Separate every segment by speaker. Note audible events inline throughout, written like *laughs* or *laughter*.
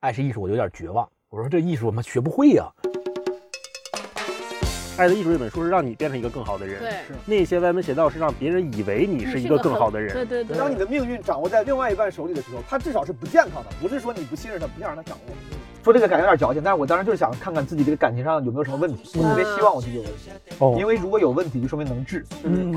Speaker 1: 爱是艺术，我就有点绝望。我说这艺术我们学不会呀、
Speaker 2: 《爱的艺术》这本书是让你变成一个更好的人，
Speaker 3: 对，
Speaker 2: 那些歪门邪道是让别人以为你是一个更好的人。
Speaker 3: 对对对，
Speaker 4: 当你的命运掌握在另外一半手里的时候，他至少是不健康的，不是说你不信任他，不想让他掌握。嗯说这个感觉有点矫情，但是我当时就是想看看自己这个感情上有没有什么问题。我特别希望我自己有问题，
Speaker 1: 哦
Speaker 4: 因为如果有问题，就说明能治。
Speaker 1: 嗯，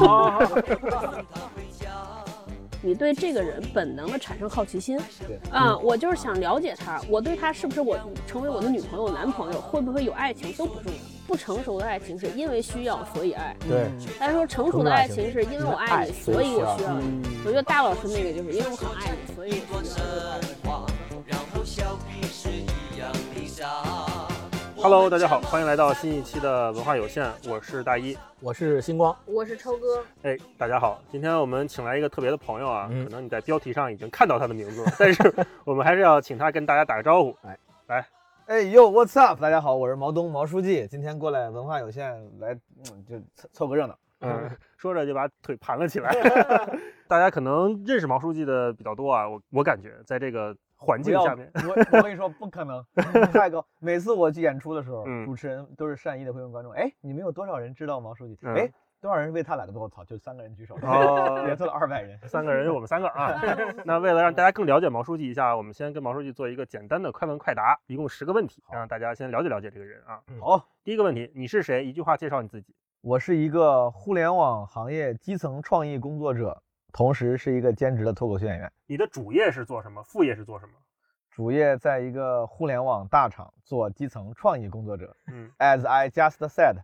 Speaker 3: 你对这个人本能的产生好奇心，
Speaker 4: 对
Speaker 1: 嗯
Speaker 3: 啊、我就是想了解他，我对他是不是我成为我的女朋友、男朋友，会不会有爱情都不重要。不成熟的爱情是因为需要所以爱，
Speaker 1: 对，
Speaker 4: 嗯
Speaker 2: 嗯
Speaker 3: 但是说成熟的爱情是因为我爱你，所以我需要你。我觉得大老师那个就是因为我很爱你，所以我需要你。
Speaker 2: Hello，大家好，欢迎来到新一期的文化有限，我是大一。
Speaker 1: 我是星
Speaker 2: *laughs*
Speaker 1: 光，
Speaker 3: 我是超 *laughs* 哥，
Speaker 2: 哎，大家好，今天我们请来一个特别的朋友啊，
Speaker 1: 嗯
Speaker 2: 可能你在标题上已经看到他的名字了，但是我们还是要请他跟大家打个招呼。
Speaker 4: 哎呦，What's up？大家好，我是毛东毛书记，今天过来文化有限来，嗯，就凑凑个热闹。
Speaker 2: 嗯，说着就把腿盘了起来。 *laughs* 大家可能认识毛书记的比较多啊，我我感觉在这个环
Speaker 4: 不
Speaker 2: 境
Speaker 4: 要
Speaker 2: 下面，，
Speaker 4: *laughs* 我我跟你说不可能。太高，每次我去演出的时候，
Speaker 2: 嗯
Speaker 4: 主持人都是善意的会问观众，哎，你们有多少人知道毛书记？
Speaker 2: 嗯
Speaker 4: 哎，多少人为他来的？我操，就三个人举手，
Speaker 2: 哦
Speaker 4: *laughs* 别凑了二百人。
Speaker 2: 三个人，我们三个
Speaker 3: *laughs*
Speaker 2: 啊。那为了让大家更了解毛书记一下，我们先跟毛书记做一个简单的快问快答，一共十个问题，让大家先了解了解这个人啊。
Speaker 4: 好，
Speaker 2: 第一个问题，你是谁？一句话介绍你自己。
Speaker 4: 我是一个互联网行业基层创意工作者，同时是一个兼职的脱口秀演员，
Speaker 2: 你的主业是做什么？副业是做什么？
Speaker 4: 主业在一个互联网大厂做基层创意工作者。
Speaker 2: 嗯
Speaker 4: As I just
Speaker 2: *laughs*
Speaker 4: said，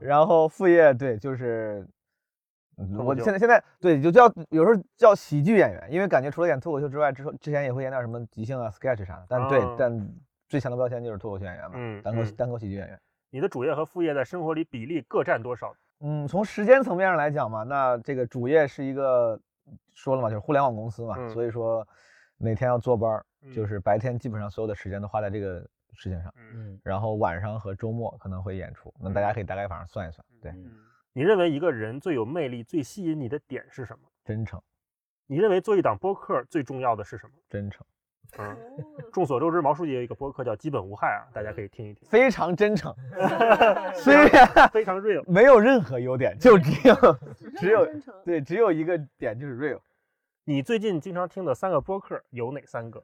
Speaker 4: 然后副业对就是，嗯
Speaker 2: 脱
Speaker 4: 我
Speaker 2: 口秀
Speaker 4: 现在现在对就叫有时候叫喜剧演员，因为感觉除了演脱口秀之外，之后之前也会演点什么即兴啊、sketch 啥的，但对，
Speaker 2: 啊
Speaker 4: 但最强的标签就是脱口秀演员嘛，
Speaker 2: 嗯
Speaker 4: 单口
Speaker 2: 嗯
Speaker 4: 单口喜剧演员。
Speaker 2: 你的主业和副业在生活里比例各占多少？
Speaker 4: 嗯，从时间层面上来讲嘛，那这个主业是一个说了嘛，就是互联网公司嘛，
Speaker 2: 嗯
Speaker 4: 所以说每天要坐班儿，就
Speaker 2: 嗯
Speaker 4: 是白天基本上所有的时间都花在这个事情上，
Speaker 2: 嗯
Speaker 1: 嗯，
Speaker 4: 然后晚上和周末可能会演出，那大家可以大概反正算一算，对，
Speaker 2: 嗯你认为一个人最有魅力、最吸引你的点是什么？
Speaker 4: 真诚，
Speaker 2: 你认为做一档播客最重要的是什么？
Speaker 4: 真诚，
Speaker 2: 嗯，众所周知，毛书记有一个播客叫《基本无害》啊，大家可以听一听，
Speaker 4: 非常真诚，虽然 *laughs*
Speaker 2: 非常 real。
Speaker 4: 没有任何优点，就只有 *laughs* 只有
Speaker 3: 真诚。
Speaker 4: 对，只有一个点就是 real。
Speaker 2: 你最近经常听的三个播客有哪三个？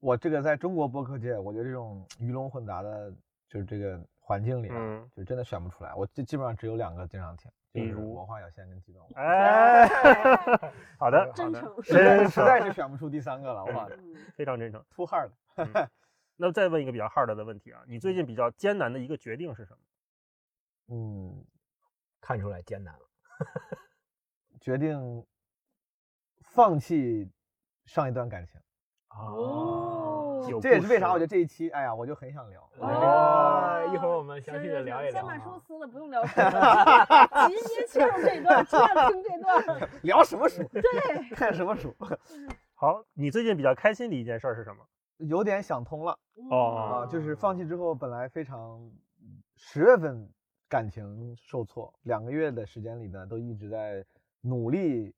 Speaker 4: 我这个在中国播客界，我觉得这种鱼龙混杂的，就是这个环境里、啊，
Speaker 2: 嗯
Speaker 4: 就真的选不出来。我基基本上只有两个经常听，就
Speaker 2: 比
Speaker 4: 是
Speaker 2: 如
Speaker 4: 文化有限跟基本
Speaker 2: *laughs*
Speaker 4: 无。
Speaker 1: *laughs*
Speaker 2: 哎，好的，好
Speaker 3: 真
Speaker 2: 的，
Speaker 3: 诚
Speaker 2: 真
Speaker 4: 实
Speaker 2: 诚，
Speaker 4: 在是选不出第三个了，哇
Speaker 3: 嗯
Speaker 2: 非常真诚。
Speaker 4: ，too hard。
Speaker 1: *laughs*
Speaker 2: 嗯那再问一个比较 hard 的问题啊，你最近比较艰难的一个决定是什么？
Speaker 4: 嗯，
Speaker 1: 看出来艰难了，
Speaker 4: 决定放弃上一段感情，
Speaker 3: 哦
Speaker 2: 有
Speaker 4: 这也
Speaker 2: 故
Speaker 4: 是为啥
Speaker 2: 事
Speaker 4: 我觉得这一期，哎呀，我就很想聊。我觉得这个
Speaker 1: 哦
Speaker 3: 哦
Speaker 1: 一会儿我们详细地聊一聊
Speaker 3: 先把
Speaker 1: 啊
Speaker 3: 书撕了，
Speaker 1: *laughs*
Speaker 3: 不用聊书了。直接切入这段，只想听这段。
Speaker 4: *laughs* 聊什么书？
Speaker 3: 对，
Speaker 4: 看什么书？ *laughs*
Speaker 2: 好，你最近比较开心的一件事儿是什么？
Speaker 4: 有点想通了
Speaker 3: 嗯
Speaker 4: 啊，
Speaker 2: 哦
Speaker 4: 就是放弃之后，本来非常十月份感情受挫，两个月的时间里呢，都一直在努力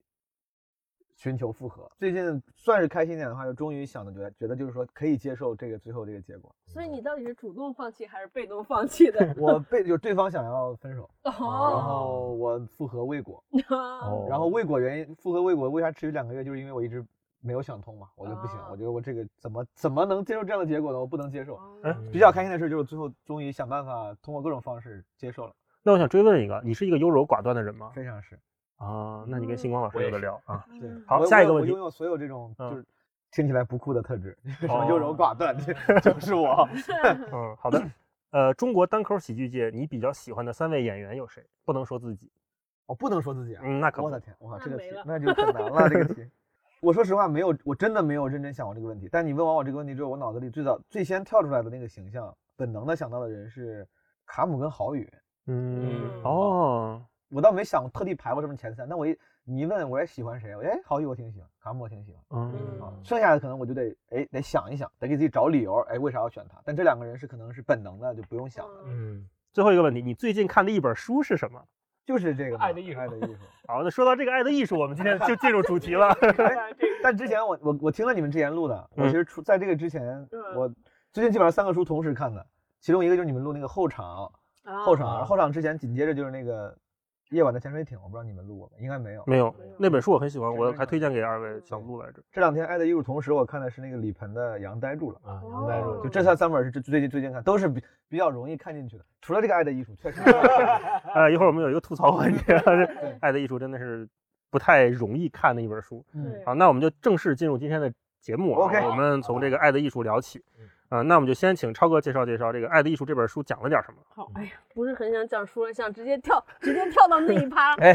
Speaker 4: 寻求复合。最近算是开心一点的话，就终于想的觉得觉得就是说可以接受这个最后这个结果。嗯
Speaker 3: 所以你到底是主动放弃还是被动放
Speaker 1: *laughs*
Speaker 3: 弃的？
Speaker 4: 我被就是对方想要分手，然
Speaker 3: 哦，
Speaker 4: 后我复合未果，
Speaker 1: 哦
Speaker 4: 然后未果原因复合未果为啥持续两个月，就是因为我一直没有想通嘛，我就不行，
Speaker 3: 啊
Speaker 4: 我觉得我这个怎么怎么能接受这样的结果呢？我不能接受。
Speaker 3: 哦
Speaker 2: 嗯
Speaker 4: 比较开心的事就是最后终于想办法通过各种方式接受了，
Speaker 2: 那我想追问一个，你是一个优柔寡断的人吗？
Speaker 4: 非常是。
Speaker 2: 啊，那你跟星光老
Speaker 1: 嗯
Speaker 2: 师
Speaker 1: 我也
Speaker 2: 有的
Speaker 1: 是
Speaker 2: 聊啊。
Speaker 4: 对
Speaker 3: 嗯，
Speaker 2: 好
Speaker 4: 我
Speaker 2: 下一个
Speaker 4: 我
Speaker 2: 问题
Speaker 4: 我拥有所有这种
Speaker 2: 嗯
Speaker 4: 就是听起来不酷的特质， *laughs* 什
Speaker 2: 哦
Speaker 4: 么优柔寡断，这就是我。
Speaker 3: *laughs*
Speaker 2: 嗯，好的。呃，中国单口喜剧界你比较喜欢的三位演员有谁？不能说自己。
Speaker 4: 我不能说自己啊，
Speaker 2: 嗯，那可
Speaker 4: 我
Speaker 2: 不
Speaker 4: 的。天，我靠，
Speaker 3: 那
Speaker 4: 这个
Speaker 3: 没
Speaker 4: 题
Speaker 3: 了
Speaker 4: 那就很难了，这个
Speaker 3: *laughs*
Speaker 4: 题。我说实话，没有，我真的没有认真想过这个问题。但你问完我这个问题之后，我脑子里最早最先跳出来的那个形象，本能的想到的人是卡姆跟郝宇。
Speaker 2: 嗯，
Speaker 1: 嗯
Speaker 2: 哦，
Speaker 4: 我倒没想过特地排过什么前三，但我一你一问我也喜欢谁，我哎，郝宇我挺喜欢，卡姆我挺喜欢。
Speaker 2: 嗯，
Speaker 4: 啊
Speaker 1: 嗯，
Speaker 4: 剩下的可能我就得哎得想一想，得给自己找理由，哎为啥要选他？但这
Speaker 1: *laughs*
Speaker 4: 两个人是可能是本能的，就不用想了。
Speaker 1: 嗯，
Speaker 2: 最后一个问题，你最近看的一本书是什么？
Speaker 4: 就是这个嘛
Speaker 1: 爱的艺术
Speaker 4: 爱的艺术。
Speaker 2: 好，那说到这个爱的艺术，我们今天就进入主题了。
Speaker 1: 嗯 *laughs*
Speaker 3: 嗯
Speaker 4: 但之前我我我听了你们之前录的，我
Speaker 2: 嗯
Speaker 4: 其实出在这个之前，我最近基本上三个书同时看的，其中一个就是你们录那个后场，
Speaker 3: 啊
Speaker 4: 后场，后场之前紧接着就是那个夜晚的潜水艇，我不知道你们录过没，应该没有。
Speaker 2: 没有那本书我很喜欢，
Speaker 4: 这
Speaker 2: 我
Speaker 4: 个
Speaker 2: 还推荐给二位，想录来着。
Speaker 4: 这两天爱的艺术，同时我看的是那个李鹏的《羊呆住了》。
Speaker 1: 啊，杨代
Speaker 2: 哦
Speaker 1: 入
Speaker 4: 就这才三本是最最近最近看，都是比比较容易看进去的。除了这个《爱的艺术》，确实
Speaker 2: 呃，一会儿我们有一个吐槽环节，《爱的艺术》真的是不太容易看的一本书。
Speaker 4: 嗯
Speaker 2: 好，那我们就正式进入今天的节目啊。
Speaker 4: OK
Speaker 2: 我们从这个《爱的艺术》聊起
Speaker 1: 嗯。
Speaker 2: 啊、那我们就先请超哥介绍介绍这个《爱的艺术》这本书讲了点什么。
Speaker 3: 好，
Speaker 4: 嗯
Speaker 3: 哎呀，不是很想讲书了，想直接跳，直接跳到那一趴。
Speaker 4: *laughs* 哎，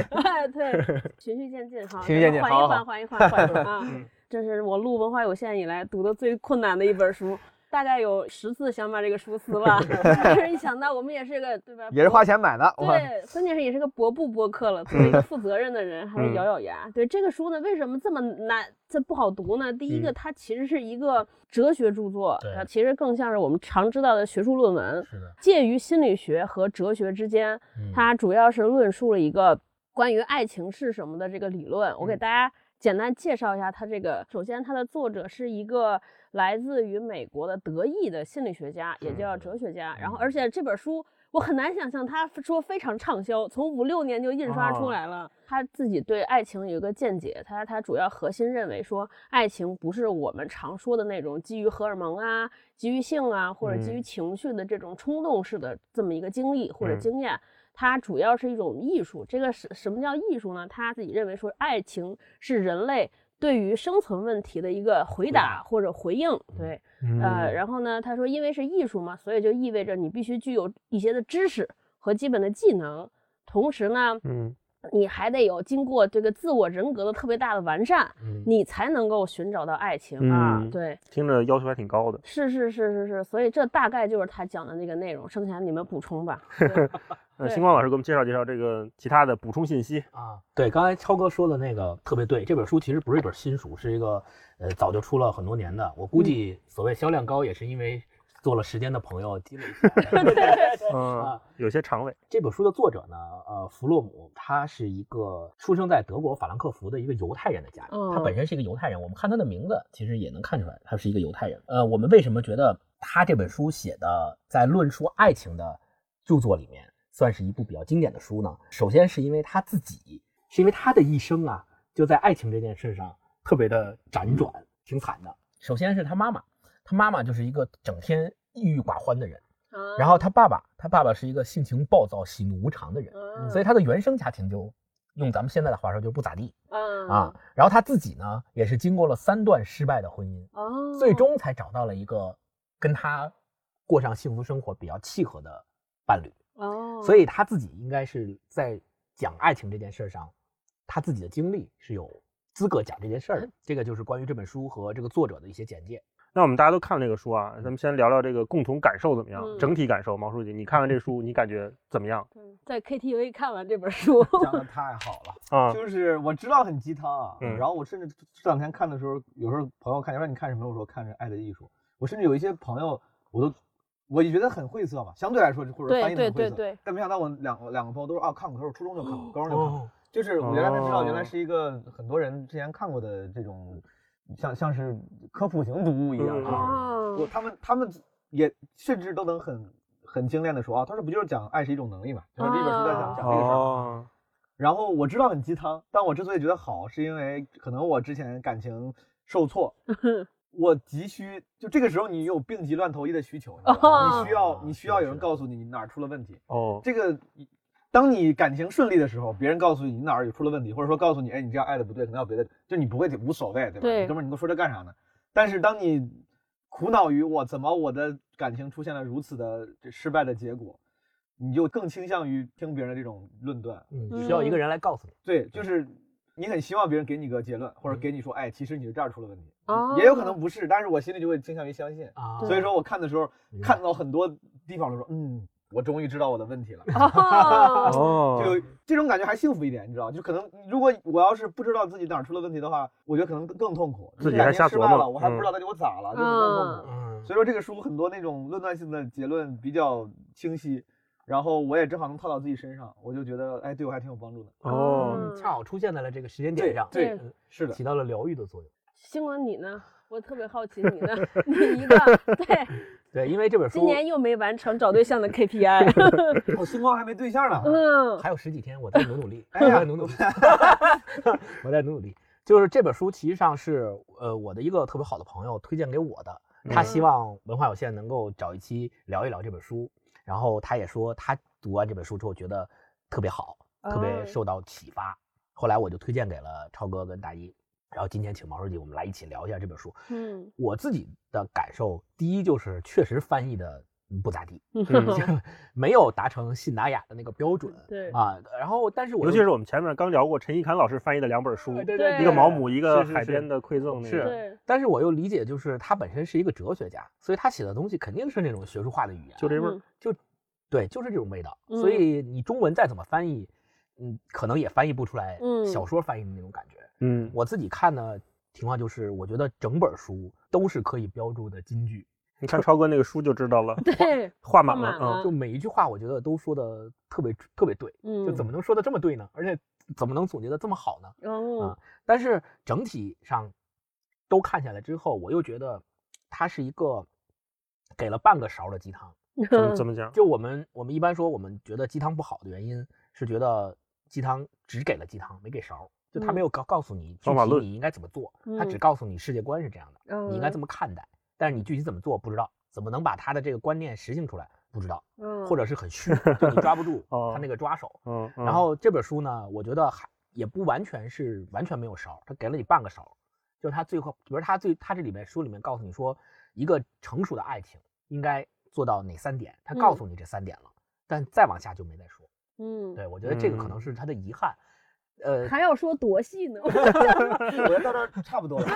Speaker 3: 对，循序渐进哈，
Speaker 4: 循序渐进
Speaker 3: 缓
Speaker 4: 好
Speaker 3: 一
Speaker 4: 好好
Speaker 3: 缓，
Speaker 4: 嗯
Speaker 3: 缓一缓，
Speaker 4: *laughs*
Speaker 3: 缓一缓啊！这是我录文化有限以来读的最困难的一本书，大概有十次想把这个书撕了。
Speaker 4: *laughs*
Speaker 3: 但是一想到我们也是个对吧，
Speaker 4: 也是花钱买的。我
Speaker 3: 对，关键是也是个博不播客了，作
Speaker 1: *laughs*
Speaker 3: 为一个负责任的人，还
Speaker 1: 嗯
Speaker 3: 是咬咬牙。对这个书呢，为什么这么难，这不好读呢？第一个，
Speaker 2: 嗯
Speaker 3: 它其实是一个哲学著作，
Speaker 1: 对
Speaker 3: 呃其实更像是我们常知道的学术论文，
Speaker 1: 是的，
Speaker 3: 介于心理学和哲学之间。
Speaker 1: 嗯
Speaker 3: 它主要是论述了一个关于爱情是什么的这个理论。
Speaker 1: 嗯
Speaker 3: 我给大家简单介绍一下它这个。首先，它的作者是一个来自于美国的德裔的心理学家，也叫哲学家。
Speaker 1: 嗯
Speaker 3: 然后，而且这本书。我很难想象，他说非常畅销，从五六年就印刷出来了。他自己对爱情有一个见解，他他主要核心认为说，爱情不是我们常说的那种基于荷尔蒙啊、基于性啊或者基于
Speaker 2: 嗯
Speaker 3: 情绪的这种冲动式的这么一个经历或者
Speaker 2: 嗯
Speaker 3: 经验，它主要是一种艺术。这个是什么叫艺术呢？他自己认为说，爱情是人类对于生存问题的一个回答或者回应。对，呃，然后呢，他说，因为是艺术嘛，所以就意味着你必须具有一些的知识和基本的技能，同时呢，
Speaker 2: 嗯
Speaker 3: 你还得有经过这个自我人格的特别大的完善，
Speaker 1: 嗯
Speaker 3: 你才能够寻找到爱情啊。
Speaker 2: 嗯
Speaker 3: 对，
Speaker 2: 听着要求还挺高的。
Speaker 3: 是是是是是，所以这大概就是他讲的那个内容，剩下你们补充吧。
Speaker 2: 那
Speaker 3: 对啊
Speaker 2: 星光老师给我们介绍介绍这个其他的补充信息。
Speaker 1: 啊，对，刚才超哥说的那个特别对，这本书其实不是一本新书，是一个呃早就出了很多年的，我
Speaker 3: 嗯
Speaker 1: 估计所谓销量高也是因为做了时间的朋友积累
Speaker 3: *laughs*
Speaker 1: 下来的。
Speaker 2: 嗯
Speaker 1: *laughs* 啊，
Speaker 2: 有些长尾。
Speaker 1: 这本书的作者呢，呃，弗洛姆，他是一个出生在德国法兰克福的一个犹太人的家庭，他
Speaker 3: 嗯
Speaker 1: 本身是一个犹太人。我们看他的名字，其实也能看出来他是一个犹太人。呃，我们为什么觉得他这本书写的在论述爱情的著作里面算是一部比较经典的书呢？首先是因为他自己，是因为他的一生啊，就在爱情这件事上特别的辗转，挺惨的。首先是他妈妈，他妈妈就是一个整天郁郁寡欢的人。然后他爸爸，他爸爸是一个性情暴躁、喜怒无常的人，
Speaker 3: 啊，
Speaker 1: 所以他的原生家庭就用咱们现在的话说就不咋地啊
Speaker 3: 啊。
Speaker 1: 然后他自己呢，也是经过了三段失败的婚姻，
Speaker 3: 哦，
Speaker 1: 最终才找到了一个跟他过上幸福生活比较契合的伴侣。
Speaker 3: 哦，
Speaker 1: 所
Speaker 3: 以
Speaker 1: 以他自己应该是在讲爱情这件事儿上，他自己的经历是有资格讲这件事儿的。这个就是关于这本书和这个作者的一些简介。
Speaker 2: 那我们大家都看了这个书啊，咱们先聊聊这个共同感受怎么样？
Speaker 3: 嗯
Speaker 2: 整体感受，毛书记，你看完这书，你感觉怎么样
Speaker 3: 在 KTV 看完这本书，
Speaker 4: 讲 *laughs* 的太好了。
Speaker 2: 啊？
Speaker 4: 就是我知道很鸡汤啊，
Speaker 2: 嗯
Speaker 4: 然后我甚至这两天看的时候，有时候朋友看，说你看什么？我说看着《爱的艺术》，我甚至有一些朋友，我都我也觉得很晦涩嘛，相对来说或者
Speaker 3: 对
Speaker 4: 翻译的
Speaker 3: 对
Speaker 4: 很晦
Speaker 3: 对
Speaker 4: 涩，
Speaker 3: 对
Speaker 4: 但没想到我两个两个朋友都说啊看过，他说初中就看过，高中就看过，，
Speaker 1: 哦
Speaker 4: 就是我原来才知道，原来是一个很多人之前看过的这种，像像是科普型读物一样
Speaker 2: 嗯
Speaker 4: 的。我
Speaker 3: 哦，
Speaker 4: 他们他们也甚至都能很很精炼的说啊，他说不就是讲爱是一种能力嘛，就是这本书在讲讲这个事儿嘛。
Speaker 2: 哦，
Speaker 4: 然后我知道很鸡汤，但我之所以觉得好，是因为可能我之前感情受挫，我急需就这个时候你有病急乱投医的需求，你知道吗你需要你需要有人告诉你你哪儿出了问题。
Speaker 2: 哦，
Speaker 4: 这个，当你感情顺利的时候，别人告诉你你哪儿有出了问题，或者说告诉你，哎，你这样爱的不对，可能要别的，就你不会无所谓，对吧？
Speaker 3: 对
Speaker 4: 你哥们儿，你跟我说这干啥呢？但是当你苦恼于我怎么我的感情出现了如此的这失败的结果，你就更倾向于听别人的这种论断，
Speaker 1: 嗯，需要一个人来告诉你。
Speaker 4: 对，就是你很希望别人给你个结论，或
Speaker 2: 嗯
Speaker 4: 者给你说，哎，其实你是这儿出了问题，
Speaker 3: 哦
Speaker 4: 也有可能不是，但是我心里就会倾向于相信。
Speaker 1: 啊
Speaker 4: 所以说我看的时候
Speaker 1: 明，白
Speaker 4: 看到很多地方都说，嗯，我终于知道我的问题了，
Speaker 2: *laughs*
Speaker 3: 哦，
Speaker 2: 哦，
Speaker 4: 就这种感觉还幸福一点，你知道？就可能如果我要是不知道自己哪儿出了问题的话，我觉得可能更更痛苦。
Speaker 2: 自己
Speaker 4: 感
Speaker 2: 还
Speaker 4: 情
Speaker 2: 瞎
Speaker 4: 失
Speaker 2: 琢
Speaker 4: 败
Speaker 2: 磨
Speaker 4: 了，我还不
Speaker 2: 嗯
Speaker 4: 知道到底我咋了，就更痛苦。
Speaker 1: 嗯
Speaker 4: 所以说这个书很多那种论断性的结论比较清晰，然后我也正好能套到自己身上，我就觉得哎，对我还挺有帮助的。
Speaker 2: 哦，
Speaker 3: 嗯
Speaker 1: 恰好出现在了这个时间点上，
Speaker 4: 对
Speaker 1: 嗯
Speaker 4: 是的
Speaker 1: 起，到了疗愈的作用。
Speaker 3: 星光你呢？我特别好奇
Speaker 1: *laughs*
Speaker 3: 你呢，你一个对，
Speaker 1: 对，因为这本书
Speaker 3: 今年又没完成找对象的
Speaker 1: *laughs*
Speaker 3: KPI，
Speaker 4: 我哦星光还没对象呢。
Speaker 3: 嗯，
Speaker 1: 还有十几天，我再努努
Speaker 4: *laughs*
Speaker 1: 力，我
Speaker 4: 哎呀
Speaker 1: 再努努力， *laughs* 我再努努力。就是这本书，其实上是呃我的一个特别好的朋友推荐给我的，他
Speaker 2: 嗯
Speaker 1: 希望文化有限能够找一期聊一聊这本书，然后他也说他读完这本书之后觉得特别好，特别
Speaker 3: 哦
Speaker 1: 受到启发。后来我就推荐给了超哥跟大一，然后今天请毛书记我们来一起聊一下这本书。
Speaker 3: 嗯，
Speaker 1: 我自己的感受，第一就是确实翻译的不咋地，
Speaker 2: 嗯
Speaker 1: *laughs* 没有达成信达雅的那个标准。
Speaker 3: 对
Speaker 1: 啊，然后但是我
Speaker 2: 尤
Speaker 1: 又
Speaker 2: 其是我们前面刚聊过陈一侃老师翻译的两本书，
Speaker 1: 对
Speaker 3: 对
Speaker 2: 一个毛姆，
Speaker 4: 是
Speaker 2: 一个
Speaker 4: 是
Speaker 2: 海
Speaker 4: 是
Speaker 2: 边的馈赠那
Speaker 4: 是
Speaker 2: 个，
Speaker 3: 对，
Speaker 1: 但是我又理解，就是他本身是一个哲学家，所以他写的东西肯定是那种学术化的语言，
Speaker 2: 就这味儿
Speaker 3: 嗯。
Speaker 1: 就对，就是这种味道。所以你中文再怎么翻译，嗯，可能也翻译不出来
Speaker 3: 嗯
Speaker 1: 小说翻译的那种感觉。
Speaker 2: 嗯，
Speaker 1: 我自己看的情况就是，我觉得整本书都是可以标注的金句，
Speaker 2: 你看超哥那个书就知道了，
Speaker 3: 嗯对，
Speaker 2: 画满
Speaker 3: 画
Speaker 2: 了，
Speaker 3: 满了
Speaker 2: 嗯，
Speaker 1: 就每一句话我觉得都说的特别特别对，
Speaker 3: 嗯，
Speaker 1: 就怎么能说的这么对呢？而且怎么能总结的这么好呢？
Speaker 3: 哦
Speaker 1: 啊，但是整体上都看下来之后，我又觉得它是一个给了半个勺的鸡汤。
Speaker 2: 怎
Speaker 3: 嗯
Speaker 2: 么怎么讲？
Speaker 1: 就我们我们一般说，我们觉得鸡汤不好的原因是觉得鸡汤只给了鸡汤，没给勺。就他没有告告诉你具
Speaker 2: 方法
Speaker 1: 体
Speaker 2: 论
Speaker 1: 你应该怎么做，他只
Speaker 3: 嗯
Speaker 1: 告诉你世界观是这样的，
Speaker 3: *laughs* 嗯
Speaker 1: 你应该这么看待。但是你具体怎么做不知道，怎么能把他的这个观念实行出来不知道，
Speaker 3: 嗯
Speaker 1: 或者是很虚，就你抓不住
Speaker 2: *laughs* 哦
Speaker 1: 他那个抓手。
Speaker 2: 嗯，嗯
Speaker 1: 然后这本书呢，我觉得还也不完全是完全没有勺，它给了你半个勺，就是它最后，比如它最它这里面书里面告诉你说，一个成熟的爱情应该做到哪三点，它告
Speaker 3: 嗯
Speaker 1: 诉你这三点了，但再往下就没再说。
Speaker 3: 嗯，
Speaker 1: 对我觉得这个可
Speaker 2: 嗯
Speaker 1: 能是他的遗憾，
Speaker 3: *laughs*
Speaker 1: 呃，
Speaker 3: 还要说多细呢， *laughs*
Speaker 4: 我觉得到这儿差不 *laughs* 多了。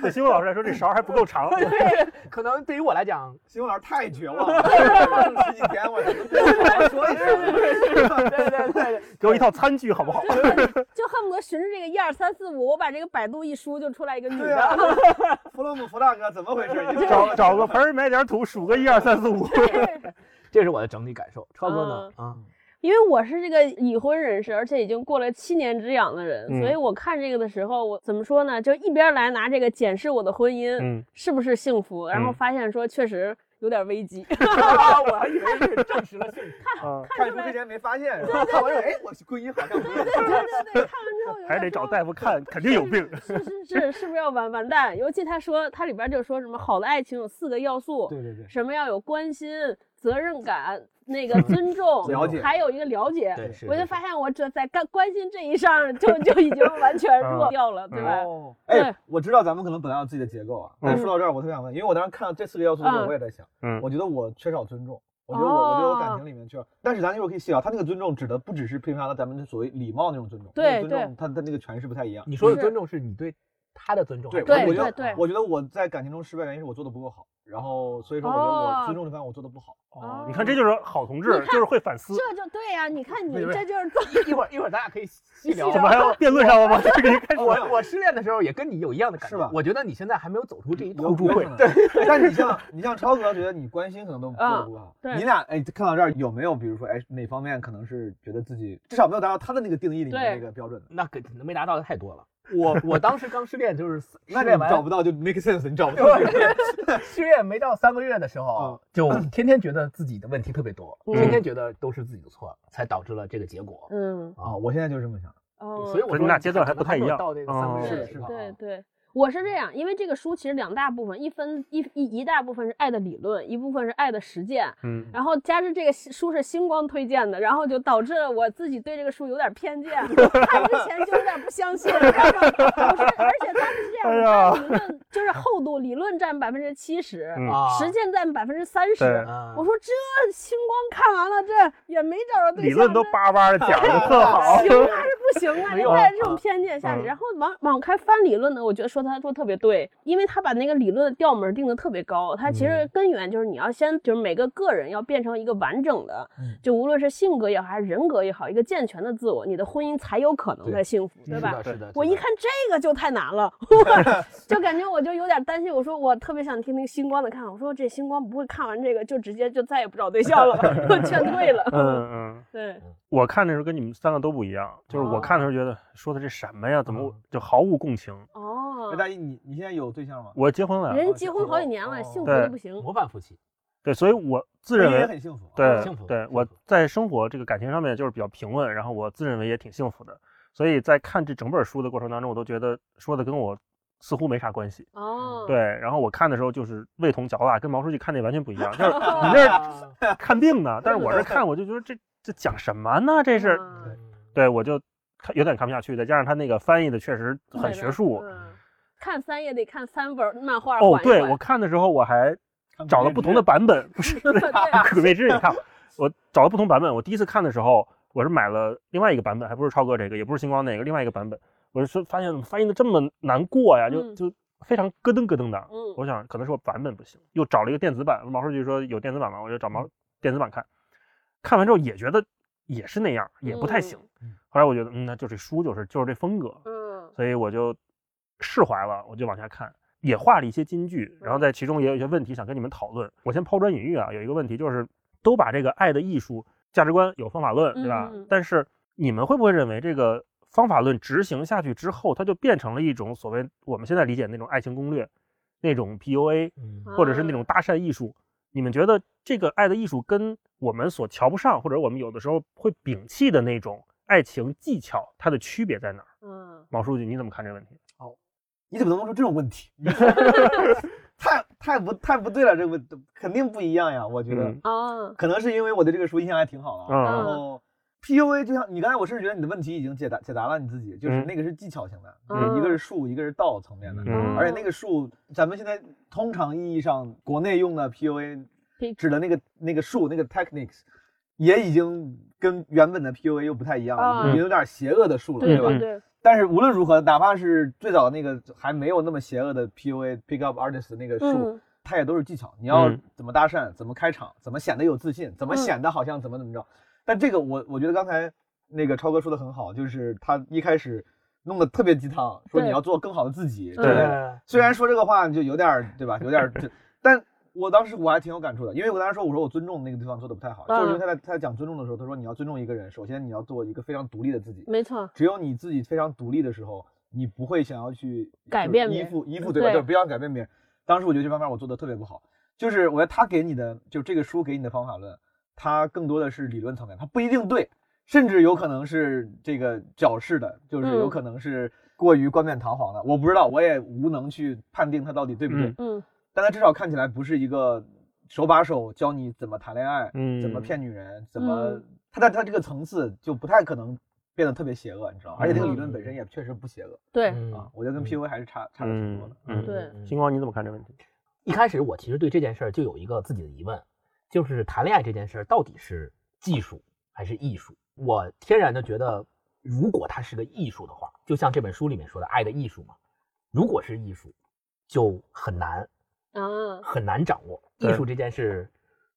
Speaker 2: 对新闻老师来说，这勺还不够长，
Speaker 1: 可能对于我来讲，
Speaker 4: 新闻老师太绝望了，十几天我才能对我说一声。
Speaker 1: 对对对，
Speaker 2: 给我一套餐具好不好？
Speaker 3: 就恨不得循着这个一二三四五，我把这个百度一输就出来一个女
Speaker 4: 对
Speaker 3: *laughs* 的，
Speaker 4: 啊，弗洛姆弗大哥怎么回事？你们
Speaker 2: 找找个盆儿，买点土，数个一二三四五。
Speaker 1: 这是我的整体感受。超哥呢？啊、
Speaker 3: *laughs* 因为我是这个已婚人士，而且已经过了七年之痒的人，
Speaker 2: 嗯
Speaker 3: 所以我看这个的时候，我怎么说呢？就一边来拿这个检视我的婚姻、
Speaker 2: 嗯
Speaker 3: 是不是幸福，然后
Speaker 2: 嗯
Speaker 3: 发现说确实有点危
Speaker 1: *laughs*
Speaker 3: 机。
Speaker 1: 我还以为是证实 *laughs* 了幸福。
Speaker 2: 啊，
Speaker 4: 看书之前没发现，然后看完说，哎，我婚姻好像不
Speaker 3: 对对对对，看完之后有点
Speaker 2: 还是得找
Speaker 3: 说
Speaker 2: 大夫看，肯定有病。
Speaker 3: 是是是，是不是要完完蛋？尤其他说他里边就说什么好的爱情有四个要素，
Speaker 4: *laughs* 对对对，
Speaker 3: 什么要有关心、责任感、那个尊重，
Speaker 4: 了解
Speaker 3: 还有一个了解。
Speaker 1: 对，是。
Speaker 3: 我就是发现我这在干关心这一上就就已经完全弱
Speaker 2: 嗯
Speaker 3: 掉了，对吧？
Speaker 4: 哦，
Speaker 3: 对
Speaker 4: 哎，我知道咱们可能本来有自己的结构啊，但
Speaker 2: 嗯
Speaker 4: 说到这儿，我特别想问，因为我当时看到这四个要素的时候，
Speaker 3: 嗯
Speaker 4: 我也在想，
Speaker 2: 嗯
Speaker 4: 我觉得我缺少尊重，我觉得我，我觉得我感情里面缺少，但是咱一会儿可以细聊，他那个尊重指的不只是平常的咱们所谓礼貌那种尊重，
Speaker 3: 对
Speaker 4: 那个尊重他的那个诠释不太一样。
Speaker 1: 你说的
Speaker 3: 是
Speaker 1: 尊重是你对他的尊重还
Speaker 4: 对
Speaker 1: 是，
Speaker 3: 对
Speaker 1: 你
Speaker 4: 我
Speaker 1: 对
Speaker 4: 觉
Speaker 1: 他的
Speaker 4: 得
Speaker 1: 尊重， *laughs*
Speaker 3: 对
Speaker 4: 我觉得我在感情中失败，原因是我做的不够好，然后所以说我觉得
Speaker 3: 哦
Speaker 4: 我尊重这方面我做的不好。
Speaker 3: 哦
Speaker 2: 你看，这就是好同志
Speaker 3: 你看，
Speaker 2: 就是会反思。
Speaker 3: 这就对呀、你看你
Speaker 1: 不是不是
Speaker 3: 这就是做
Speaker 1: 一会儿一会儿咱俩可以细聊。啊
Speaker 2: 怎么还要辩论上了吗？这个已经开始了。
Speaker 1: 我我失恋的时候也跟你有一样的感觉，
Speaker 4: 是吧
Speaker 1: 我觉得你现在还没有走出这一
Speaker 4: 有
Speaker 1: 步。
Speaker 4: 有可能对，但是你像你像超哥，觉得你关心
Speaker 3: *laughs*
Speaker 4: 可能都做的不好。
Speaker 3: 嗯对
Speaker 4: 你俩哎，看到这儿有没有比如说哎哪方面可能是觉得自己至少没有达到他的那个定义里面
Speaker 3: 对
Speaker 4: 那个标准的？
Speaker 1: *laughs* 那可能没达到的太多了。我我当时刚失恋就是
Speaker 4: 那
Speaker 1: 失
Speaker 4: 你
Speaker 1: 恋完
Speaker 4: 找不到就 make sense，你找不到。
Speaker 2: *laughs*
Speaker 1: 对失恋没到三个月的时候，就天天觉得自己的问题特别多，
Speaker 3: 嗯
Speaker 1: 天天觉得都是自己的错，才导致了这个结果。
Speaker 3: 嗯
Speaker 4: 啊，我现在就是这么想。
Speaker 3: 哦，
Speaker 1: 所以我
Speaker 2: 不
Speaker 1: 说
Speaker 2: 是你俩
Speaker 1: 可
Speaker 2: 阶段还
Speaker 1: 能
Speaker 2: 不太
Speaker 1: 没有
Speaker 2: 一样
Speaker 1: 到这个
Speaker 3: 嗯
Speaker 1: 三个
Speaker 2: 哦
Speaker 1: 月
Speaker 4: 是
Speaker 1: 的
Speaker 4: 的
Speaker 1: 时
Speaker 4: 是的
Speaker 1: 候啊
Speaker 3: 对对，我是这样，因为这个书其实两大部分，一分一一一大部分是爱的理论，一部分是爱的实践。
Speaker 2: 嗯，
Speaker 3: 然后加之这个新书是星光推荐的，然后就导致我自己对这个书有点
Speaker 2: *laughs*
Speaker 3: 偏见，看之前就有点不相信，然后我是而且他是这
Speaker 2: 哎
Speaker 3: 样，
Speaker 2: 呀
Speaker 3: *laughs* 他理论就是厚度，理论占百分之七十，
Speaker 2: 嗯
Speaker 1: 啊，
Speaker 3: 实践占百分之三
Speaker 2: 对
Speaker 3: 十。
Speaker 1: 嗯
Speaker 3: 我说这星光看完了，这也没找着对
Speaker 2: 理
Speaker 3: 象，
Speaker 2: 论都
Speaker 3: 这
Speaker 2: 叭叭的讲的特好。
Speaker 3: *laughs* 行还是不不行啊！
Speaker 2: 没
Speaker 3: 你
Speaker 2: 有
Speaker 3: 在
Speaker 2: 啊
Speaker 3: 这种偏见下，
Speaker 2: 嗯
Speaker 3: 然后往往开翻理论呢，我觉得说他说特别对，因为他把那个理论的调门儿定的特别高。他其
Speaker 2: 嗯
Speaker 3: 实根源就是你要先就是每个个人要变成一个完整的，
Speaker 4: 嗯
Speaker 3: 就无论是性格也好，还是人格也好，一个健全的自我，你的婚姻才有可能
Speaker 4: 对
Speaker 3: 再幸福，
Speaker 4: 是的
Speaker 3: 吧？
Speaker 4: 是的，
Speaker 3: 我
Speaker 4: 是
Speaker 3: 一
Speaker 4: 的
Speaker 3: 看这个就太难
Speaker 2: *laughs*
Speaker 3: 了，我就感觉我就有点担心。我说我特别想听听星光的看法，我说这星光不会看完这个就直接就再也不找对象了 *laughs* 吧？我劝退了。
Speaker 2: *laughs* 嗯嗯，
Speaker 3: 对，
Speaker 2: 我看的时候跟你们三个都不一样，就是我
Speaker 3: 哦
Speaker 2: 看的时候觉得说的这什么呀，怎么我
Speaker 4: 嗯
Speaker 2: 就毫无共情？
Speaker 3: 哦
Speaker 4: 哎，，大一，你你现在有对象吗？
Speaker 2: 我结婚了，
Speaker 3: 人结婚好几年
Speaker 4: 哦
Speaker 3: 了，
Speaker 4: 哦
Speaker 3: 幸福
Speaker 2: 啊对
Speaker 3: 的不行。
Speaker 1: 模范夫妻，
Speaker 2: 对，所以我自
Speaker 4: 婚
Speaker 2: 认
Speaker 4: 姻也
Speaker 2: 为
Speaker 4: 很幸福啊，
Speaker 2: 对
Speaker 1: 幸福
Speaker 2: 对
Speaker 1: 幸，
Speaker 2: 我
Speaker 1: 福
Speaker 2: 在生活这个感情上面就是比较平稳，然后我自认为也挺幸福的，所以在看这整本书的过程当中，我都觉得说的跟我似乎没啥关系。
Speaker 3: 哦，
Speaker 2: 对，然后我看的时候就是味同嚼蜡，跟毛书记看那完全不一样，就是你
Speaker 3: 哦，
Speaker 2: 那儿
Speaker 1: 啊
Speaker 2: 看病呢，但是我这看我就觉得这这讲什么呢？这是
Speaker 3: 嗯
Speaker 2: 对我就看有点看不下去，再加上他那个翻译的确实很学术。
Speaker 3: 嗯看三也得看三本漫画
Speaker 2: 哦，
Speaker 3: 缓一
Speaker 2: 对
Speaker 3: 缓
Speaker 2: 我看的时候我还
Speaker 4: 看
Speaker 2: 找了
Speaker 4: 别
Speaker 2: 不
Speaker 4: 致
Speaker 2: 同的版本，不
Speaker 3: *laughs*
Speaker 2: 是
Speaker 3: 啊
Speaker 2: 可未知你看，我找了不同版本。我第一次看的时候，我是买了另外一个版本，还不是超哥这个，也不是星光那个，另外一个版本。我是发现怎么翻译的这么难过呀，就
Speaker 3: 嗯
Speaker 2: 就非常咯噔咯噔的。
Speaker 3: 嗯
Speaker 2: 我想可能是我版本不行，又找了一个电子版。毛书记说有电子版吗？我就找毛
Speaker 3: 嗯
Speaker 2: 电子版看，看完之后也觉得也是那样，也不太行。
Speaker 4: 嗯
Speaker 2: 后来我觉得，嗯，那就这书就是就是这风格，
Speaker 3: 嗯
Speaker 2: 所以我就释怀了，我就往下看，也画了一些金句，然后
Speaker 3: 嗯
Speaker 2: 在其中也有一些问题想跟你们讨论。我先抛砖引玉啊，有一个问题就是，都把这个爱的艺术价值观有方法论，对吧？
Speaker 3: 嗯嗯嗯
Speaker 2: 但是你们会不会认为这个方法论执行下去之后，它就变成了一种所谓我们现在理解的那种爱情攻略，那种 PUA，
Speaker 1: 嗯
Speaker 2: 或者是那种搭讪艺术？你们觉得这个爱的艺术跟我们所瞧不上，或者我们有的时候会摒弃的那种爱情技巧，它的区别在哪儿？
Speaker 3: 嗯，
Speaker 2: 毛书记，你怎么看这个问题？
Speaker 4: 你怎么能问出这种问题？
Speaker 2: *laughs*
Speaker 4: 太太不太不对了，这个问肯定不一样呀，我觉得、
Speaker 2: 嗯
Speaker 3: 哦，
Speaker 4: 可能是因为我对这个书印象还挺好的啊，然
Speaker 2: 嗯
Speaker 4: 后 PUA 就像你刚才，我甚至觉得你的问题已经解答解答了你自己，就是
Speaker 2: 嗯
Speaker 4: 那个是技巧型的，
Speaker 3: 嗯
Speaker 4: 就是一个是术，一个是道层面的，
Speaker 2: 嗯
Speaker 4: 而且那个术，咱们现在通常意义上国内用的 PUA
Speaker 3: 嘿
Speaker 4: 指的那个那个术那个 techniques，也已经跟原本的 PUA 又不太一样了，
Speaker 3: 嗯
Speaker 4: 已经有点邪恶的术了，
Speaker 3: 对
Speaker 4: 吧？
Speaker 3: 对对，
Speaker 4: 但是无论如何，哪怕是最早那个还没有那么邪恶的 PUA Pick Up Artist 那个术，
Speaker 3: 嗯
Speaker 4: 它也都是技巧。你要
Speaker 2: 嗯
Speaker 4: 怎么搭讪，怎么开场，怎么显得有自信，怎么显得好像怎么怎么着。但这个我我觉得刚才那个超哥说的很好，就是他一开始弄得特别鸡汤，说
Speaker 3: 对
Speaker 4: 你要做更好的自己之
Speaker 3: 嗯
Speaker 4: 类的。
Speaker 1: 对，啊
Speaker 4: 虽然说这个话就有点儿对吧，有点儿，就但我当时我还挺有感触的，因为我当时说我说我尊重那个地方做的不太好，就是因为他在他在讲尊重的时候，他说你要尊重一个人，首先你要做一个非常独立的自己，
Speaker 3: 没错，
Speaker 4: 只有你自己非常独立的时候，你不会想要去
Speaker 3: 改
Speaker 4: 就是
Speaker 3: 变别
Speaker 4: 依
Speaker 3: 人
Speaker 4: 附依附对吧？
Speaker 3: 对
Speaker 4: 就是不要改变别人。当时我觉得这方面我做的特别不好，就是我觉得他给你的就这个书给你的方法论，它更多的是理论层面，它不一定对，甚至有可能是这个矫饰的，就是有
Speaker 3: 嗯
Speaker 4: 可能是过于冠冕堂皇的，我不知道，我也无能去判定它到底对不对。
Speaker 2: 嗯
Speaker 3: 嗯
Speaker 4: 但它至少看起来不是一个手把手教你怎么谈恋爱，
Speaker 2: 嗯
Speaker 4: 怎么骗女人，怎么
Speaker 3: 嗯
Speaker 4: 它在它这个层次就不太可能变得特别邪恶，你知道吗？而且这个理论本身也确实不邪恶
Speaker 3: 对，
Speaker 4: 啊
Speaker 1: 嗯，
Speaker 4: 我觉得跟
Speaker 1: 嗯
Speaker 4: PUA 还是差差的挺多的。
Speaker 2: 嗯
Speaker 3: 对
Speaker 2: 星光，你怎么看这问题？
Speaker 1: 一开始我其实对这件事儿就有一个自己的疑问，就是谈恋爱这件事儿到底是技术还是艺术？我天然的觉得，如果它是个艺术的话，就像这本书里面说的《爱的艺术》嘛，如果是艺术，就很难
Speaker 2: 嗯
Speaker 3: 啊，
Speaker 1: 很难掌握。艺
Speaker 2: 对
Speaker 1: 术这件事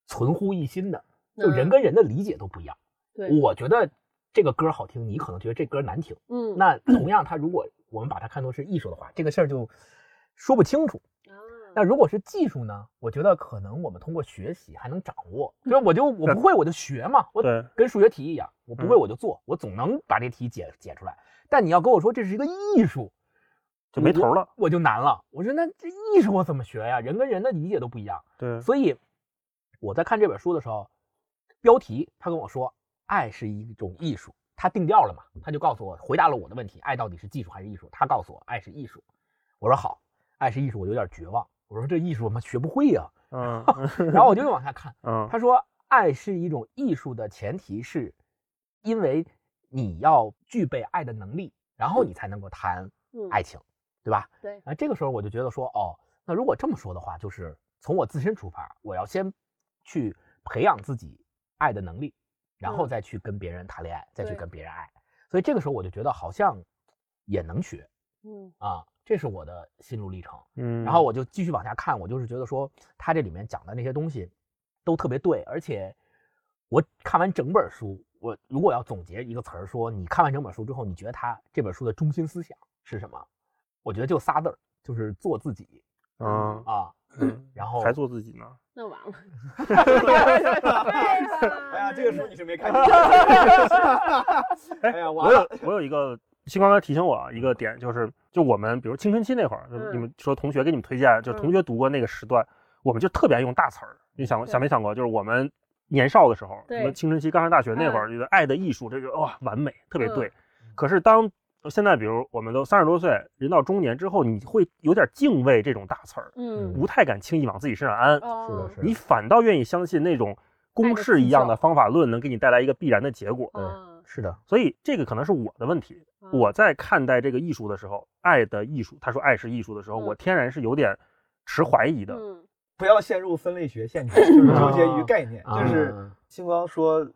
Speaker 1: 存乎一心的，就
Speaker 3: 嗯
Speaker 1: 人跟人的理解都不一样。
Speaker 3: 对，
Speaker 1: 我觉得这个歌好听，你可能觉得这歌难听。
Speaker 3: 嗯
Speaker 1: 那同样，它如果我们把它看作是艺术的话，这个事儿就说不清楚。那
Speaker 2: 嗯
Speaker 3: 啊，
Speaker 1: 如果是技术呢？我觉得可能我们通过学习还能掌握。所以我就我不会我就学嘛，我
Speaker 2: 嗯对
Speaker 1: 跟数学题一样，我不会
Speaker 2: 嗯
Speaker 1: 我就做，我总能把这题解解出来。但你要跟我说这是一个艺术，
Speaker 2: 就没头了。
Speaker 1: 我就难了。我说那这艺术我怎么学呀？人跟人的理解都不一样。
Speaker 2: 对
Speaker 1: 所以我在看这本书的时候，标题他跟我说爱是一种艺术，他定调了嘛，他就告诉我回答了我的问题，爱到底是技术还是艺术？他告诉我爱是艺术，我说好，爱是艺术，我有点绝望，我说这艺术我妈学不会呀、
Speaker 2: *laughs* 嗯
Speaker 1: 然后我就又往下看，
Speaker 2: 嗯
Speaker 1: 他说爱是一种艺术的前提是，因为你要具备爱的能力，然后你才能够谈
Speaker 3: 嗯
Speaker 2: 哎
Speaker 1: 爱情，对吧？
Speaker 3: 对
Speaker 1: 啊，这个时候我就觉得说，哦，那如果这么说的话，就是从我自身出发，我要先去培养自己爱的能力，然后
Speaker 3: 嗯
Speaker 1: 再去跟别人谈恋爱，再去
Speaker 3: 对
Speaker 1: 跟别人爱。所以这个时候我就觉得好像也能学
Speaker 3: 嗯
Speaker 1: 啊，这是我的心路历程。
Speaker 2: 嗯，
Speaker 1: 然后我就继续往下看，我就是觉得说他这里面讲的那些东西都特别对，而且我看完整本书，我如果要总结一个词儿说，你看完整本书之后，你觉得他这本书的中心思想是什么？我觉得就仨字儿，就是做自己
Speaker 2: 嗯，
Speaker 1: 啊。然后
Speaker 2: 还做自己 *laughs* 呢，
Speaker 3: 那完了。
Speaker 4: 哎呀，这个书你是没看。哎呀，
Speaker 2: 我
Speaker 4: 完了
Speaker 2: 有我有一个星光哥提醒我啊一个点，就是就我们比如青春期那会儿，
Speaker 3: 嗯
Speaker 2: 你们说同学给你们推荐，就是同学读过那个时段，我们就特别爱用大词儿。你想过
Speaker 3: 对
Speaker 2: 想没想过，就是我们年少的时候，
Speaker 3: 对
Speaker 2: 什么青春期刚上大学那会儿，觉得《爱的艺术》这个哇完美，特别
Speaker 3: 嗯
Speaker 2: 对。可是当现在，比如我们都三十多岁，人到中年之后，你会有点敬畏这种大词儿，
Speaker 3: *laughs* 嗯，
Speaker 2: 不太敢轻易往自己身上安。
Speaker 3: 哦
Speaker 1: 是的
Speaker 2: 你反倒愿意相信那种公式一样的方法论能给你带来一个必然的结果。
Speaker 3: 嗯
Speaker 1: 是的，
Speaker 2: 所以这个可能是我的问题。
Speaker 3: 嗯
Speaker 2: 我在看待这个艺术的时候，爱的艺术，他说爱是艺术的时候，
Speaker 3: 嗯
Speaker 2: 我天然是有点持怀疑的。
Speaker 3: 嗯
Speaker 4: 不要陷入分类学陷阱，就是纠结于概念，
Speaker 1: 啊
Speaker 4: 就是星光说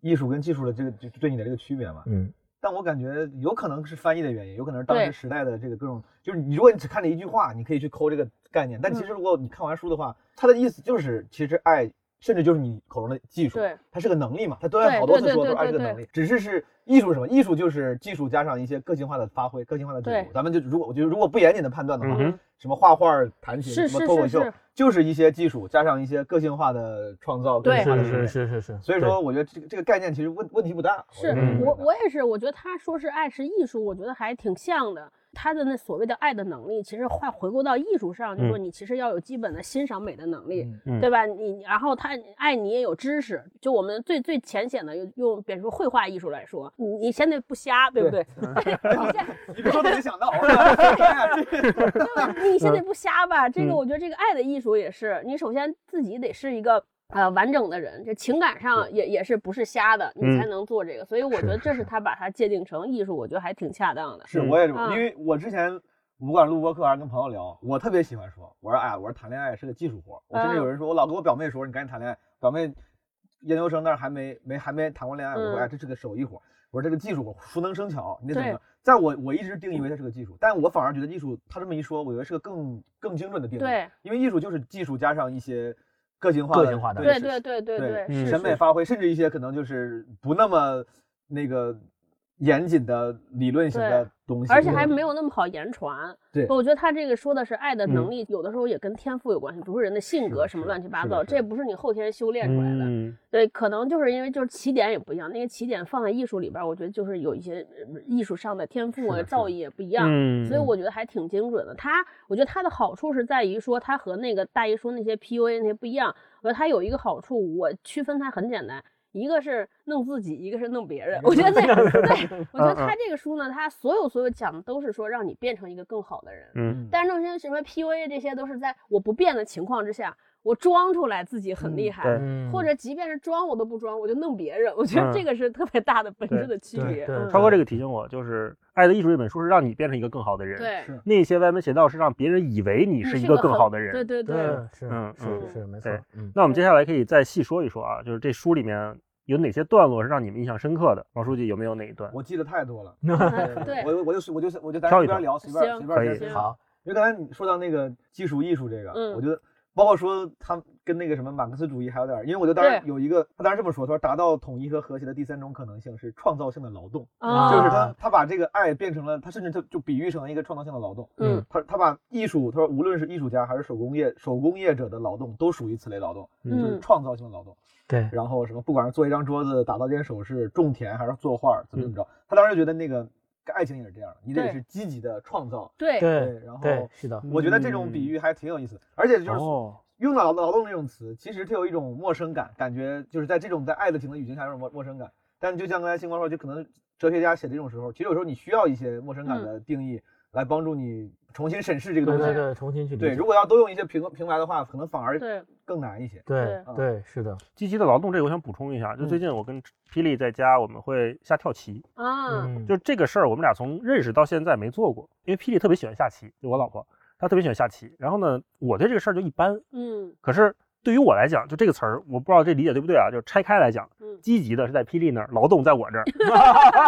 Speaker 4: 艺术跟技术的这个就对你的这个区别嘛。
Speaker 1: 嗯，
Speaker 4: 但我感觉有可能是翻译的原因，有可能是当
Speaker 3: 对
Speaker 4: 时时代的这个各种，就是你如果你只看了一句话，你可以去抠这个概念，但其
Speaker 3: 嗯
Speaker 4: 实如果你看完书的话，它的意思就是其实爱，甚至就是你口中的技术，
Speaker 3: 对，
Speaker 4: 它是个能力嘛，它都然好多次
Speaker 3: 对对
Speaker 4: 说都是
Speaker 3: 对
Speaker 4: 爱这个
Speaker 3: 对
Speaker 4: 能力，只是是艺术是什么？艺术就是技术加上一些个性化的发挥、个性化的解
Speaker 3: 对
Speaker 4: 读。咱们就如果我觉得如果不严谨的判断的话，
Speaker 2: 嗯哼
Speaker 4: 什么画画、弹琴、
Speaker 3: 是
Speaker 4: 什么
Speaker 3: 是
Speaker 4: 脱口
Speaker 3: 是
Speaker 4: 秀
Speaker 3: 是，
Speaker 4: 就是一些技术加上一些个性化的创造、个
Speaker 3: 对
Speaker 4: 性化的
Speaker 2: 是
Speaker 4: 训练
Speaker 1: 是是是，
Speaker 4: 所以说，我觉得这个这个概念其实问问题不大。
Speaker 3: 是
Speaker 4: 觉得
Speaker 2: 嗯
Speaker 3: 我我也是，我觉得他说是爱是艺术，我觉得还挺像的。他的那所谓的爱的能力，其实话回归到艺术上，就说你其实要有基本的欣赏美的能力，
Speaker 4: 嗯
Speaker 2: 嗯
Speaker 3: 对吧？你然后他爱你也有知识，就我们最最浅显的用用，比如说绘画艺术来说，你你先得不瞎，对不对？ *laughs* 你先
Speaker 4: *laughs* 你别说没想到，
Speaker 1: *laughs*
Speaker 4: 哎呀这个
Speaker 3: 对你现在不瞎吧？这个我觉得这个爱的艺术也是，你首先自己得是一个呃完整的人，这情感上也也是不是瞎的，你
Speaker 2: 嗯
Speaker 3: 才能做这个。所以我觉得这是他把它界定成艺术，我觉得还挺恰当的。
Speaker 4: 是
Speaker 2: 嗯
Speaker 4: 我也是，
Speaker 3: 嗯
Speaker 4: 因为我之前不管录播课还是跟朋友聊，我特别喜欢说，我说哎，我说谈恋爱是个技术活儿。我甚至有人说，我老跟我表妹说，你赶紧谈恋爱。表妹研究生那儿还没没还没谈过恋爱，我说
Speaker 3: 嗯
Speaker 4: 哎，这是个手艺活儿。我说这个技术活儿，熟能生巧，你得怎
Speaker 3: 对
Speaker 4: 么着？在我我一直定义为它是个技术，但我反而觉得艺术，他这么一说，我觉得是个更更精准的定义。
Speaker 3: 对，
Speaker 4: 因为艺术就是技术加上一些个性化
Speaker 1: 个
Speaker 4: 的
Speaker 1: 性化的
Speaker 3: 对
Speaker 4: 是
Speaker 3: 对对对是
Speaker 4: 对
Speaker 2: 嗯
Speaker 4: 审美
Speaker 3: 是
Speaker 4: 发挥，甚至一些可能就是不那么那个严谨的理论型的东西，
Speaker 3: 而且还没有那么好言传。
Speaker 4: 对
Speaker 3: 我觉得他这个说的是爱的
Speaker 2: 嗯
Speaker 3: 能力，有的时候也跟天赋有关系，不是人的性格什么乱七八糟，这不是你后天修炼出来的。
Speaker 2: 嗯
Speaker 3: 对，可能就是因为就是起点也不一样，那个起点放在艺术里边儿，我觉得就是有一些呃艺术上的天赋啊、造诣也不一样，
Speaker 2: 嗯
Speaker 3: 所以我觉得还挺精准的。它，我觉得它的好处是在于说，它和那个大一说那些 PUA 那些不一样。我觉得它有一个好处，我区分它很简单，一个是弄自己，一个是弄别
Speaker 2: *laughs*
Speaker 3: 人。我觉得这，
Speaker 2: 嗯
Speaker 3: 对我觉得它这个书呢，它所有所有讲的都是说让你变成一个更好的人。
Speaker 2: 嗯
Speaker 3: 但是那些什么 PUA 这些都是在我不变的情况之下，我装出来自己很厉害，
Speaker 2: 对
Speaker 1: 嗯
Speaker 3: 或者即便是装我都不装，我就弄别人。我觉
Speaker 2: 嗯
Speaker 3: 得这个是特别大的本质的区
Speaker 1: 对
Speaker 3: 别。
Speaker 1: 对
Speaker 3: 嗯
Speaker 2: 超哥这个提醒我，就是《爱的艺术》这本书是让你变成一个更好的人，，
Speaker 3: 对，
Speaker 4: 是
Speaker 2: 那些歪门邪道是让别人以为你
Speaker 3: 你
Speaker 2: 是一
Speaker 3: 个
Speaker 2: 个更
Speaker 3: 很
Speaker 2: 好的人。
Speaker 3: 对对对，
Speaker 1: 对是
Speaker 2: 嗯
Speaker 1: 是
Speaker 3: 嗯
Speaker 1: 是没错
Speaker 2: 对，
Speaker 1: *laughs* 嗯
Speaker 2: 那我们接下来可以再细说一说啊，就是这书里面有哪些段落是让你们印象深刻的？王书记有没有哪一段？
Speaker 4: 我记得太多了。
Speaker 3: 嗯 *laughs* 对
Speaker 4: 我我就我就我就咱
Speaker 2: 挑一
Speaker 4: 随
Speaker 2: 挑
Speaker 4: 便聊，随便
Speaker 3: 行
Speaker 4: 随
Speaker 2: 可
Speaker 4: 便
Speaker 2: 以
Speaker 4: 先
Speaker 3: 行
Speaker 4: 说。
Speaker 1: 好，
Speaker 4: 因为刚才你说到那个技术艺术这个，
Speaker 3: 嗯
Speaker 4: 我觉得包括说他跟那个什么马克思主义还有点儿，因为我觉得当然
Speaker 3: 对
Speaker 4: 有一个，他当时这么说，他说达到统一和和谐的第三种可能性是创造性的劳动，
Speaker 3: 啊
Speaker 4: 就是
Speaker 1: 啊
Speaker 4: 他他把这个爱变成了，他甚至就就比喻成了一个创造性的劳动。
Speaker 3: 嗯
Speaker 4: 他他把艺术，他说无论是艺术家还是手工业手工业者的劳动，都属于此类劳动，就是
Speaker 3: 嗯
Speaker 4: 创造性的劳动。
Speaker 1: 对
Speaker 4: 然后什么，不管是做一张桌子、打造件首饰、种田还是作画，怎么怎么着，他当时觉得那个爱情也是这样的，你
Speaker 3: 对
Speaker 4: 得是积极的创造。
Speaker 3: 对
Speaker 1: 对
Speaker 4: 然
Speaker 1: 对
Speaker 4: 后
Speaker 1: 是的，
Speaker 4: 我觉得这种比喻还挺有意思，而且就是
Speaker 2: 哦，
Speaker 4: 用到劳劳动这种词，其实它有一种陌生感，感觉就是在这种在爱的情的语境下有种陌陌生感。但就像刚才星光说，就可能哲学家写这种时候，其实有时候你需要一些陌生感
Speaker 3: 嗯
Speaker 4: 的定义来帮助你重新审视这个
Speaker 1: 对
Speaker 4: 东西。
Speaker 1: 对对，重新去理
Speaker 4: 对
Speaker 1: 解
Speaker 4: 如，果要都用一些平平白的话，可能反而
Speaker 3: 对
Speaker 4: 更难一些。
Speaker 1: 对
Speaker 4: 对
Speaker 1: 对是的，
Speaker 2: 积极的劳动这个我想补充一下，就最近我跟霹雳在家，我们会下跳棋，
Speaker 3: 啊，
Speaker 1: 嗯
Speaker 2: 就这个事儿，我们俩从认识到现在没做过，因为霹雳特别喜欢下棋，就我老婆，她特别喜欢下棋。然后呢，我对这个事儿就一般，
Speaker 3: 嗯
Speaker 2: 可是对于我来讲，就这个词儿，我不知道这理解对不对啊？就是拆开来讲，
Speaker 3: 嗯
Speaker 2: 积极的是在霹雳那儿，劳动在我这儿。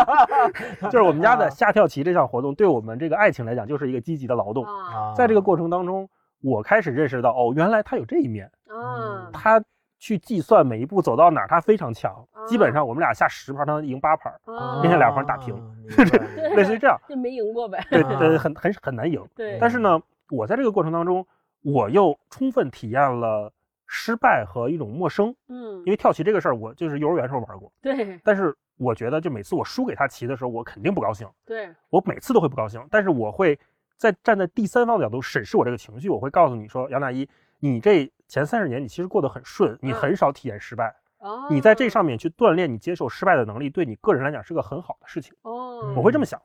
Speaker 2: *laughs* 就是我们家的下跳棋这项活动，对我们这个爱情来讲，就是一个积极的劳动。
Speaker 3: 啊
Speaker 2: 在这个过程当中，我开始认识到，哦，原来他有这一面，
Speaker 3: 啊
Speaker 2: 他去计算每一步走到哪儿，他非常强
Speaker 3: 啊。
Speaker 2: 基本上我们俩下十盘，他能赢八盘，
Speaker 3: *laughs* 啊
Speaker 2: 天下俩盘打平
Speaker 1: 哦明白，明白
Speaker 2: 类似于这样。
Speaker 3: 就没赢过呗。
Speaker 2: 对呃
Speaker 1: 啊
Speaker 2: 对，很很很难赢。
Speaker 3: 对，
Speaker 2: 但是呢，我在这个过程当中，我又充分体验了失败和一种陌生。
Speaker 3: 嗯，
Speaker 2: 因为跳棋这个事儿，我就是幼儿园时候玩过，
Speaker 3: 对
Speaker 2: 但是我觉得就每次我输给他棋的时候，我肯定不高兴，
Speaker 3: 对，
Speaker 2: 我每次都会不高兴，但是我会在站在第三方的角度审视我这个情绪，我会告诉你说，杨大一，你这前三十年你其实过得很顺，你
Speaker 3: 嗯
Speaker 2: 很少体验失败，
Speaker 3: 哦，
Speaker 2: 你在这上面去锻炼你接受失败的能力，对你个人来讲是个很好的事情。
Speaker 3: 哦，
Speaker 2: 我会这么想。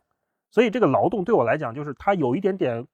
Speaker 2: 所以这个劳动对我来讲，就是它有一点点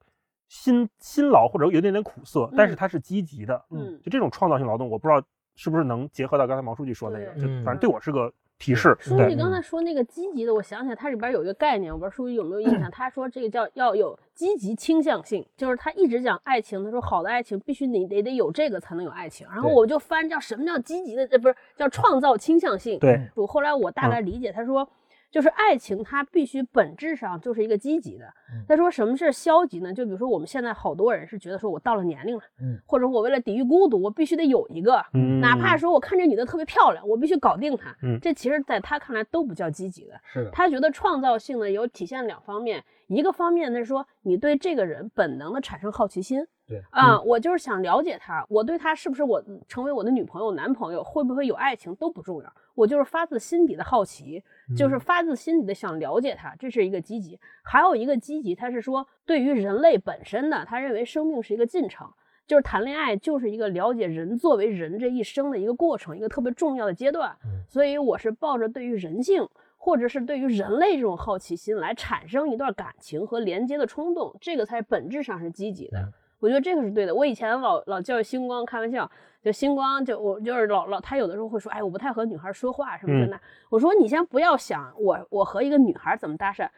Speaker 2: 辛辛劳或者有一点点苦涩，但是
Speaker 3: 嗯
Speaker 2: 它是积极的。
Speaker 3: 嗯
Speaker 2: 就这种创造性劳动，我不知道是不是能结合到刚才毛书记说的那个，
Speaker 3: 对
Speaker 2: 就
Speaker 1: 嗯
Speaker 2: 反正对我是个提示。
Speaker 3: 书记
Speaker 2: 对，
Speaker 3: 刚
Speaker 1: 嗯
Speaker 3: 才说那个积极的，我想起来，它里边有一个概念，我不知道书记有没有印
Speaker 1: *clears throat*
Speaker 3: 象。他说这个叫要有积极倾向性，就是他一直讲爱情，他说好的爱情必须你得得有这个才能有爱情。然后
Speaker 1: 对
Speaker 3: 我就翻叫什么叫积极的，这不是叫创造倾向性。
Speaker 2: 对，
Speaker 3: 我后来我
Speaker 1: 嗯
Speaker 3: 大概理解，他说就是爱情，它必须本质上就是一个积极的
Speaker 1: 嗯。
Speaker 3: 他说什么是消极呢？就比如说我们现在好多人是觉得说我到了年龄了
Speaker 1: 嗯，
Speaker 3: 或者我为了抵御孤独，我必须得有一个，
Speaker 2: 嗯
Speaker 3: 哪怕说我看这女的特别漂亮，我必须搞定她。
Speaker 2: 嗯
Speaker 3: 这其实在他看来都不叫积极的。
Speaker 4: 是的，
Speaker 3: 他觉得创造性呢有体现两方面，一个方面呢是说你对这个人本能的产生好奇心，
Speaker 4: 对
Speaker 3: 啊，
Speaker 2: 嗯
Speaker 3: 我就是想了解他，我对他是不是我成为我的女朋友、男朋友，会不会有爱情都不重要，我就是发自心底的好奇，
Speaker 2: 嗯
Speaker 3: 就是发自心底的想了解他，这是一个积极。还有一个积极，他是说对于人类本身呢，他认为生命是一个进程。就是谈恋爱，就是一个了解人作为人这一生的一个过程，一个特别重要的阶段。所以我是抱着对于人性，或者是对于人类这种好奇心来产生一段感情和连接的冲动，这个才本质上是积极的
Speaker 1: 嗯。
Speaker 3: 我觉得这个是对的。我以前老老教育星光开玩笑，就星光就我就是老老他有的时候会说，哎，我不太和女孩说话什么的
Speaker 2: 嗯
Speaker 3: 呢。我说你先不要想我我和一个女孩怎么搭讪，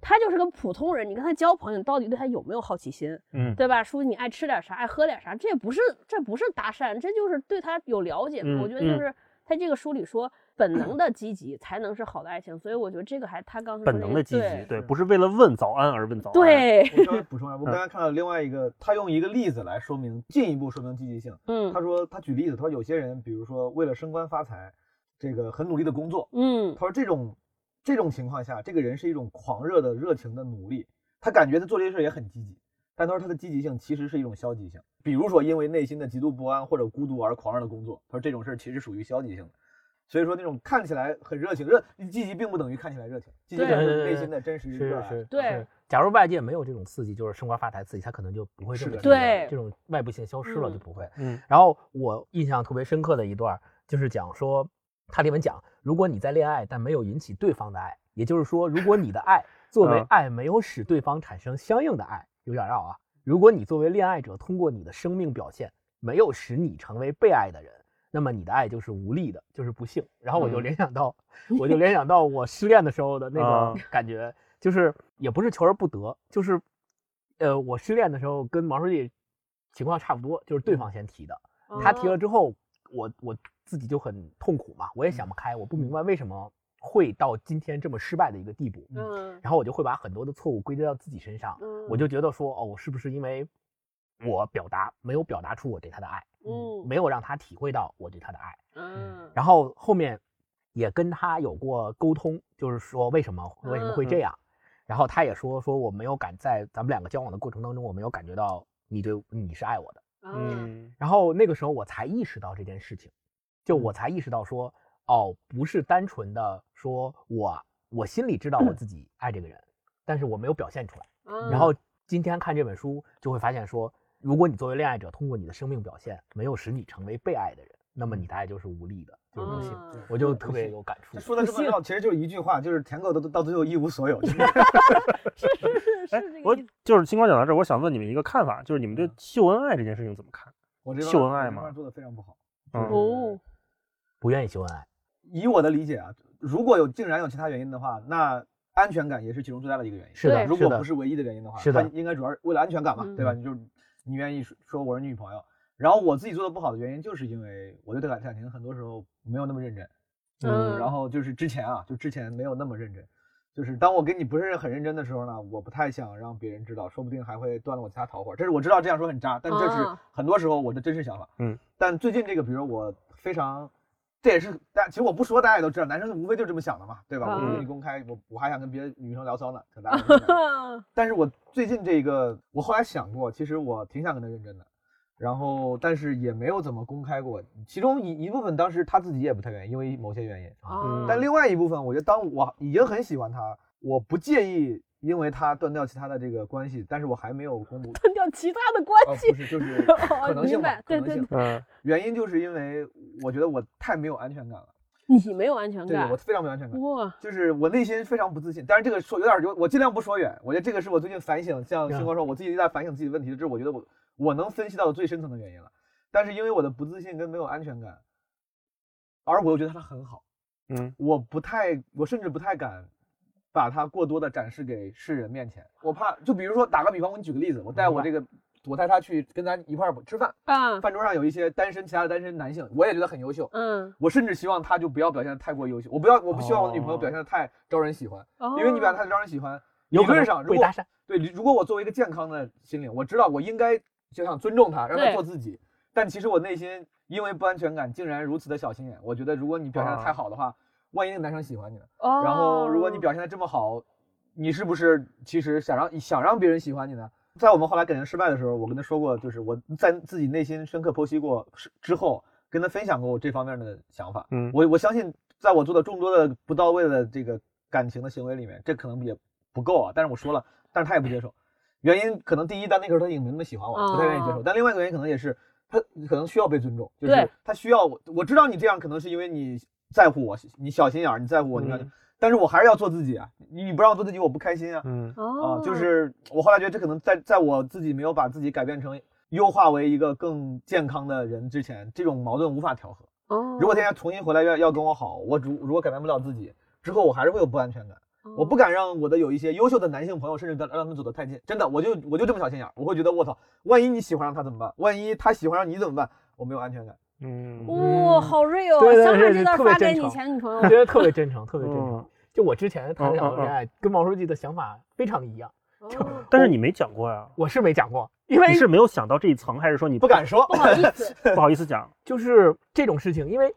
Speaker 3: 她就是个普通人，你跟她交朋友，你到底对她有没有好奇心？
Speaker 2: 嗯，
Speaker 3: 对吧？说你爱吃点啥，爱喝点啥，这也不是这不是搭讪，这就是对他有了解嘛。
Speaker 2: 嗯
Speaker 3: 我觉得就
Speaker 2: 嗯
Speaker 3: 是他这个书里说，本能的积极才能是好的爱情，所以我觉得这个还他刚才
Speaker 2: 本
Speaker 3: 说那
Speaker 2: 能
Speaker 3: 个
Speaker 2: 的积极，
Speaker 3: 对
Speaker 2: 对，不是为了问早安而问早安。，
Speaker 3: 对，
Speaker 4: 我稍微补充一 *laughs* 下，我刚才看到另外一个，他用一个例子来说明，进一步说明积极性。
Speaker 3: 嗯
Speaker 4: 他说他举例子，他说有些人，比如说为了升官发财，这个很努力的工作，
Speaker 3: 嗯
Speaker 4: 他说这种这种情况下，这个人是一种狂热的、热情的努力，他感觉他做这些事儿也很积极，但他说他的积极性其实是一种消极性，比如说因为内心的极度不安或者孤独而狂热的工作，他说这种事儿其实属于消极性的。所以说那种看起来很热情，热积极并不等于看起来热情，积极
Speaker 3: 对
Speaker 1: 对
Speaker 4: 等于
Speaker 1: 对对
Speaker 4: 内心的真实
Speaker 1: *laughs* 是
Speaker 4: 热
Speaker 1: 是
Speaker 4: 爱。
Speaker 1: 是，
Speaker 3: 对
Speaker 1: 是。假如外界没有这种刺激，就是升官发财刺激，他可能就不会这么
Speaker 4: 是的
Speaker 1: 积极了
Speaker 3: 对
Speaker 1: 这种外部性消失了就
Speaker 3: 嗯
Speaker 1: 不会。
Speaker 2: 嗯
Speaker 1: 然后我印象特别深刻的一段儿，就是讲说，他里面讲，如果你在恋爱，但没有引起对方的爱，也就是说，如果你的爱作为
Speaker 2: 嗯
Speaker 1: 爱没有使对方产生相应的爱，有点绕啊。如果你作为恋爱者通过你的生命表现没有使你成为被爱的人，那么你的爱就是无力的，就是不幸。然后我就
Speaker 2: 嗯
Speaker 1: 联想到，我就联想到我失恋的时候的那
Speaker 2: 啊
Speaker 1: 种感觉，就是也不是求而不得，就是，呃，我失恋的时候跟毛书记情况差不多，就是对方先提的，他提了
Speaker 3: 哦
Speaker 1: 之后，我我自己就很痛苦嘛，我也想不开，我不明白为什么会到今天这么失败的一个地步，
Speaker 3: 嗯
Speaker 1: 然后我就会把很多的错误归结到自己身上，
Speaker 3: 嗯，
Speaker 1: 我就觉得说，哦，我是不是因为我表达没有表达出我对他的爱，
Speaker 3: 嗯
Speaker 1: 没有让他体会到我对他的爱。
Speaker 3: 嗯
Speaker 1: 然后后面也跟他有过沟通，就是说为什么为什么会这样，然后他也说说我没有感在咱们两个交往的过程当中，我没有感觉到你对你是爱我的。
Speaker 3: 嗯
Speaker 2: 嗯
Speaker 1: 然后那个时候我才意识到这件事情，就我才意识到说，哦，不是单纯的说我我心里知道我自己爱这个人，但是我没有表现出来。
Speaker 3: 嗯，
Speaker 1: 然后 *laughs* 今天看这本书，就会发现说，如果你作为恋爱者，通过你的生命表现没有使你成为被爱的人，那么你的爱就是无力的，就是不幸。
Speaker 3: 嗯
Speaker 4: 对
Speaker 1: 我就
Speaker 4: 不
Speaker 1: 特别
Speaker 4: 幸
Speaker 1: 有感触
Speaker 4: 他。说的这么绕，其实就是一句话，就是舔狗到到最后一无所有。
Speaker 1: *laughs*
Speaker 4: 就是
Speaker 3: 是是是
Speaker 2: 哎
Speaker 3: 是这，个嗯
Speaker 2: 我
Speaker 3: 意思
Speaker 2: 就是星光讲到这儿，我想问你们一个看法，就是你们对秀恩爱这件事情怎么看？
Speaker 4: 我这
Speaker 2: 秀
Speaker 4: 方
Speaker 2: 恩
Speaker 4: 面
Speaker 2: 爱
Speaker 4: 我这
Speaker 2: 嘛
Speaker 4: 方面做的非常不好。
Speaker 2: 嗯
Speaker 3: 哦，
Speaker 1: 不愿意秀恩爱。
Speaker 4: 以我的理解啊，如果有竟然有其他原因的话，那安全感也是其中最大的一个原因。
Speaker 1: 是的
Speaker 3: 对
Speaker 4: 如
Speaker 1: 是
Speaker 4: 果
Speaker 1: 的
Speaker 4: 不是唯一的原因的话，
Speaker 1: 是的
Speaker 4: 它应该主要是为了安全感嘛，
Speaker 3: 嗯
Speaker 4: 对吧？你就你愿意说说我是女朋友，然后我自己做的不好的原因，就是因为我对感感情很多时候没有那么认真，
Speaker 3: 嗯
Speaker 4: 然后就是之前啊，就之前没有那么认真，就是当我跟你不是很认真的时候呢，我不太想让别人知道，说不定还会断了我其他桃花。这是我知道这样说很渣，但这是
Speaker 3: 啊
Speaker 4: 很多时候我的真实想法。
Speaker 2: 嗯，
Speaker 4: 但最近这个，比如我非常，这也是大，其实我不说大家也都知道，男生无非就这么想的嘛，对吧？我不跟
Speaker 2: 嗯
Speaker 4: 你公开，我我还想跟别的女生聊骚呢，可大家
Speaker 3: *laughs*
Speaker 4: 都知道但是我最近这个，我后来想过，其实我挺想跟他认真的，然后但是也没有怎么公开过。其中一一部分当时他自己也不太愿意，因为某些原因。
Speaker 3: 啊。
Speaker 4: 嗯但另外一部分，我觉得当我已经很喜欢他，我不介意因为他断掉其他的这个关系，但是我还没有公布
Speaker 3: *laughs* 掉其他的关
Speaker 4: 呃，
Speaker 3: 系
Speaker 4: 不，是，就是
Speaker 3: 哦
Speaker 4: 可能性
Speaker 3: 明
Speaker 4: 吧
Speaker 3: 白，
Speaker 4: 可
Speaker 3: 对
Speaker 4: 能
Speaker 3: 对
Speaker 4: 性。
Speaker 2: 嗯
Speaker 4: 原因就是因为我觉得我太没有安全感了，
Speaker 3: 你没有安全
Speaker 4: 对
Speaker 3: 感
Speaker 4: 我，非常没有安全感。
Speaker 3: 哇，
Speaker 4: 就是我内心非常不自信，但是这个说有点儿就我尽量不说远，我觉得这个是我最近反省，像
Speaker 2: 嗯
Speaker 4: 星光说，我自己在反省自己的问题，这是我觉得我我能分析到的最深层的原因了。但是因为我的不自信跟没有安全感，而我又觉得他很好，
Speaker 2: 嗯
Speaker 4: 我不太，我甚至不太敢把它过多的展示给世人面前，我怕就比如说打个比方，我给你举个例子，我带我这个我带他去跟咱一块儿吃饭，
Speaker 3: 啊，
Speaker 4: 饭桌上有一些单身其他的单身男性，我也觉得很优秀，
Speaker 3: 嗯，
Speaker 4: 我甚至希望他就不要表现得太过优秀，我不要，我不希望我的女朋友
Speaker 2: 哦
Speaker 4: 表现得太招人喜欢，
Speaker 3: 因
Speaker 4: 因为你表现得太招人喜欢，
Speaker 1: 哦有
Speaker 4: 理
Speaker 1: 可
Speaker 4: 论
Speaker 1: 能
Speaker 4: 上如
Speaker 1: 会
Speaker 4: 果
Speaker 1: 搭讪。
Speaker 4: 对，如果我作为一个健康的心灵，我知道我应该就想尊重他，让他
Speaker 3: 对
Speaker 4: 做自己，但其实我内心因为不安全感，竟然如此的小心眼。我觉得如果你表现得太
Speaker 2: 啊
Speaker 4: 好的话，万一那个男生喜欢你呢？
Speaker 3: 哦，
Speaker 4: 然后如果你表现得这么好，你是不是其实想让想让别人喜欢你呢？在我们后来感情失败的时候，我跟他说过，就是我在自己内心深刻剖析过是之后，跟他分享过我这方面的想法。
Speaker 2: 嗯
Speaker 4: 我我相信，在我做的众多的不到位的这个感情的行为里面，这可能也不够啊。但是我说了，但是他也不接受，原因可能第一，但那个时候他已经没那么喜欢我了，不太愿意接受。
Speaker 3: 哦
Speaker 4: 但另外一个原因可能也是他可能需要被尊重，就是
Speaker 3: 对
Speaker 4: 他需要我。我知道你这样可能是因为你在乎我，你小心眼儿，你在乎我，你感觉
Speaker 2: 嗯
Speaker 4: 但是我还是要做自己啊。你你不让我做自己，我不开心啊。
Speaker 2: 嗯
Speaker 4: 啊
Speaker 3: 哦，，
Speaker 4: 就是我后来觉得这可能在在我自己没有把自己改变成优化为一个更健康的人之前，这种矛盾无法调和。
Speaker 3: 哦，
Speaker 4: 如果他要重新回来要要跟我好，我如如果改变不了自己，之后我还是会有不安全感。我不
Speaker 3: 敢，
Speaker 4: 敢让我的有一些优秀的男性朋友，甚至让让他们走得太近。真的，我就我就这么小心眼儿，我会觉得我操，万一你喜欢上他怎么办？万一他喜欢上你怎么办？我没有安全感。
Speaker 2: 嗯
Speaker 3: 哇，
Speaker 1: 嗯
Speaker 3: 好 real，
Speaker 1: 对
Speaker 3: 啊
Speaker 1: 对对
Speaker 3: 想把这
Speaker 1: 对
Speaker 3: 段
Speaker 1: 特别
Speaker 3: 发给
Speaker 1: 真
Speaker 3: 你哦
Speaker 1: 诚
Speaker 3: 前女
Speaker 4: *laughs*
Speaker 3: 朋友
Speaker 1: 我，觉得特别真诚，特别真诚。
Speaker 2: 嗯，
Speaker 1: 就我之前谈两
Speaker 2: 嗯嗯
Speaker 1: 个恋爱，跟毛书记的想法非常的一样。
Speaker 3: 哦
Speaker 2: 但是你没讲过呀，
Speaker 1: 我是没讲过，因为
Speaker 2: 你是没有想到这一层，还是说你
Speaker 4: 不敢说
Speaker 3: 不，好意思，
Speaker 2: 不好意思讲？
Speaker 1: 就是这种事情，因为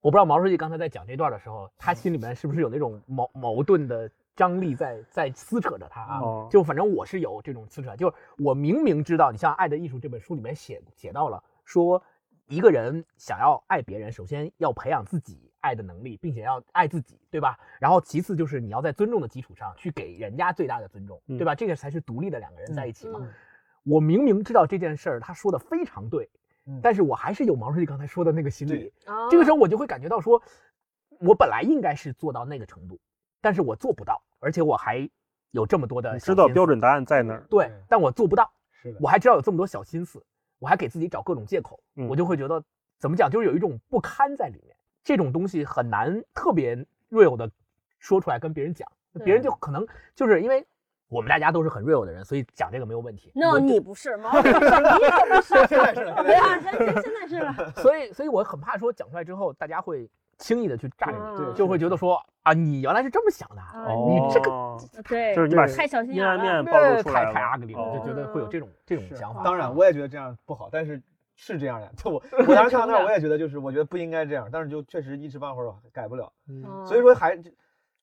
Speaker 1: 我不知道毛书记刚才在讲这段的时候，他心里面是不是有那种矛矛盾的张力在在撕扯着他啊？
Speaker 2: 哦
Speaker 1: 就反正我是有这种撕扯，就是我明明知道，你像《爱的艺术》这本书里面写写到了，说一个人想要爱别人，首先要培养自己爱的能力，并且要爱自己，对吧？然后其次就是你要在尊重的基础上去给人家最大的尊重，
Speaker 2: 嗯
Speaker 1: 对吧？这个才是独立的两个人在一起嘛。
Speaker 3: 嗯
Speaker 1: 我明明知道这件事儿，他说的非常对，
Speaker 4: *laughs* 嗯
Speaker 1: 但是我还是有毛书记刚才说的那个心理
Speaker 4: 对，
Speaker 1: 这个时
Speaker 3: 候
Speaker 1: 候我就会感觉到说，我本来应该是做到那个程度，但是我做不到，而且我还有这么多的
Speaker 2: 你
Speaker 1: 小
Speaker 2: 知道
Speaker 1: 心思
Speaker 2: 标准答案在那儿，
Speaker 1: 对，但我做不到，
Speaker 4: 是的，
Speaker 1: 我还知道有这么多小心思，我还给自己找各种借口，
Speaker 2: 嗯
Speaker 1: 我就会觉得怎么讲，就是有一种不堪在里面。这种东西很难特别 real 的说出来跟别人讲，别人就可能就是因为我们大家都是很 real 的人，所以讲这个没有问题。
Speaker 3: ，no，
Speaker 1: 我
Speaker 3: 你不是，毛主席， *laughs* 你可不是，
Speaker 4: 现 *laughs* 在是了，现
Speaker 3: 别
Speaker 4: 在
Speaker 3: 啊，真真现在是了，
Speaker 4: *laughs*
Speaker 1: 所以，所以我很怕说讲出来之后，大家会轻易的去炸着你，
Speaker 4: 对
Speaker 3: 啊
Speaker 1: 就会觉得说啊，你原来是这么想的啊，
Speaker 3: 啊
Speaker 1: 你这个
Speaker 4: *laughs*
Speaker 2: 哦
Speaker 3: 对，
Speaker 2: 就是你把
Speaker 3: 太小心眼
Speaker 2: 阴暗
Speaker 3: 了
Speaker 2: 面，暴露
Speaker 1: 这
Speaker 2: 出来
Speaker 1: 太
Speaker 2: 了，
Speaker 1: 太 ugly 了，
Speaker 2: 哦
Speaker 1: 就觉得会有这种这种想
Speaker 4: 当
Speaker 1: 法。嗯
Speaker 4: 然，我也觉得这样不好，但是是这样的。就 *laughs* 我我当时看到那儿，我也觉得就是我觉得不应该这样，但是就确实一时半会儿改不了，
Speaker 3: 嗯
Speaker 4: 所以说还就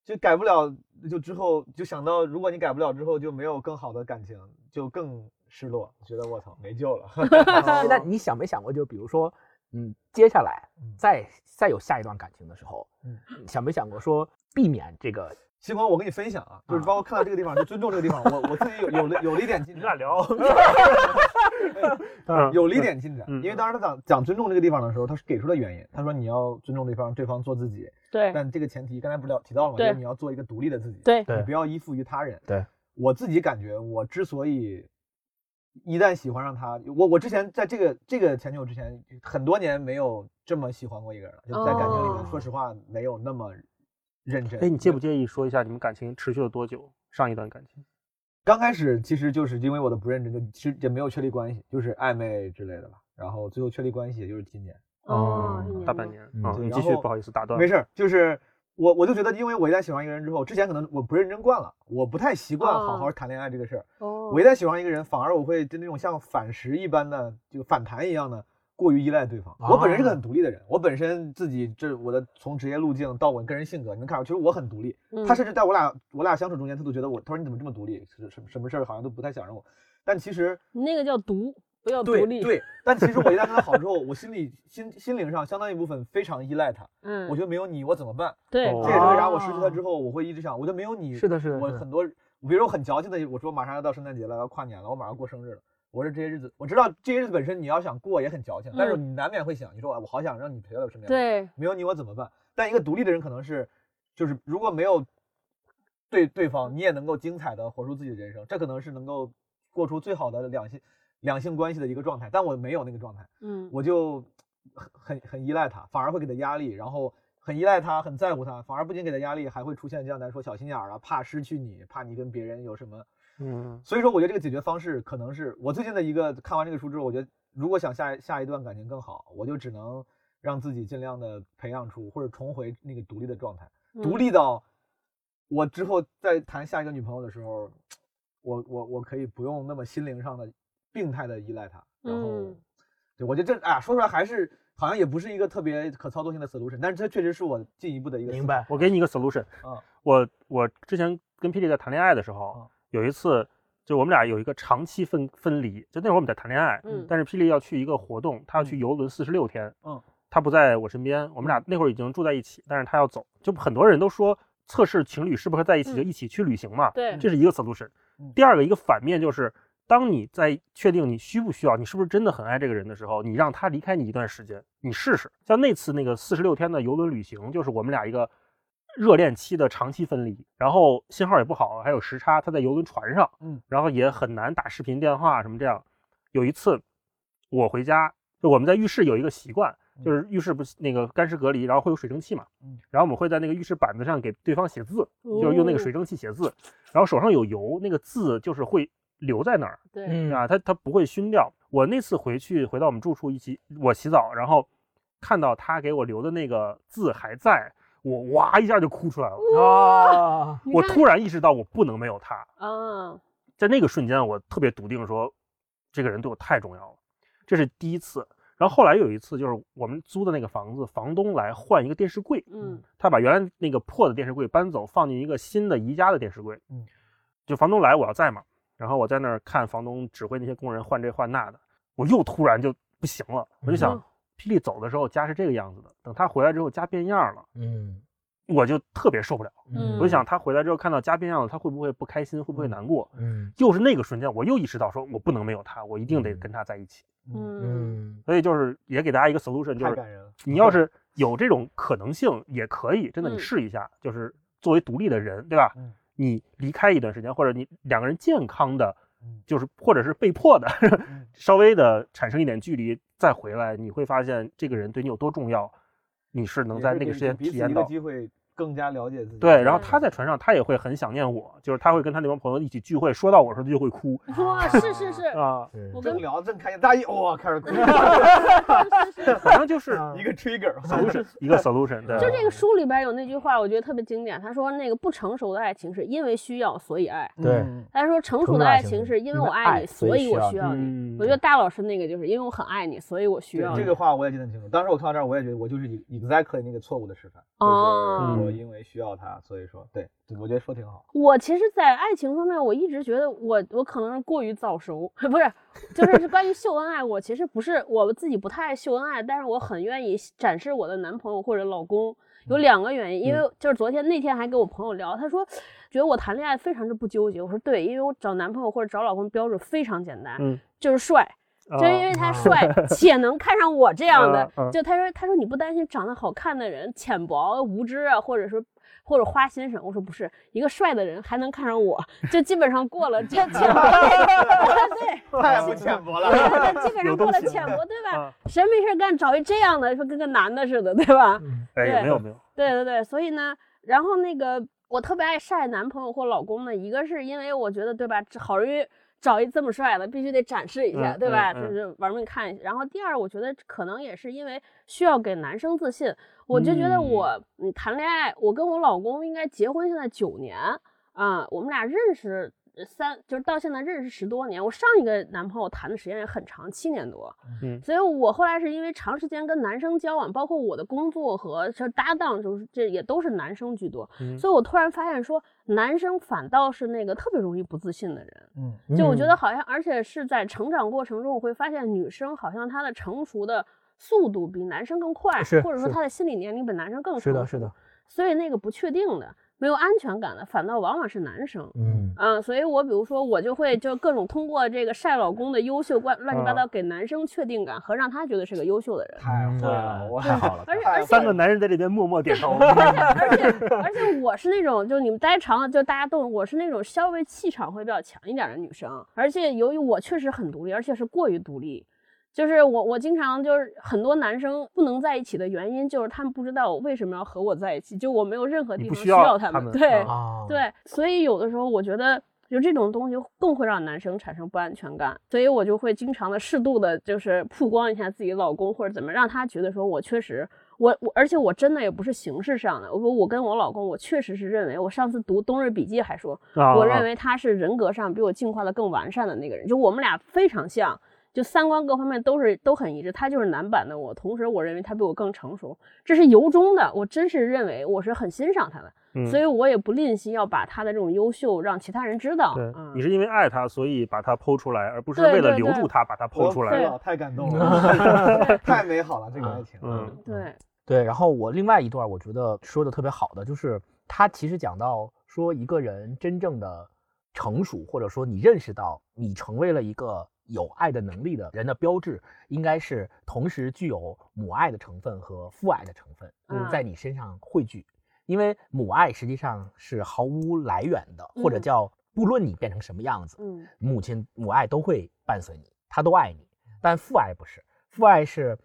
Speaker 4: 就改不了，就之后就想到，如果你改不了之后就没有更好的感情，就更失落，觉得我操没救了。 *laughs*
Speaker 1: 那你想没想过，就比如说，嗯，接下来
Speaker 4: 嗯
Speaker 1: 再再有下一段感情的时候
Speaker 4: 嗯，
Speaker 1: 想没想过说避免这个？
Speaker 4: 星光，我跟你分享啊，就是包括看到这个地方，就尊重这个地方，我我自己有有了有了一点进
Speaker 2: 你俩
Speaker 4: 展，*laughs*
Speaker 2: 聊，
Speaker 4: 有了一点进展，
Speaker 2: 嗯
Speaker 4: 因为当时他讲讲尊重这个地方的时候，他是给出了原因，他说你要尊重对方，对方做自己，
Speaker 3: 对
Speaker 4: 但这个前提刚才不是聊提到了吗？就
Speaker 3: 对
Speaker 4: 是你要做一个独立的自己，
Speaker 3: 对
Speaker 4: 你
Speaker 1: 对
Speaker 4: 不要依附于他人。
Speaker 1: 对，
Speaker 4: 我自己感觉，我之所以一旦喜欢上他，我我之前在这个这个前女友之前，很多年没有这么喜欢过一个人了，就在感情里面，
Speaker 3: 哦
Speaker 4: 说实话没有那么认真。
Speaker 2: 哎，你介不介意说一下你们感情持续了多久？上一段感情，
Speaker 4: 刚开始其实就是因为我的不认真，就其实也没有确立关系，就是暧昧之类的吧。然后最后确立关系也就是今年。
Speaker 3: 哦，
Speaker 1: 嗯
Speaker 3: 一年
Speaker 2: 大半
Speaker 3: 多
Speaker 2: 年
Speaker 1: 嗯
Speaker 2: 啊，
Speaker 4: 对
Speaker 2: 你
Speaker 4: 然
Speaker 2: 继续，
Speaker 4: 后
Speaker 2: 不好意思打断。
Speaker 4: 没事，儿，就是我我就觉得，因为我一旦喜欢一个人之后，之前可能我不认真惯了，我不太习惯好好
Speaker 3: 哦
Speaker 4: 谈恋爱这个事儿。
Speaker 3: 哦，
Speaker 4: 我一旦喜欢一个人，反而我会就那种像反噬一般的，就反弹一样的。过于依赖对方，我本人是个很独立的人，我本身自己这我的从职业路径到我个人性格，你能看出，其实我很独立。
Speaker 3: 嗯
Speaker 4: 他甚至在我俩我俩相处中间，他都觉得我，他说你怎么这么独立，什什什么事儿好像都不太想让我。但其实
Speaker 3: 嗯那个叫独，不要独
Speaker 4: 对
Speaker 3: 立，，
Speaker 4: 对，但其实我一旦跟他好之后，我心里心心灵上相当一部分非常依赖他，
Speaker 3: 嗯，
Speaker 4: 我觉得没有你我怎么办？
Speaker 3: 对，
Speaker 2: 哦
Speaker 4: 这也是为啥我失去他
Speaker 3: 哦
Speaker 4: 之后，我会一直想，我就没有你。
Speaker 2: 是的是的
Speaker 4: 我
Speaker 2: 是的
Speaker 4: 很多，比如我很矫情的，我说马上要到圣诞节了，要跨年了，我马上过生日了。我说这些日子，我知道这些日子本身你要想过也很矫情，但是你难免会想，你说啊我好想让你陪在我身边，，
Speaker 3: 对，
Speaker 4: 没有你我怎么办？但一个独立的人可能是，就是如果没有对对方，你也能够精彩的活出自己的人生，这可能是能够过出最好的两性两性关系的一个状态。但我没有那个状态。
Speaker 3: 嗯，
Speaker 4: 我就很很很依赖他，反而会给他压力，然后很依赖他，很在乎他，反而不仅给他压力，还会出现这样咱说小心眼儿啊，怕失去你，怕你跟别人有什么。
Speaker 2: 嗯，
Speaker 4: 所以说，我觉得这个解决方式可能是我最近的一个看完这个书之后，我觉得如果想下一下一段感情更好，我就只能让自己尽量的培养出或者重回那个独立的状态，
Speaker 3: 嗯
Speaker 4: 独立到我之后再谈下一个女朋友的时候，我我我可以不用那么心灵上的病态的依赖她，然后。
Speaker 3: 嗯
Speaker 4: 对，我觉得这哎呀，说出来还是好像也不是一个特别可操作性的 solution，但是这确实是我进一步的一个
Speaker 1: 明
Speaker 4: 思
Speaker 1: 白
Speaker 4: 考。
Speaker 2: 我给你一个 solution
Speaker 1: 嗯
Speaker 4: 啊。
Speaker 2: 我我之前跟霹雳在谈恋爱的时候
Speaker 4: 啊，
Speaker 2: 有一次就我们俩有一个长期分分离，就那会儿我们在谈恋爱，
Speaker 3: 嗯
Speaker 2: 但是霹雳要去一个活动，他要去
Speaker 4: 嗯
Speaker 2: 游轮四十六天，
Speaker 4: 嗯，
Speaker 2: 他不在我身边，我们俩那会儿已经住在一起，但是他要走，就很多人都说测试情侣适不适合在一起，
Speaker 3: 嗯
Speaker 2: 就一起去旅行嘛，
Speaker 3: 对
Speaker 2: 这是一个 solution
Speaker 4: 嗯。
Speaker 2: 第二个一个反面就是，当你在确定你需不需要，你是不是真的很爱这个人的时候，你让他离开你一段时间，你试试。像那次那个四十六天的游轮旅行，就是我们俩一个热恋期的长期分离，然后信号也不好，还有时差，他在游轮船上，
Speaker 4: 嗯，
Speaker 2: 然后也很难打视频电话什么这样。有一次我回家，就我们在浴室有一个习惯，就是浴室不是那个干湿隔离，然后会有水蒸气嘛，
Speaker 4: 嗯，
Speaker 2: 然后我们会在那个浴室板子上给对方写字，就是用那个水
Speaker 3: 哦
Speaker 2: 蒸气写字，然后手上有油，那个字就是会留在那儿
Speaker 3: 对，
Speaker 1: 嗯
Speaker 2: 啊，它它不会熏掉。我那次回去回到我们住处一起，我洗澡，然后看到他给我留的那个字还在，我哇一下就哭出来了，
Speaker 1: 啊，
Speaker 3: 哦你
Speaker 2: 我
Speaker 3: 看
Speaker 2: 突然意识到我不能没有他，
Speaker 3: 啊，
Speaker 2: 在那个瞬间，我特别笃定说，这个人对我太重要了，这是第一次。然后后来有一次，就是我们租的那个房子，房东来换一个电视柜，
Speaker 3: 嗯
Speaker 2: 他把原来那个破的电视柜搬走，放进一个新的宜家的电视柜。
Speaker 4: 嗯，
Speaker 2: 就房东来，我要在嘛，然后我在那儿看房东指挥那些工人换这换那的，我又突然就不行了，我就想
Speaker 3: 嗯，
Speaker 2: 霹雳走的时候家是这个样子的，等他回来之后家变样了，
Speaker 1: 嗯，
Speaker 2: 我就特别受不了。
Speaker 3: 嗯
Speaker 2: 我就想，他回来之后看到家变样了，他会不会不开心，会不会难过？
Speaker 1: 嗯
Speaker 2: 又是那个瞬间，我又意识到说，我不能没有他，我一定得跟他在一起。
Speaker 3: 嗯
Speaker 1: 嗯
Speaker 2: 所以就是也给大家一个 solution，就
Speaker 4: 太
Speaker 2: 是
Speaker 4: 感人了。
Speaker 2: 你要是有这种可能性，也可以真的你
Speaker 3: 嗯
Speaker 2: 试一下，就是作为独立的人，对吧
Speaker 4: 嗯？
Speaker 2: 你离开一段时间，或者你两个人健康的
Speaker 4: 嗯，
Speaker 2: 就是或者是被迫的，
Speaker 4: 嗯
Speaker 2: *laughs* 稍微的产生一点距离再回来，你会发现这个人对你有多重要，你是能
Speaker 4: 也
Speaker 2: 在
Speaker 4: 是
Speaker 2: 那
Speaker 4: 给
Speaker 2: 个时间
Speaker 4: 给彼
Speaker 2: 体
Speaker 4: 此
Speaker 2: 验
Speaker 4: 一个
Speaker 2: 到。
Speaker 4: 机嗯会，更加了解自己。
Speaker 2: 对，然后
Speaker 3: 对
Speaker 2: 他在船上，他也会很想念我，就是他会跟他那帮朋友一起聚会，说到我的时候他就会
Speaker 4: *laughs*
Speaker 2: 哭
Speaker 3: 哇，是是是，
Speaker 2: 啊，
Speaker 1: 是
Speaker 3: 我
Speaker 4: 正
Speaker 3: 跟
Speaker 4: 聊得正开心，大一哇开始哭， *laughs*
Speaker 3: 是是 *laughs* 是。
Speaker 2: 反正就是
Speaker 4: 一个 *laughs* trigger。
Speaker 2: solution 一个 solution，对，
Speaker 3: 就这个书里边有那句话，我觉得特别经典。他说：“那个不成熟的爱情是因为需要所以爱，
Speaker 1: 对
Speaker 4: 嗯
Speaker 3: 他说成熟的爱情是因为我爱你，所以我需要
Speaker 2: 嗯
Speaker 3: 你。我觉得大老师那个就是因为我很爱你，所以我需
Speaker 4: 对
Speaker 3: 要你
Speaker 4: 这。个话我也记得很清楚。当时我看到这儿，我也觉得我就是 exactly 那个错误的示范，就是
Speaker 3: 哦
Speaker 4: 我因为需要他，所以说对，对我觉得说
Speaker 3: *laughs*
Speaker 4: 挺好。
Speaker 3: 我其实，在爱情方面，我一直觉得我我可能是过于早熟， *laughs* 不是，就是 *laughs* 是关于秀恩爱，我其实不是我自己不太爱秀恩爱，但是我很愿意展示我的男朋友或者老公。有两个原因，因为就是昨天那天还跟我朋友聊，他说觉得我谈恋爱非常之不纠结。我说对，因为我找男朋友或者找老公标准非常简单，
Speaker 2: 嗯
Speaker 3: 就是帅，
Speaker 2: 啊
Speaker 3: 就是因为他
Speaker 1: 啊
Speaker 2: *laughs*
Speaker 3: 帅，且能看上我这样的
Speaker 2: 啊啊。
Speaker 3: 就他说，他说你不担心长得好看的人浅薄、无知啊，或者说或者花心什么？我说不是，一个帅的人还能看上我，就基本上过了这浅薄
Speaker 2: *laughs*
Speaker 3: *laughs* 对，
Speaker 4: 太不浅薄了。
Speaker 3: *laughs* 对，对基本
Speaker 2: 有
Speaker 3: 上
Speaker 2: 东
Speaker 3: 过了
Speaker 2: 西
Speaker 3: 浅薄，对吧
Speaker 2: 啊？
Speaker 3: 谁没事干找一这样的，说跟个男的似的，对吧？
Speaker 1: 嗯
Speaker 2: 哎，
Speaker 3: 对
Speaker 2: 没有没有，
Speaker 3: 对对对，所以呢，然后那个我特别爱晒男朋友或老公呢，一个是因为我觉得对吧，这好容易找一这么帅的，必须得展示一下，
Speaker 2: 嗯
Speaker 3: 对吧？
Speaker 2: 嗯嗯
Speaker 3: 就是玩命看一下。然后第二，我觉得可能也是因为需要给男生自信，我就觉得我嗯谈恋爱，我跟我老公应该结婚现在九年啊、我们俩认识。三就是到现在认识十多年，我上一个男朋友谈的时间也很长，七年多，
Speaker 2: 嗯
Speaker 3: 所以我后来是因为长时间跟男生交往，包括我的工作和这搭档，就是这也都是男生居多，
Speaker 2: 嗯
Speaker 3: 所以我突然发现说，男生反倒是那个特别容易不自信的人。
Speaker 4: *laughs* 嗯，
Speaker 3: 就我觉得
Speaker 1: 嗯
Speaker 3: 好像，而且是在成长过程中，我会发现女生好像她的成熟的速度比男生更快，
Speaker 2: 是
Speaker 3: 或者说
Speaker 2: 是
Speaker 3: 她的心理年龄比男生更
Speaker 2: 是的
Speaker 3: 成
Speaker 2: 是
Speaker 3: 熟
Speaker 2: 的。
Speaker 3: 所以那个不确定的、没有安全感的，反倒往往是男生。
Speaker 1: 嗯，
Speaker 3: 嗯，所以我比如说，我就会就各种通过这个晒老公的优秀，乱乱七八
Speaker 2: 嗯
Speaker 3: 糟，给男生确定感和让他觉得是个优秀的
Speaker 2: *laughs*
Speaker 3: 人。
Speaker 4: 太会了，
Speaker 1: 嗯
Speaker 4: 我
Speaker 1: 太好了，
Speaker 3: 而且
Speaker 4: 太
Speaker 3: 而且
Speaker 2: 三个男人在这边默默点
Speaker 3: *laughs*
Speaker 2: 头。
Speaker 3: 而且而且我是那种，就你们待长了，就大家都，我是那种稍微气场会比较强一点的女生。而且由于我确实很独立，而且是过于独立，就是我我经常就是很多男生不能在一起的原因，就是他们不知道我为什么要和我在一起，就我没有任何地
Speaker 2: 你不
Speaker 3: 方
Speaker 2: 需
Speaker 3: 需
Speaker 2: 要
Speaker 3: 他
Speaker 2: 他
Speaker 3: 们。
Speaker 2: 们
Speaker 3: 对
Speaker 2: 啊
Speaker 1: 啊，，
Speaker 3: 对，所以有的时候我觉得。就这种东西更会让男生产生不安全感，所以我就会经常的适度的，就是曝光一下自己老公或者怎么，让他觉得说我确实我我，而且我真的也不是形式上的，我我跟我老公，我确实是认为，我上次读《冬日笔记》还说，
Speaker 2: 啊
Speaker 3: 我认为他是人格上比我进化的更完善的那个人，就我们俩非常像，就三观各方面都是都很一致，他就是男版的我，同时我认为他比我更成熟，这是由衷的，我真是认为我是很欣赏他的，所
Speaker 2: 以
Speaker 3: 以
Speaker 1: 嗯
Speaker 3: 我也不吝惜要把他的这种优秀让其他人知道。
Speaker 2: 对
Speaker 3: 嗯
Speaker 2: 你是因为爱他，所以把他剖出来，而不是
Speaker 3: 对
Speaker 2: 为了
Speaker 3: 对
Speaker 2: 留
Speaker 3: 对
Speaker 2: 住他把他
Speaker 4: 我
Speaker 2: 剖出
Speaker 4: 哭
Speaker 2: 来。
Speaker 4: 了，太感动
Speaker 3: *laughs*
Speaker 4: 了，太美好了，这个爱情。
Speaker 2: 嗯
Speaker 3: 对，
Speaker 1: 对，然后我另外一段我觉得说的特别好的，就是他其实讲到说一个人真正的成熟，或者说你认识到你成为了一个有爱的能力的人的标志，应该是同时具有母爱的成分和父爱的成分
Speaker 3: 嗯
Speaker 1: 在你身上汇聚，因为母爱实际上是毫无来源的，或者
Speaker 3: 嗯
Speaker 1: 叫不论你变成什么样子，
Speaker 3: 嗯
Speaker 1: 母亲母爱都会伴随你，他都爱你，但父爱不是，父爱是，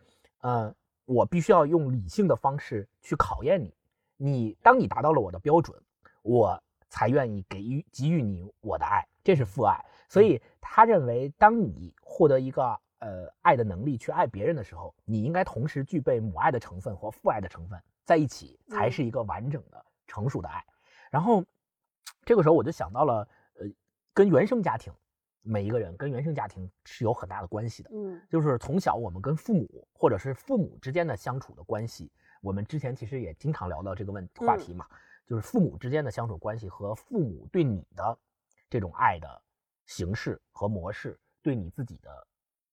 Speaker 1: 呃，我必须要用理性的方式去考验你，你当你达到了我的标准，我才愿意给予给予你我的爱，这是父爱。所以他认为，当你获得一个呃爱的能力去爱别人的时候，你应该同时具备母爱的成分和父爱的成分在一起，才
Speaker 3: 嗯
Speaker 1: 是一个完整的成熟的爱。然后这个时候我就想到了，呃，跟原生家庭，每一个人跟原生家庭是有很大的关系的。
Speaker 3: 嗯
Speaker 1: 就是从小我们跟父母或者是父母之间的相处的关系，我们之前其实也经常聊到这个问话
Speaker 3: 嗯
Speaker 1: 题嘛，就是父母之间的相处关系和父母对你的这种爱的形式和模式，对你自己的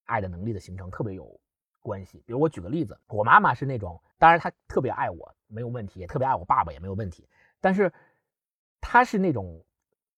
Speaker 1: 爱的能力的形成特别有关系。比如我举个例子，我妈妈是那种，当然她特别爱我没有问题，也特别爱我爸爸也没有问题，但是她是那种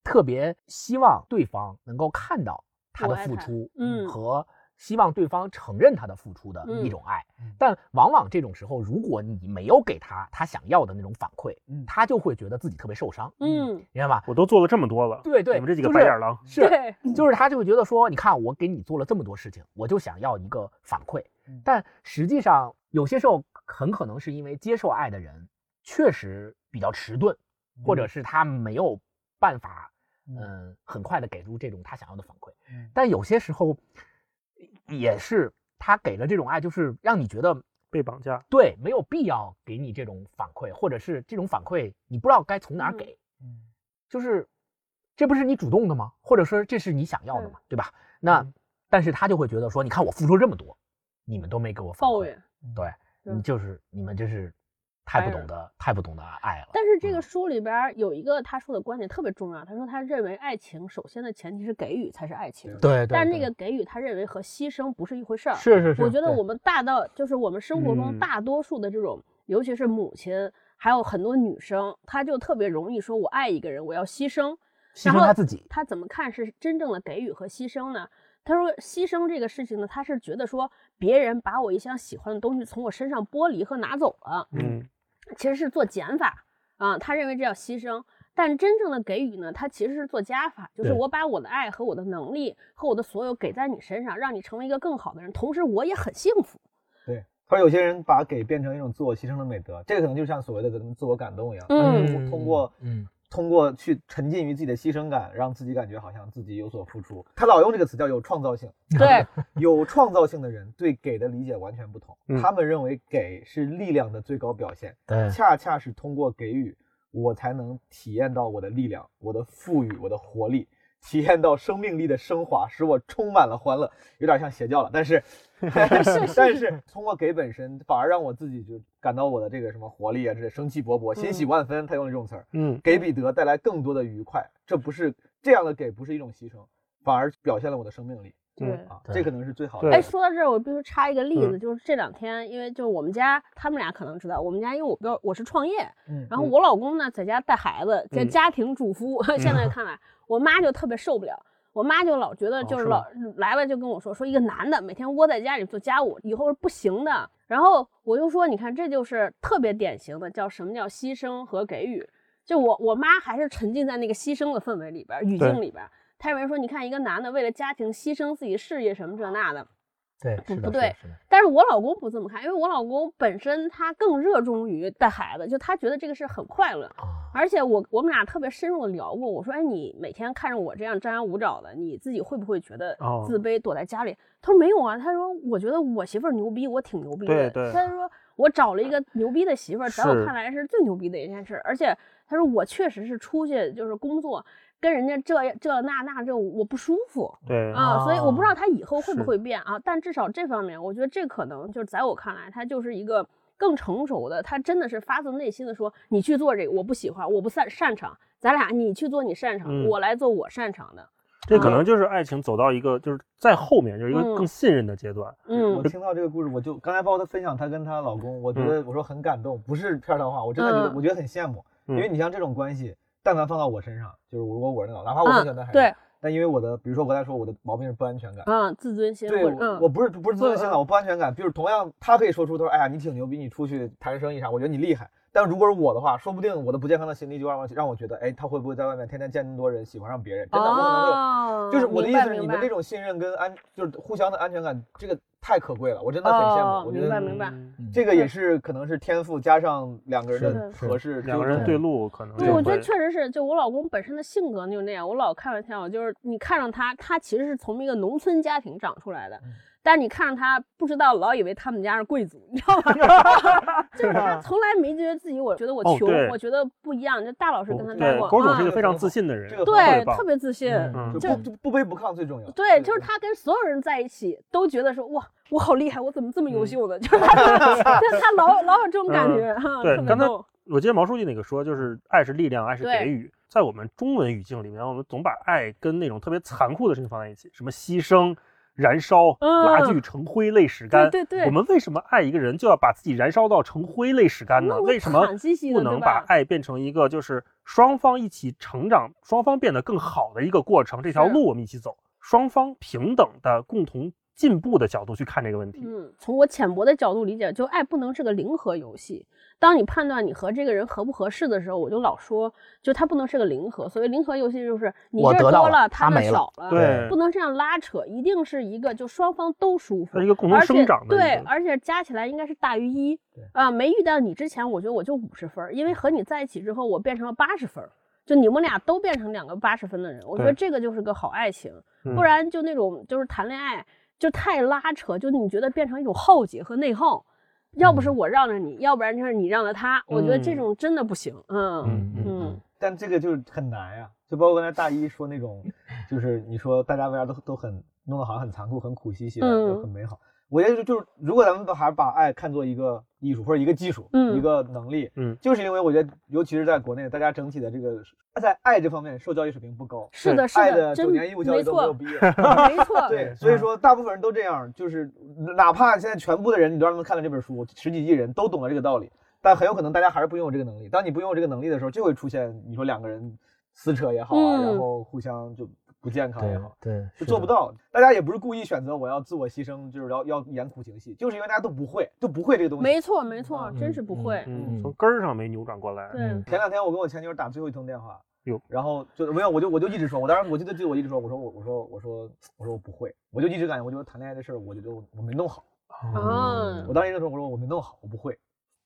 Speaker 1: 特别希望对方能够看到她
Speaker 3: 我
Speaker 1: 的
Speaker 3: 爱
Speaker 1: 付
Speaker 3: 他
Speaker 1: 出，
Speaker 3: 嗯
Speaker 1: 和希望对方承认他的付出的一种爱。
Speaker 4: 嗯
Speaker 1: 但往往这种时候，如果你没有给他他想要的那种反馈，
Speaker 4: 嗯
Speaker 1: 他就会觉得自己特别受伤，
Speaker 3: 嗯，
Speaker 1: 明白吧？
Speaker 2: 我都做了这么多了，
Speaker 1: 对对，
Speaker 2: 你们这几个
Speaker 1: 就
Speaker 2: 白
Speaker 1: 是
Speaker 2: 眼狼，
Speaker 1: 是
Speaker 3: 对，
Speaker 1: 就是他就会觉得说，你看我给你做了这么多事情，我就想要一个反馈
Speaker 4: 嗯。
Speaker 1: 但实际上，有些时候很可能是因为接受爱的人确实比较迟钝，或者是他没有办法，
Speaker 4: 嗯
Speaker 1: 嗯，很快的给出这种他想要的反馈
Speaker 4: 嗯。
Speaker 1: 但有些时候也是他给了这种爱，就是让你觉得
Speaker 2: 被绑架。
Speaker 1: 对没有必要给你这种反馈，或者是这种反馈你不知道该从哪儿
Speaker 3: 嗯
Speaker 1: 给。
Speaker 4: 嗯
Speaker 1: 就是这不是你主动的吗？或者说这是你想要的吗？对吧？那、
Speaker 4: 嗯
Speaker 1: 但是他就会觉得说，你看我付出这么多，你们都没给我反馈
Speaker 3: 抱怨。
Speaker 1: 对
Speaker 3: 嗯
Speaker 1: 你就是你们真是太不
Speaker 3: 白
Speaker 1: 懂
Speaker 3: 眼
Speaker 1: 得太不懂得爱了。
Speaker 3: 但是这个
Speaker 1: 嗯
Speaker 3: 书里边儿有一个他说的观点特别重要，他说他认为爱情首先的前提是给予才是爱情，
Speaker 1: 对对，
Speaker 3: 但是那
Speaker 1: 对
Speaker 3: 个给予他认为和牺牲不是一回事儿。
Speaker 1: 是是是，
Speaker 3: 我觉得
Speaker 1: 对
Speaker 3: 我们大到就是我们生活中
Speaker 2: 嗯
Speaker 3: 大多数的这种，尤其是母亲，还有很多女生，她就特别容易说我爱一个人，我要牺牲，
Speaker 1: 牺
Speaker 3: 然
Speaker 1: 牲
Speaker 3: 后
Speaker 1: 他自己，
Speaker 3: 他怎么看是真正的给予和牺牲呢？他说牺牲这个事情呢，他是觉得说别人把我一项喜欢的东西从我身上剥离和拿走了，
Speaker 2: 嗯
Speaker 3: 其实是做减法啊、他认为这叫牺牲。但真正的给予呢，他其实是做加法，就是
Speaker 1: 对
Speaker 3: 我把我的爱和我的能力和我的所有给在你身上，让你成为一个更好的人，同时我也很幸福。
Speaker 4: 对，他说有些人 *laughs* 把给变成一种自我牺牲的美德，这个可能就像所谓的咱们自我感动一样，
Speaker 3: 嗯 *laughs*
Speaker 4: 他就是通过
Speaker 1: 嗯
Speaker 4: 通过去沉浸于自己的牺牲感，让自己感觉好像自己有所付出。他老用这个词叫有创造
Speaker 1: *laughs*
Speaker 4: 性，
Speaker 3: 对，
Speaker 4: 有创造性的人对给的理解完全不同，
Speaker 2: 嗯
Speaker 4: 他们认为给是力量的最高表现，
Speaker 1: 对
Speaker 4: 恰恰是通过给予，我才能体验到我的力量、我的富裕、我的活力，体验到生命力的升华，使我充满了欢乐。有点像邪教了，
Speaker 1: *laughs*
Speaker 4: 但是，但是通过给本身，反而让我自己就感到我的这个什么活力啊之类，生气勃勃、欣
Speaker 1: 嗯
Speaker 4: 喜万分。他用了这种词儿，
Speaker 2: 嗯，
Speaker 4: 给彼得带来更多的愉快。这不是这样的给，不是一种牺牲，反而表现了我的生命力
Speaker 3: 对。
Speaker 4: 啊！
Speaker 1: 对
Speaker 4: 这可能是最好的。
Speaker 2: 对
Speaker 3: 哎，说到这儿，我必须插一个例子，
Speaker 2: 嗯
Speaker 3: 就是这两天，因为就是我们家他们俩可能知道，我们家因为我哥我是创业，
Speaker 4: 嗯
Speaker 3: 然后我老公呢在家带孩子，在
Speaker 2: 嗯
Speaker 3: 家庭主夫。 *laughs* 现在看来，我妈就特别受不了，我妈就老觉得
Speaker 2: 哦
Speaker 3: 就是
Speaker 2: 是
Speaker 3: 老
Speaker 2: 吗
Speaker 3: 来了就跟我说，说一个男的每天窝在家里做家务，以后是不行的。然后我就说，你看这就是特别典型的叫什么叫牺牲和给予。就我我妈还是沉浸在那个牺牲的氛围里边儿语
Speaker 2: 对
Speaker 3: 境里边儿，她认为说，你看一个男的为了家庭牺牲自己事业什么这那的。
Speaker 1: 对，
Speaker 3: 不
Speaker 1: 是的
Speaker 3: 不
Speaker 1: 是的
Speaker 3: 对
Speaker 1: 是的
Speaker 3: 但是我老公不这么看，因为我老公本身他更热衷于带孩子，就他觉得这个事儿很快乐。
Speaker 1: 啊，
Speaker 3: 而且我我们俩特别深入的聊过，我说，哎，你每天看着我这样张牙舞爪的，你自己会不会觉得
Speaker 2: 哦
Speaker 3: 自卑，躲在家里？他说没有啊，他说我觉得我媳妇儿牛逼，我挺牛逼
Speaker 2: 对
Speaker 3: 的。
Speaker 2: 对
Speaker 3: 他说我找了一个牛逼的媳妇儿，在我
Speaker 2: 是
Speaker 3: 看来是最牛逼的一件事儿。而且他说我确实是出去就是工作，跟人家这这那那这我不舒服。
Speaker 2: 对，
Speaker 3: 啊，所以我不知道
Speaker 1: 哦
Speaker 3: 他以后会不
Speaker 2: 是
Speaker 3: 会变啊，但至少这方面，我觉得这可能就是在我看来，他就是一个更成熟的，他真的是发自内心的说，你去做这个，我不喜欢，我不擅擅长，咱俩你去做你擅长，
Speaker 2: 嗯
Speaker 3: 我来做我擅长的，
Speaker 2: 这可
Speaker 3: 啊
Speaker 2: 能就是爱情走到一个就是在后面就是一个
Speaker 3: 嗯
Speaker 2: 更信任的阶段。
Speaker 3: 嗯
Speaker 4: 我，听到这个故事，我就刚才包括她分享她跟她老公，
Speaker 2: 嗯
Speaker 4: 我觉得我说很感动，不是片儿汤话，我真的觉得
Speaker 3: 嗯
Speaker 4: 我觉得很羡慕，因为
Speaker 2: 嗯
Speaker 4: 你像这种关系，但凡放到我身上，就是如果我是老，哪怕我很喜欢带
Speaker 3: 嗯，
Speaker 4: 孩子，
Speaker 3: 对，，
Speaker 4: 但因为我的，比如说我刚才说我的毛病是不安全感，
Speaker 3: 嗯，自尊心，
Speaker 4: 对
Speaker 3: 或者嗯
Speaker 4: 我，我不是不是自尊心
Speaker 3: 嗯
Speaker 4: 了，我不安全感，就是同样他可以说出，他说哎呀你挺牛逼，你出去谈生意啥，我觉得你厉害，但如果是我的话，说不定我的不健康的心理就让我让我觉得，哎，他会不会在外面天天见那么多人，喜欢上别人，真的我可能会有。
Speaker 3: 哦，
Speaker 4: 就是我的意
Speaker 3: 明白
Speaker 4: 思是，你们这，种信任跟安，就是互相的安全感，这个太可贵了，我真的很羡慕。
Speaker 3: 哦
Speaker 4: 我觉
Speaker 3: 明白明
Speaker 4: 得
Speaker 3: 白
Speaker 2: 嗯
Speaker 4: 这个也是可能是天赋加上两个人
Speaker 1: 是
Speaker 4: 的
Speaker 3: 的
Speaker 4: 合适，
Speaker 2: 两个
Speaker 4: 就是
Speaker 2: 人对路可能
Speaker 3: 明白对，
Speaker 2: 就
Speaker 3: 我觉得
Speaker 2: 会
Speaker 3: 确实是，就我老公本身的性格就那样。我老开玩笑，就是你看上他，他其实是从一个农村家庭长出来的，
Speaker 2: 嗯
Speaker 3: 但你看着他，不知道老以为他们家是贵族，你知道吗？ *laughs* 就是他从来没觉得自己，我觉得我
Speaker 2: 哦
Speaker 3: 穷，
Speaker 2: 对哦
Speaker 3: 我觉得不一样。就大老师跟他待
Speaker 2: 对
Speaker 3: 过，
Speaker 2: 狗总是
Speaker 3: 啊
Speaker 2: 一个非常自信的人，
Speaker 4: 这个很
Speaker 2: 特别
Speaker 3: 对，
Speaker 2: 棒
Speaker 3: 特别自信。
Speaker 4: 嗯就
Speaker 3: 就
Speaker 4: 不就不卑不亢最重要。
Speaker 3: 对，
Speaker 4: 这
Speaker 3: 就是
Speaker 4: 个。
Speaker 3: 他跟所有人在一起都觉得说哇，我好厉害，我怎么这么
Speaker 2: 嗯
Speaker 3: 优秀呢？ *laughs* 就是他，就是 *laughs* 他老老有这种感觉哈，
Speaker 2: 对
Speaker 3: 特别
Speaker 2: 刚才
Speaker 3: 逗。
Speaker 2: 我记得毛书记那个说，就是爱是力量，爱是
Speaker 3: 嗯对
Speaker 2: 给予。在我们中文语境里面，我们总把爱跟那种特别残酷的事情放在一起，什么牺牲、燃烧、
Speaker 3: 嗯
Speaker 2: 拉锯成灰、泪始干。
Speaker 3: 对对对
Speaker 2: 我们为什么爱一个人就要把自己燃烧到成灰、泪始干呢？
Speaker 3: 那我
Speaker 2: 为什么
Speaker 3: 惨兮兮的
Speaker 2: 不
Speaker 3: 对
Speaker 2: 能
Speaker 3: 吧
Speaker 2: 把爱变成一个就是双方一起成长、双方变得更好的一个过程？这条
Speaker 3: 是
Speaker 2: 路我们一起走，双方平等的共同进步的角度去看这个问题。
Speaker 3: 嗯，从我浅薄的角度理解，就爱不能是个零和游戏。当你判断你和这个人合不合适的时候，我就老说，就他不能是个零和。所谓零和游戏，就是你
Speaker 1: 我
Speaker 3: 这
Speaker 1: 得
Speaker 3: 儿
Speaker 1: 到
Speaker 3: 多
Speaker 1: 了他
Speaker 3: 他那
Speaker 1: 没了
Speaker 3: 少了，
Speaker 2: 对
Speaker 3: 不能这样拉扯，一定是一个就双方都舒服
Speaker 2: 它是一，个共同
Speaker 3: 而且
Speaker 2: 生长的一
Speaker 3: 对
Speaker 2: 个，
Speaker 3: 而且加起来应该是大于一
Speaker 4: 对。
Speaker 3: 啊、没遇到你之前，我觉得我就五十分儿，因为和你在一起之后，我变成了八十分儿，就你们俩都变成两个八十分的人，我觉得
Speaker 2: 对
Speaker 3: 这个就是个好爱情。
Speaker 2: 嗯
Speaker 3: 不然就那种就是谈恋爱就太拉扯，就你觉得变成一种耗竭和内耗。要
Speaker 4: 嗯
Speaker 3: 不是我让着你，要不然就是你让着他，我觉得这
Speaker 2: 嗯
Speaker 3: 种真的不行。嗯
Speaker 1: 嗯嗯嗯，
Speaker 4: 但这个就是很难呀、就包括刚才大一说那种，就是你说大家为啥都都很弄得好像很残酷、很苦兮兮的，
Speaker 3: 嗯
Speaker 4: 就很美好。我觉得就就是，如果咱们把还把爱看作一个艺术或者一个技术、
Speaker 3: 嗯
Speaker 4: 一个能力，
Speaker 2: 嗯
Speaker 4: 就是因为我觉得，尤其是在国内，大家整体的这个在爱这方面受教育水平不高，
Speaker 3: 是的，是
Speaker 4: 爱
Speaker 3: 的，
Speaker 4: 的
Speaker 3: 真
Speaker 4: 九年义务教
Speaker 3: 没
Speaker 4: 育都没
Speaker 3: 错，
Speaker 4: 有毕业。
Speaker 3: *laughs* 没错，
Speaker 4: *laughs* 对，所以说大部分人都这样，就是哪怕现在全部的人，你都让他们看了这本书，十几亿人都懂了这个道理，但很有可能大家还是不拥有这个能力。当你不拥有这个能力的时候，就会出现你说两个人撕扯也好啊，
Speaker 3: 嗯
Speaker 4: 然后互相就不健康也
Speaker 1: 对
Speaker 4: 嗯好，
Speaker 1: 对，
Speaker 4: 就是做
Speaker 1: 的
Speaker 4: 不。到。大家也不是故意选择我要自我牺牲，就是要要演苦情戏，就是因为大家都不会，都不会这个东西。
Speaker 3: 没错，没错，
Speaker 4: 嗯
Speaker 3: 真是不会。
Speaker 2: 嗯，
Speaker 1: 嗯
Speaker 2: 从根儿上没扭转过来。
Speaker 3: 对，
Speaker 4: 前两天我跟我前女友打最后一通电话，
Speaker 2: 哟
Speaker 4: 然后就没有，我就我就一直说，我当时我记得记得我一直说，我说我我说我说我说我不会，我就一直感觉，我觉得谈恋爱这事儿，我觉得我我没弄好，
Speaker 1: 哦
Speaker 3: 啊
Speaker 4: 我当时一直说，我说我没弄好，我不会，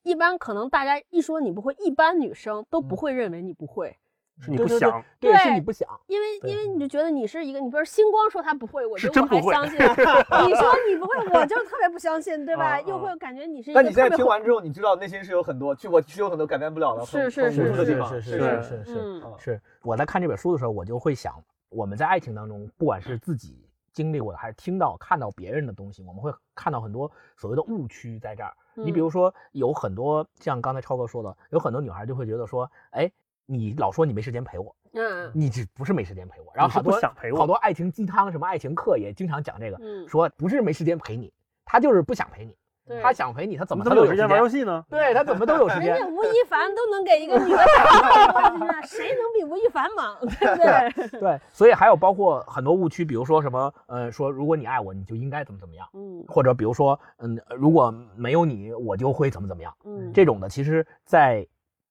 Speaker 3: 一般可能大家一说你不会，一般女生都不
Speaker 4: 嗯
Speaker 3: 会认为你不会，
Speaker 2: 是你不想，
Speaker 1: 对，
Speaker 3: 对
Speaker 1: 是你不想，
Speaker 3: 因为
Speaker 1: 对
Speaker 3: 因为你就觉得你是一个，你比如星光说他不会，我觉
Speaker 2: 是
Speaker 3: 得
Speaker 2: 真
Speaker 3: 我还
Speaker 2: 不会
Speaker 3: 相信
Speaker 4: *laughs*
Speaker 3: 啊。你说你不会，我就特别不相信，对吧？
Speaker 2: 啊
Speaker 3: 又
Speaker 2: 啊
Speaker 3: 会感觉你是一个
Speaker 4: 但你现
Speaker 3: 特
Speaker 4: 在
Speaker 3: 别
Speaker 4: 听完之后，你知道内心是有很多，去我是有很多改变不了的，很
Speaker 3: 是是是
Speaker 4: 很无助的
Speaker 3: 是
Speaker 4: 地方，
Speaker 1: 是
Speaker 2: 是
Speaker 1: 是是
Speaker 3: 嗯
Speaker 4: 嗯
Speaker 1: 是我在看这本书的时候，我就会想，我们在爱情当中，不管是自己经历过的，还是听到、看到别人的东西，我们会看到很多所谓的误区在这儿。你
Speaker 3: 嗯
Speaker 1: 比如说，有很多像刚才超哥说的，有很多女孩就会觉得说，哎，你老说你没时间陪我，
Speaker 3: 嗯
Speaker 1: 你只不是没时间陪我，然后
Speaker 2: 你是
Speaker 1: 好
Speaker 2: 不
Speaker 1: 多
Speaker 2: 想陪我
Speaker 1: 好多爱情鸡汤、什么爱情课也经常讲这个，
Speaker 3: 嗯，
Speaker 1: 说不是没时间陪你，他就是不想陪你，
Speaker 3: 对
Speaker 1: 他想陪你，他怎
Speaker 2: 你
Speaker 1: 么
Speaker 2: 怎
Speaker 1: 他
Speaker 2: 么
Speaker 1: 都
Speaker 2: 有
Speaker 1: 时
Speaker 2: 时间玩游戏呢？
Speaker 1: 对他怎么都有时
Speaker 3: 人
Speaker 1: 间
Speaker 3: 家。吴亦凡都能给一个女的打电话，我天呐谁能比吴亦凡忙，对不对？
Speaker 1: 对，所以还有包括很多误区，比如说什么，呃，说如果你爱我，你就应该怎么怎么样，
Speaker 3: 嗯
Speaker 1: 或者比如说，嗯，如果没有你，我就会怎么怎么样，
Speaker 3: 嗯，
Speaker 1: 这种的，其实在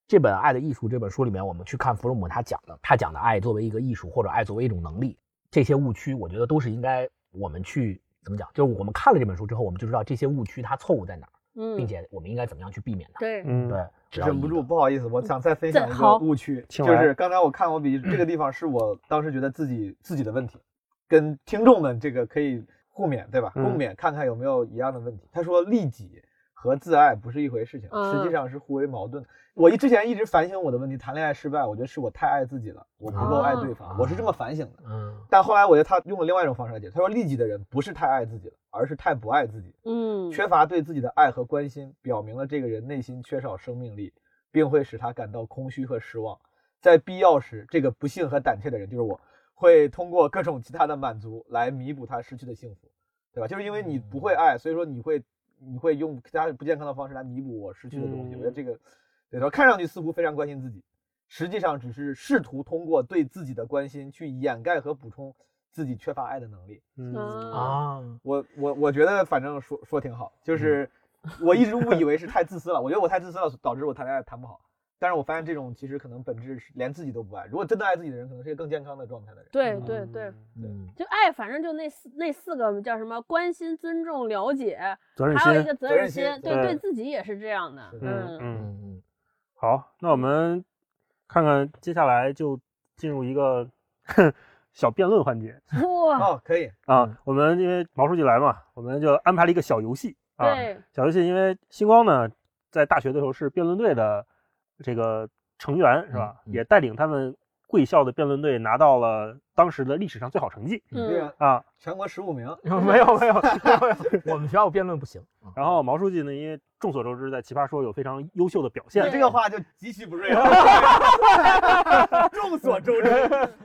Speaker 1: 这本《爱的艺术》这本书里面，我们去看弗洛姆他讲的，他讲的爱作为一个艺术或者爱作为一种能力，这些误区，我觉得都是应该我们去怎么讲，就是我们看了这本书之后，我们就知道这些误区它错误在哪儿，
Speaker 3: 嗯
Speaker 1: 并且我们应该怎么样去避免它。
Speaker 3: 对，
Speaker 2: 嗯，
Speaker 1: 对，只要
Speaker 4: 忍不
Speaker 1: 一
Speaker 4: 住，
Speaker 1: 个
Speaker 4: 不好意思，我想再分
Speaker 3: 这
Speaker 4: 享一
Speaker 3: 好
Speaker 4: 个误区，
Speaker 2: 请
Speaker 4: 就
Speaker 2: 来
Speaker 4: 是刚才我看我笔记这个地方是我当时觉得自己自己的问题，跟听众们这个可以互勉，对吧？
Speaker 2: 嗯
Speaker 4: 共勉，看看有没有一样的问题。他说利己和自爱不是一回事情，实
Speaker 3: 嗯
Speaker 4: 际上是互为矛盾的。我一之前一直反省我的问题，谈恋爱失败，我觉得是我太爱自己了，我不够
Speaker 3: 哦
Speaker 4: 爱对
Speaker 1: 啊
Speaker 4: 方，我是这么反省的。
Speaker 1: 嗯，
Speaker 4: 但后来我觉得他用了另外一种方式来解释，他说利己的人不是太爱自己了，而是太不爱自己。
Speaker 3: 嗯，
Speaker 4: 缺乏对自己的爱和关心，表明了这个人内心缺少生命力，并会使他感到空虚和失望。在必要时，这个不幸和胆怯的人，就是我，会通过各种其他的满足来弥补他失去的幸福，对吧？就是因为你不会爱，所以说你会你会用其他不健康的方式来弥补我失去的东西。我觉得
Speaker 2: 嗯
Speaker 4: 这个，对吧？看上去似乎非常关心自己，实际上只是试图通过对自己的关心去掩盖和补充自己缺乏爱的能力。
Speaker 2: 嗯，
Speaker 3: 啊，
Speaker 1: 啊，
Speaker 4: 我我我觉得反正说说挺好，
Speaker 2: 嗯 *laughs*
Speaker 4: 就是我一直误以为是太自私了，我觉得我太自私了，导致我谈恋爱谈不好。但是我发现这种其实可能本质是连自己都不爱。如果真的爱自己的人，可能是一个更健康的状态的人。
Speaker 3: 对对对，
Speaker 1: 嗯，
Speaker 3: 就爱，反正就那四那四个叫什么关心、尊重、了解，
Speaker 2: 责任
Speaker 3: 还有一
Speaker 2: 心
Speaker 3: 个。责
Speaker 4: 责
Speaker 3: 任
Speaker 4: 任心
Speaker 3: 对
Speaker 2: 对
Speaker 3: 对自己也是这样的
Speaker 4: 是，的
Speaker 2: 嗯
Speaker 3: 嗯
Speaker 2: 嗯，
Speaker 1: 嗯
Speaker 2: 好，那我们看看接下来就进入一个 *laughs* 小辩论环节
Speaker 3: 哇，
Speaker 4: 哦，可以，
Speaker 1: 嗯
Speaker 2: 啊。我们因为毛书记来嘛，我们就安排了一个小游戏啊。
Speaker 3: 对，
Speaker 2: 小游戏，因为星光呢，在大学的时候是辩论队的这个成员，是吧？
Speaker 1: 嗯嗯
Speaker 2: 也带领他们贵校的辩论队拿到了当时的历史上最好成绩
Speaker 4: 这
Speaker 3: 嗯
Speaker 4: 个
Speaker 2: 啊。
Speaker 4: 全国十五名，
Speaker 1: 嗯， *laughs* 没有没有没有没有，我们学校辩论不行。啊
Speaker 2: 然后毛书记呢，因为众所周知，在《奇葩说》有非常优秀的表
Speaker 4: 你
Speaker 2: 现，
Speaker 4: 这个话就极
Speaker 2: *laughs*
Speaker 4: 其不锐了。 *laughs* 众所周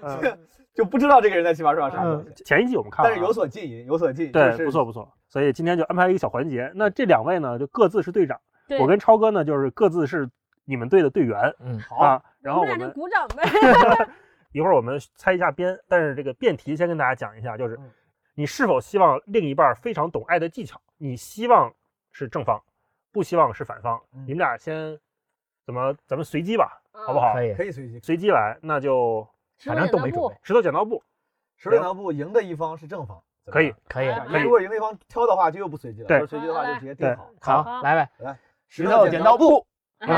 Speaker 2: 嗯
Speaker 4: 知， *laughs* 就不知道这个人在奇葩说上啥表现，
Speaker 2: 前一季我们看了啊，
Speaker 4: 嗯但是有所进引，有所进，
Speaker 2: 对
Speaker 4: 就，是
Speaker 2: 不错不错。所以今天就安排了一个小环节，那这两位呢，就各自是队长，
Speaker 3: 对，
Speaker 2: 我跟超哥呢就是各自是你们队的队员
Speaker 1: 嗯，
Speaker 2: 啊。然后
Speaker 3: 我
Speaker 2: 我
Speaker 3: 们俩就
Speaker 2: 们
Speaker 3: 鼓掌呗，
Speaker 2: 一会儿我们猜一下边，但是这个辩题先跟大家讲一下，就是
Speaker 4: 嗯
Speaker 2: 你是否希望另一半非常懂爱的技巧？你希望是正方，不希望是反方。
Speaker 4: 嗯
Speaker 2: 你们俩先怎么咱们随机吧，好不
Speaker 3: 嗯？
Speaker 2: 好？
Speaker 1: 可以
Speaker 4: 可。以随机。
Speaker 2: 随机来，那就
Speaker 3: 石头
Speaker 1: 反正
Speaker 3: 剪
Speaker 1: 都
Speaker 3: 刀
Speaker 1: 没准
Speaker 3: 布
Speaker 1: 备
Speaker 2: 石头剪刀布。
Speaker 4: 十六条布赢的一方是正方，怎么
Speaker 2: 可以
Speaker 4: 样
Speaker 1: 可以，
Speaker 3: 哎
Speaker 4: 那如果赢的一方挑的话，就又不随机了。
Speaker 2: 对
Speaker 4: 要是随机的话就直接定
Speaker 2: 对
Speaker 4: 好。
Speaker 2: 好
Speaker 3: 好
Speaker 1: 来呗，
Speaker 4: 来，
Speaker 1: 石头剪刀 *laughs* 布。
Speaker 3: 哎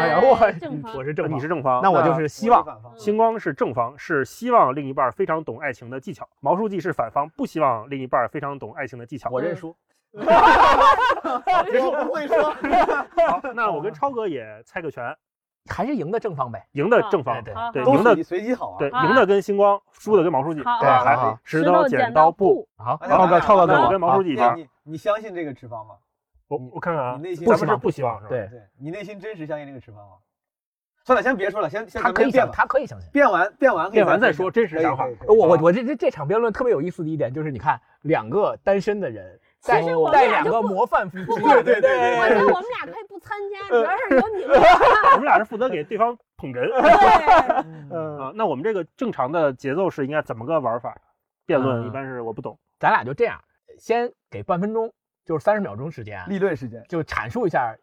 Speaker 1: 然后 *laughs* 我嗯
Speaker 3: 正方
Speaker 1: 我是正方，
Speaker 2: 你是正方，
Speaker 1: 那我就是希望
Speaker 4: 我是反方
Speaker 2: 星光是正方，是希望另一半非常懂爱情的技巧；毛书记是反方，不希望另一半非常懂爱情的技巧。
Speaker 4: 我认
Speaker 3: 嗯
Speaker 4: 输，
Speaker 3: 我
Speaker 4: 别 *laughs* 说我不会说。
Speaker 2: 好，那我跟超哥也猜个拳，
Speaker 1: 还是赢的正方呗。
Speaker 2: 赢的正
Speaker 1: 哎
Speaker 2: 方，
Speaker 1: 对
Speaker 3: 好
Speaker 2: 对
Speaker 3: 好
Speaker 4: 都
Speaker 2: 赢的
Speaker 4: 随机随机好玩。
Speaker 2: 对，
Speaker 3: 好
Speaker 2: 赢的跟星光，输的跟毛书记。
Speaker 3: 好啊
Speaker 1: 对
Speaker 3: 好
Speaker 1: 还
Speaker 2: 好
Speaker 1: 好
Speaker 2: 石头剪刀布。，
Speaker 1: 好，
Speaker 4: 哎
Speaker 1: 超哥，超哥跟
Speaker 2: 那
Speaker 1: 我，
Speaker 2: 我跟毛书
Speaker 1: 记，
Speaker 2: 记一
Speaker 4: 对
Speaker 2: 边，
Speaker 4: 你你相信这个持方吗？
Speaker 2: 我我看看啊，
Speaker 4: 你内心
Speaker 1: 不
Speaker 2: 咱
Speaker 1: 希
Speaker 2: 们是
Speaker 1: 望
Speaker 2: 不希望是吧？
Speaker 1: 对，
Speaker 4: 对你内心真实相信这个持方吗？算了，先别说了，先先
Speaker 1: 他
Speaker 4: 咱
Speaker 1: 可
Speaker 4: 们
Speaker 1: 以
Speaker 4: 先变
Speaker 1: 想，
Speaker 4: 吧。
Speaker 1: 他可以相信。
Speaker 4: 变完变完可以
Speaker 2: 变完再
Speaker 4: 分
Speaker 2: 说
Speaker 4: 享
Speaker 2: 真实
Speaker 4: 可以
Speaker 2: 想法
Speaker 4: 可以可以
Speaker 1: 我我
Speaker 4: 好
Speaker 1: 我这这这场辩论特别有意思的一点就是，你看两个单身的人带
Speaker 3: 其实我们
Speaker 1: 带
Speaker 3: 俩
Speaker 1: 两
Speaker 3: 就
Speaker 1: 个
Speaker 3: 不
Speaker 1: 模范夫妻，
Speaker 4: 对对对对
Speaker 3: 我觉得我们俩可以不参加，主要是有你们。
Speaker 2: *laughs* 我们俩是负责给对方捧哏
Speaker 3: *laughs*
Speaker 4: *laughs*
Speaker 3: 对，
Speaker 4: 嗯
Speaker 2: 啊。那我们这个正常的节奏是应该怎么个玩法？辩论
Speaker 1: 嗯
Speaker 2: 一般是我不懂，
Speaker 1: 咱俩就这样，先给半分钟，就是三十秒钟时间，啊
Speaker 4: 立论时间，
Speaker 1: 就阐述一下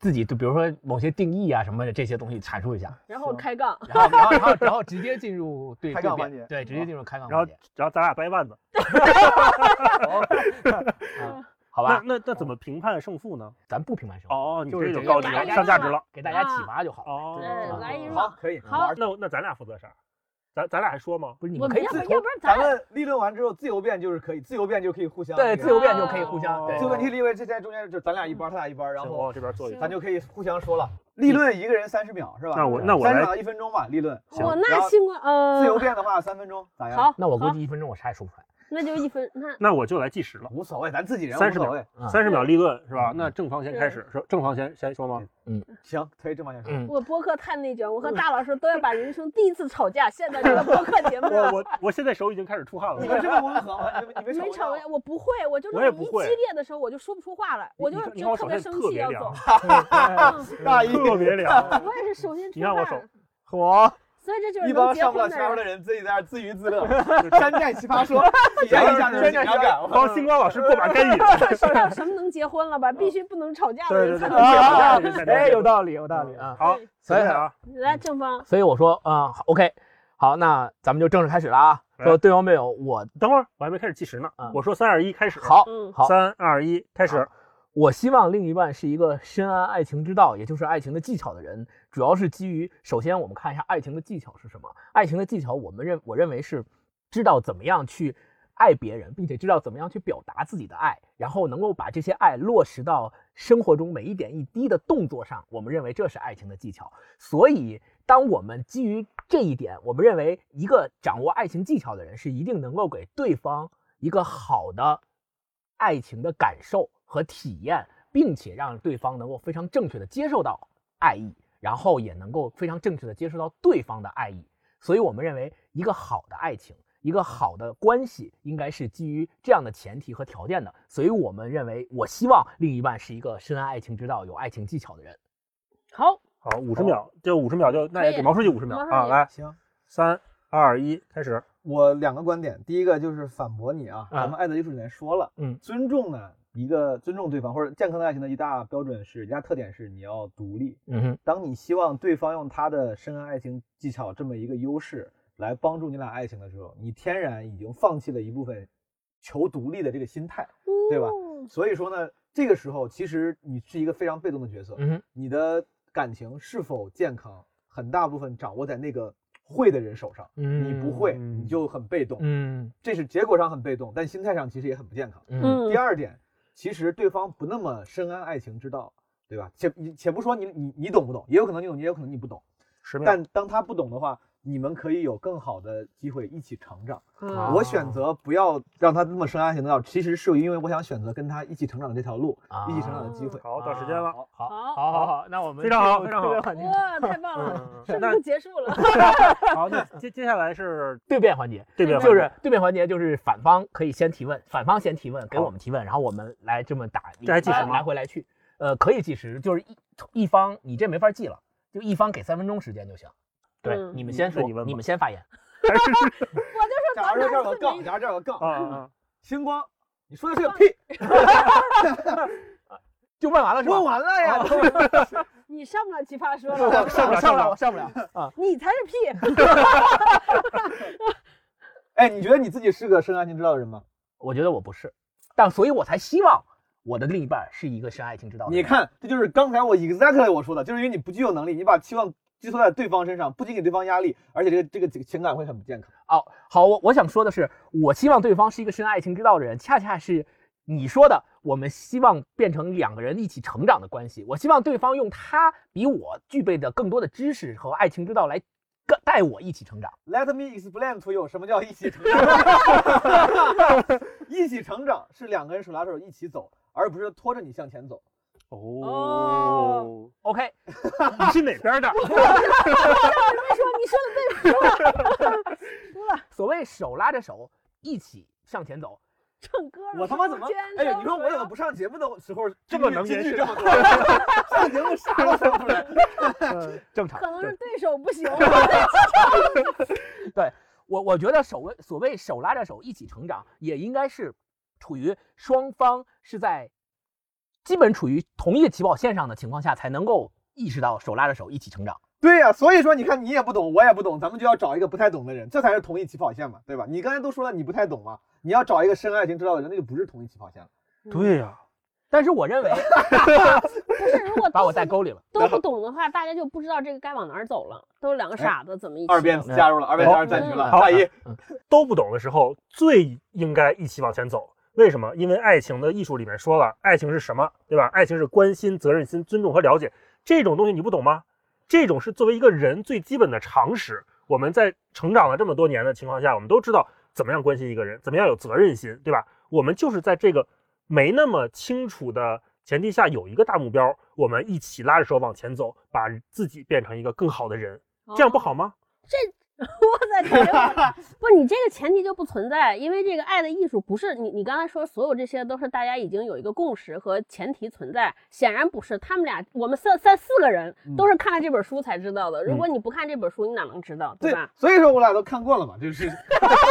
Speaker 1: 自己，就比如说某些定义啊什么的这些东西阐述一下，
Speaker 3: 然后开杠，
Speaker 1: 然后然后然后然后直接进入对
Speaker 4: 开
Speaker 1: 对
Speaker 4: 杠
Speaker 1: 辩
Speaker 4: 环节
Speaker 1: 对，直接进入开杠
Speaker 2: 然后
Speaker 1: 环节，
Speaker 2: 然后咱俩掰腕子，
Speaker 3: *laughs*
Speaker 1: 好
Speaker 2: 那
Speaker 1: 吧？
Speaker 2: 那那怎么评判胜负呢？
Speaker 1: 咱不评判胜负，
Speaker 2: 哦，你
Speaker 1: 就是
Speaker 2: 这
Speaker 1: 这
Speaker 2: 就
Speaker 1: 个
Speaker 2: 高级
Speaker 1: 大
Speaker 2: 了，
Speaker 1: 家
Speaker 2: 上价值了。
Speaker 1: 给大家启发就好了。
Speaker 2: 哦
Speaker 3: 对来一
Speaker 4: 好
Speaker 3: 让
Speaker 4: 可以
Speaker 3: 好
Speaker 2: 那我那咱俩负责啥？咱咱俩还说吗？
Speaker 1: 不是你
Speaker 3: 我
Speaker 1: 们
Speaker 3: 们
Speaker 1: 可以
Speaker 3: 要
Speaker 1: 自
Speaker 3: 不
Speaker 1: 由
Speaker 3: 要不然
Speaker 4: 咱
Speaker 3: 咱俩
Speaker 4: 们立论完之后，自由辩就是可以，自由辩就可以互相
Speaker 1: 对
Speaker 4: 那个啊
Speaker 1: 自由辩就可以互相
Speaker 2: 哦
Speaker 1: 对
Speaker 4: 自由辩题，因为这在中间就咱俩一班，他俩一班，然
Speaker 2: 行
Speaker 4: 后
Speaker 2: 我往这边坐一坐。
Speaker 4: 咱就可以互相说了。立论一个人三十秒是吧？
Speaker 2: 那我那我
Speaker 4: 三十
Speaker 2: 来
Speaker 4: 秒到一分钟吧，立论。
Speaker 2: 行
Speaker 3: 我
Speaker 4: 然
Speaker 3: 哦那
Speaker 4: 后
Speaker 3: 新冠呃，
Speaker 4: 自由辩的话三分钟咋样？
Speaker 3: 好，，
Speaker 1: 那我估
Speaker 3: 好
Speaker 1: 计一分钟我啥也说不出来。
Speaker 3: 那就一分，那
Speaker 2: 那我就来计时了，
Speaker 4: 无所谓，咱自己人
Speaker 2: 30
Speaker 4: 无所
Speaker 2: 秒
Speaker 4: 谓。
Speaker 1: 啊
Speaker 2: 三十秒立论是吧？
Speaker 1: 嗯
Speaker 2: 那正方先开始，说正方先先说吗？
Speaker 4: 行，可以这么先说。
Speaker 1: 嗯，
Speaker 3: 我播客太内卷，我和大老师都要把人生第一次吵架现在这个播客
Speaker 2: *laughs*
Speaker 3: 节目
Speaker 2: 我
Speaker 3: 了。
Speaker 2: 我我现在手已经开始出汗了。
Speaker 4: 你们这么温和吗？你们你
Speaker 3: 没
Speaker 4: 们
Speaker 3: 吵
Speaker 4: 吵
Speaker 3: 过
Speaker 4: 过
Speaker 3: 架，
Speaker 4: 架吗？
Speaker 3: 我不会，我就是
Speaker 2: 我也
Speaker 3: 一
Speaker 2: 不会
Speaker 3: 激烈的时候我就说不出话来，我就
Speaker 2: 你看你看
Speaker 3: 就
Speaker 2: 我
Speaker 3: 特
Speaker 2: 手
Speaker 3: 别
Speaker 2: 现在
Speaker 3: 生
Speaker 2: 特
Speaker 3: 气
Speaker 2: 别
Speaker 3: 要
Speaker 2: 凉
Speaker 3: 走。
Speaker 1: 嗯
Speaker 4: 大 *laughs* 大一
Speaker 2: 特别
Speaker 3: *laughs*
Speaker 2: 凉。
Speaker 3: 我也是首先
Speaker 2: 你
Speaker 3: 出
Speaker 2: 看我手
Speaker 3: 汗，
Speaker 4: 火，
Speaker 3: 所以这就是
Speaker 4: 一
Speaker 3: 能
Speaker 4: 帮
Speaker 3: 结
Speaker 4: 上不了
Speaker 3: 婚的
Speaker 4: 圈儿的
Speaker 3: 人。
Speaker 4: 人自己在那儿自娱
Speaker 2: *laughs*
Speaker 4: 自乐，山寨奇葩说，体验一下那种紧张感。
Speaker 2: 帮星光老师过把干瘾。 *laughs*
Speaker 3: 知道什么能结婚了吧？必须不能吵架的
Speaker 2: 对对
Speaker 3: 人才
Speaker 2: 对
Speaker 3: 能
Speaker 2: 对对
Speaker 3: 结婚。
Speaker 1: 啊
Speaker 2: 对对
Speaker 5: *laughs*
Speaker 2: 对
Speaker 5: 哎，有道理，有道理啊。
Speaker 2: 好，
Speaker 1: 所以
Speaker 2: 接下来啊，
Speaker 3: 来，正方，
Speaker 1: 嗯所以我说啊、好 o k 好，那咱们就正式开始了啊。
Speaker 2: 来
Speaker 5: 哎
Speaker 1: 说对方辩友，我
Speaker 2: 等会儿我还没开始计时呢
Speaker 1: 啊。
Speaker 2: 我说三二一，开始。，
Speaker 1: 好
Speaker 3: 嗯
Speaker 1: 好，
Speaker 2: 三二一，开始。
Speaker 1: 我希望另一半是一个深谙爱情之道，也就是爱情的技巧的人，主要是基于首先我们看一下爱情的技巧是什么。爱情的技巧，我们认我认为是知道怎么样去爱别人，并且知道怎么样去表达自己的爱，然后能够把这些爱落实到生活中每一点一滴的动作上，我们认为这是爱情的技巧。所以，当我们基于这一点，我们认为一个掌握爱情技巧的人是一定能够给对方一个好的爱情的感受和体验，并且让对方能够非常正确的接受到爱意，然后也能够非常正确的接受到对方的爱意。所以我们认为，一个好的爱情，一个好的关系，应该是基于这样的前提和条件的。所以我们认为，我希望另一半是一个深谙爱情之道、有爱情技巧的人。
Speaker 3: 好，
Speaker 2: 好，五十秒，这五十秒就那
Speaker 3: 可
Speaker 2: 也
Speaker 3: 以
Speaker 2: 给毛书记五十秒
Speaker 3: 毛书
Speaker 2: 啊，
Speaker 3: 记
Speaker 2: 来，
Speaker 4: *laughs* 行，
Speaker 2: 三二一，开始。
Speaker 4: 我两个观点，第一个就是反驳你啊，
Speaker 1: 啊
Speaker 4: 咱们爱的艺术里面说了，
Speaker 1: 嗯
Speaker 4: 尊重呢，一个尊重对方或者健康的爱情的一大标准是，一大特点是你要独立。
Speaker 1: 嗯哼，
Speaker 4: 当你希望对方用他的深谙爱情技巧这么一个优势来帮助你俩爱情的时候，你天然已经放弃了一部分求独立的这个心态。对吧
Speaker 3: 嗯
Speaker 4: 所以说呢，这个时候其实你是一个非常被动的角色，
Speaker 1: 嗯哼，
Speaker 4: 你的感情是否健康，很大部分掌握在那个会的人手上。你不会，你就很被动，
Speaker 1: 嗯
Speaker 4: 这是结果上很被动，但心态上其实也很不健康。
Speaker 1: 嗯
Speaker 3: 嗯
Speaker 4: 第，二点，其实对方不那么深谙爱情之道，对吧？且且不说你你你懂不懂，也有可能你懂，也有可能你不懂。
Speaker 2: 十秒。
Speaker 4: 但当他不懂的话，你们可以有更好的机会一起成长。
Speaker 1: 啊
Speaker 4: 我选择不要让他那么啊深谙爱情之道，其实是因为我想选择跟他一起成长的这条路，
Speaker 1: 啊
Speaker 4: 一起成长的机会。
Speaker 2: 好，到时间了。
Speaker 1: 好，好，
Speaker 3: 好，
Speaker 5: 好好好，那我们
Speaker 2: 非常好
Speaker 5: 进入
Speaker 2: 非常
Speaker 5: 这个
Speaker 2: 好
Speaker 5: 环节
Speaker 3: 哇，太棒了，
Speaker 2: 嗯，
Speaker 3: *laughs* 是不
Speaker 2: 那
Speaker 3: 是结束了？
Speaker 2: *laughs* 好，那接接下来是
Speaker 1: 对辩环节。
Speaker 2: *laughs* 这边
Speaker 1: 就。
Speaker 2: *laughs*
Speaker 1: 是对面环节，就是反方可以先提问，反方先提问，给
Speaker 2: 好
Speaker 1: 我们提问，然后我们来这么打，
Speaker 2: 这还计时吗
Speaker 1: 来回来去，呃，可以计时，就是一一方你这没法记了，就一方给三分钟时间就行。对，
Speaker 3: 嗯
Speaker 1: 你们先
Speaker 2: 那
Speaker 1: 说，
Speaker 2: 你问吧
Speaker 1: 们先发言。
Speaker 2: 还是
Speaker 3: 我就说
Speaker 4: 假如说
Speaker 3: 咱俩
Speaker 4: 这儿有个
Speaker 3: 四
Speaker 4: 杠，
Speaker 3: 个
Speaker 4: 假如这儿有个
Speaker 2: 啊
Speaker 4: 杠，
Speaker 2: 啊，啊
Speaker 4: *laughs* 星光，你说的是个屁，
Speaker 1: 就问完了是吧？
Speaker 4: 问完了呀。
Speaker 3: 你上不了奇葩说哦了，
Speaker 4: *laughs*
Speaker 1: 上不了， *laughs* 上不
Speaker 2: 上不
Speaker 1: 了，
Speaker 2: 了
Speaker 1: 我上不了啊！
Speaker 3: 你才是屁。 *laughs*
Speaker 4: 哎，你觉得你自己是个深谙爱情之道的人吗？
Speaker 1: 我觉得我不是，但所以我才希望我的另一半是一个深谙爱情之道的
Speaker 4: 你
Speaker 1: 人。
Speaker 4: 看，这就是刚才我 exactly 我说的，就是因为你不具有能力，你把期望寄托在对方身上，不仅给对方压力，而且这个这个这个情感会很不健康。
Speaker 1: 哦，好，我我想说的是，我希望对方是一个深谙爱情之道的人，恰恰是你说的，我们希望变成两个人一起成长的关系。我希望对方用他比我具备的更多的知识和爱情之道来跟带我一起成长。
Speaker 4: Let me explain to you 什么叫一起成长。一起成长是两个人手拉手一起走，而不是拖着你向前走。
Speaker 2: 哦
Speaker 3: 哦，
Speaker 1: OK，
Speaker 2: 你是哪边 *laughs* 的？
Speaker 3: 没说，你说的对， *laughs* 输了，输了，
Speaker 1: 所谓手拉着手一起向前走，
Speaker 3: 唱歌了。
Speaker 4: 我他妈怎么
Speaker 3: 中间？
Speaker 4: 哎呀，
Speaker 3: 都
Speaker 4: 你说我
Speaker 3: 没
Speaker 4: 怎么
Speaker 3: 有
Speaker 4: 不上节目的时候
Speaker 2: 这么能
Speaker 4: 金
Speaker 2: 言
Speaker 4: 句
Speaker 2: 慎
Speaker 4: 这么多？上节目啥都说不出来。
Speaker 2: 呃
Speaker 1: 正常。
Speaker 3: 可能
Speaker 1: 正
Speaker 3: 是对手
Speaker 4: *laughs*
Speaker 3: 不行。 *laughs*
Speaker 1: 我我觉得手谓所谓手拉着手一起成长，也应该是处于双方是在基本处于同一个起跑线上的情况下，才能够意识到手拉着手一起成长。
Speaker 4: 对呀、所以说你看你也不懂，我也不懂，咱们就要找一个不太懂的人，这才是同一起跑线嘛，对吧？你刚才都说了你不太懂嘛，你要找一个深谙爱情之道的人，那就不是同一起跑线了。
Speaker 2: 对呀，
Speaker 1: 但是我认为
Speaker 3: 但是如 *laughs* 果
Speaker 1: 把
Speaker 3: 都
Speaker 1: 我带
Speaker 3: 不
Speaker 1: 沟里了。
Speaker 3: 都不懂的话，大家就不知道这个该往哪儿走了，都是两个傻子怎么一起。
Speaker 4: 哎二变加入了，二变加入战局了。
Speaker 2: 好
Speaker 4: 大一，
Speaker 2: 都不懂的时候，最应该一起往前走。为什么？因为爱情的艺术里面说了，爱情是什么，对吧？爱情是关心、责任心、尊重和了解，这种东西你不懂吗？这种是作为一个人最基本的常识。我们在成长了这么多年的情况下，我们都知道怎么样关心一个人，怎么样有责任心，对吧？我们就是在这个没那么清楚的前提下，有一个大目标，我们一起拉着手往前走，把自己变成一个更好的人，
Speaker 3: 哦
Speaker 2: 这样不好吗？
Speaker 3: *laughs* 我在这儿不是你这个前提就不存在，因为这个爱的艺术不是你你刚才说所有这些都是大家已经有一个共识和前提存在，显然不是。他们俩我们三三四个人都是看了这本书才知道的，如果你不看这本书，你哪能知道，对
Speaker 4: 对
Speaker 3: 吧？，
Speaker 4: 所以说我俩都看过了嘛，就是 *laughs*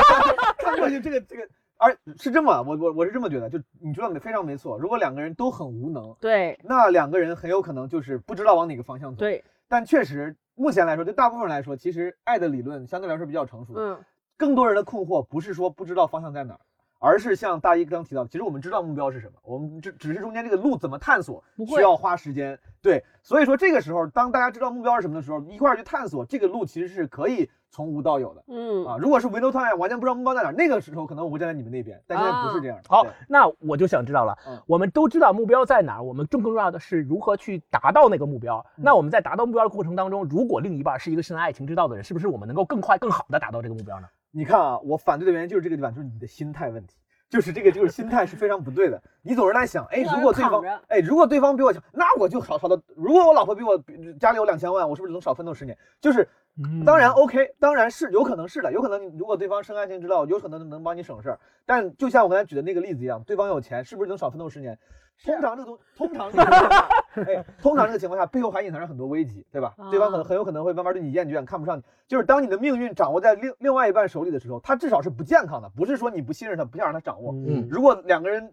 Speaker 4: 看过就这个这个，而是这么，我我我是这么觉得，就你说的没非常没错。如果两个人都很无能，
Speaker 3: 对
Speaker 4: 那两个人很有可能就是不知道往哪个方向走。，
Speaker 3: 对，
Speaker 4: 但确实目前来说，对大部分人来说，其实爱的理论相对来说比较成熟。，
Speaker 3: 嗯，
Speaker 4: 更多人的困惑不是说不知道方向在哪儿，而是像大一刚提到的，其实我们知道目标是什么，我们只只是中间这个路怎么探索
Speaker 3: 不，会
Speaker 4: 需要花时间。对，所以说这个时候，当大家知道目标是什么的时候，一块儿去探索这个路，其实是可以从无到有的。
Speaker 3: 嗯
Speaker 4: 啊，如果是 Windows 探完全不知道目标在哪儿，那个时候可能我会站在你们那边，但现在
Speaker 3: 啊
Speaker 4: 不是这样的。
Speaker 1: 好
Speaker 4: 对，
Speaker 1: 那我就想知道了
Speaker 4: 嗯，
Speaker 1: 我们都知道目标在哪儿，我们更更重要的是如何去达到那个目标。那我们在达到目标的过程当中，如果另一半是一个深谙爱情之道的人，是不是我们能够更快、更好的达到这个目标呢？
Speaker 4: 你看啊，我反对的原因就是这个地方，就是你的心态问题，就是这个就是心态是非常不对的。你总是在想，哎，
Speaker 3: 让
Speaker 4: 如果
Speaker 3: 人
Speaker 4: 对
Speaker 3: 躺
Speaker 4: 方
Speaker 3: 着，
Speaker 4: 哎，如果对方比我强，那我就少少的。如果我老婆比我比家里有两千万，我是不是能少奋斗十年？就是，
Speaker 2: 嗯
Speaker 1: 嗯
Speaker 4: 当然 OK，当然是有可能是的，有可能你如果对方深谙爱情之道，有可能能帮你省事儿。但就像我刚才举的那个例子一样，对方有钱，是不是能少奋斗十年？
Speaker 1: 啊
Speaker 4: 通常这个东，通常这个情
Speaker 1: *laughs*
Speaker 4: 况下，哎，通常这个情况下背后还隐藏着很多危机，对吧？对
Speaker 1: 哦
Speaker 4: 方可能很有可能会慢慢对你厌倦，看不上你。就是当你的命运掌握在另另外一半手里的时候，他至少是不健康的，不是说你不信任他，不想让他掌握。
Speaker 1: 嗯
Speaker 4: 如果两个人，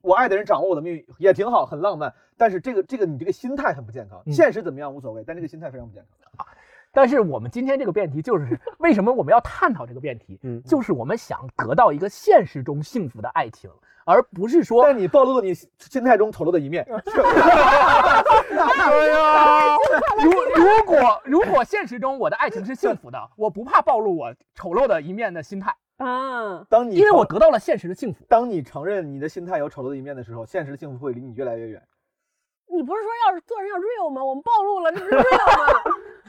Speaker 4: 我爱的人掌握我的命运也挺好，很浪漫，但是这个这个你这个心态很不健康。
Speaker 1: 嗯
Speaker 4: 现实怎么样无所谓，但这个心态非常不健康。
Speaker 1: 但是我们今天这个辩题就是为什么我们要探讨这个辩题，
Speaker 2: 嗯
Speaker 1: 就是我们想得到一个现实中幸福的爱情，而不嗯是
Speaker 4: *laughs*
Speaker 1: 说
Speaker 4: 但你暴露了你心态中丑陋的一面。
Speaker 1: 哎呀， *laughs* 如如果如果现实中我的爱情是幸福的，我不怕暴露我丑陋的一面的心态，
Speaker 3: 啊，
Speaker 4: *laughs* 当你
Speaker 1: 因为
Speaker 4: 承
Speaker 1: 我得到了现实的幸福。
Speaker 4: 当你承认你的心态有丑陋的一面的时候，现实的幸福会离你越来越远。
Speaker 3: 你不是说要是做人要 real 吗？我们暴露了，这不
Speaker 1: *laughs*
Speaker 3: 是 real 吗？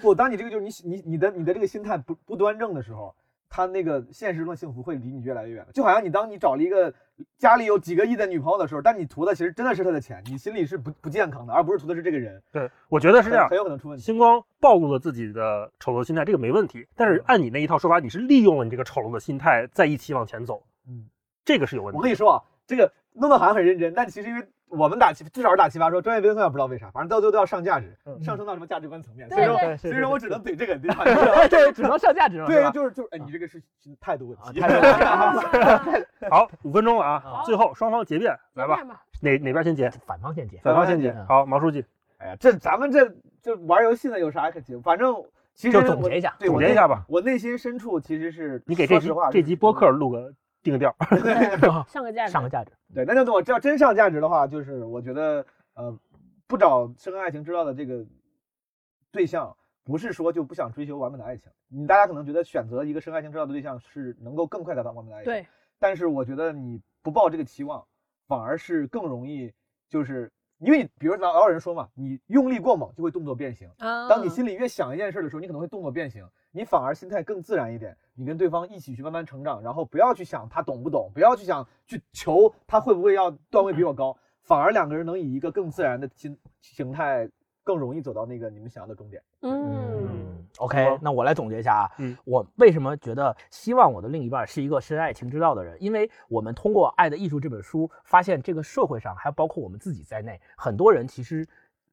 Speaker 4: 不，当你这个就是你你你的你的这个心态不不端正的时候，他那个现实中的幸福会离你越来越远。就好像你当你找了一个家里有几个亿的女朋友的时候，但你图的其实真的是她的钱，你心里是不不健康的，而不是图的是这个人。
Speaker 2: 对，我觉得是这样
Speaker 4: 很很。有可能出问题。
Speaker 2: 星光暴露了自己的丑陋心态，这个没问题。但是按你那一套说法，你是利用了你这个丑陋的心态在一起往前走，
Speaker 4: 嗯，
Speaker 2: 这个是有问
Speaker 4: 我
Speaker 2: 题
Speaker 4: 跟。你说啊，这个弄得好像很认真，但其实因为我们打七，至少是打七八说，专业辩论也不知道为啥，反正到最后都要上价值，
Speaker 2: 嗯
Speaker 4: 上升到什么价值观层面。
Speaker 3: 对
Speaker 4: 所以说，
Speaker 3: 对
Speaker 4: 所以说我只能怼这 *laughs* 个地方。
Speaker 1: *laughs* 对，只能上价值了。是
Speaker 4: 对，
Speaker 1: 吧
Speaker 4: 就是就是，哎，你这个是是态度问
Speaker 1: 啊
Speaker 4: 题。
Speaker 1: 态度问
Speaker 4: *laughs*
Speaker 1: 题
Speaker 2: 好，五分钟了啊
Speaker 1: 好，
Speaker 2: 最后双方结辩，来吧，哪哪边先结？
Speaker 1: 反方见解。
Speaker 4: 反方先结
Speaker 2: 结。
Speaker 1: 嗯
Speaker 2: 好，毛书记，
Speaker 4: 哎呀，这咱们这这玩游戏呢，有啥可提？反正其实
Speaker 1: 就总
Speaker 4: 我
Speaker 1: 结一下
Speaker 4: 对
Speaker 2: 总
Speaker 4: 我
Speaker 2: 结
Speaker 4: 内
Speaker 2: 一下吧
Speaker 4: 我内心深处其实是，
Speaker 2: 你给这
Speaker 4: 说
Speaker 2: 集
Speaker 4: 实话
Speaker 2: 这
Speaker 4: 是
Speaker 2: 集播客录个定调。
Speaker 3: 上个价
Speaker 1: *laughs*
Speaker 3: 值
Speaker 1: 上个价值，
Speaker 4: 对，那就等我这要真上价值的话，就是我觉得呃，不找深谙爱情之道的这个对象，不是说就不想追求完美的爱情。你大家可能觉得选择一个深谙爱情之道的对象是能够更快达到完美的爱情，
Speaker 3: 对。
Speaker 4: 但是我觉得你不抱这个期望，反而是更容易就是。因为你，比如老老有人说嘛，你用力过猛就会动作变形，
Speaker 3: 啊，
Speaker 4: 当你心里越想一件事的时候，你可能会动作变形，你反而心态更自然一点。你跟对方一起去慢慢成长，然后不要去想他懂不懂，不要去想去求他会不会要段位比我高，反而两个人能以一个更自然的心形态，更容易走到那个你们想要的终点。
Speaker 3: 嗯，
Speaker 1: ，OK，那我来总结一下啊，
Speaker 2: 嗯
Speaker 1: 我为什么觉得希望我的另一半是一个深谙爱情之道的人？因为我们通过《爱的艺术》这本书，发现这个社会上，还包括我们自己在内，很多人其实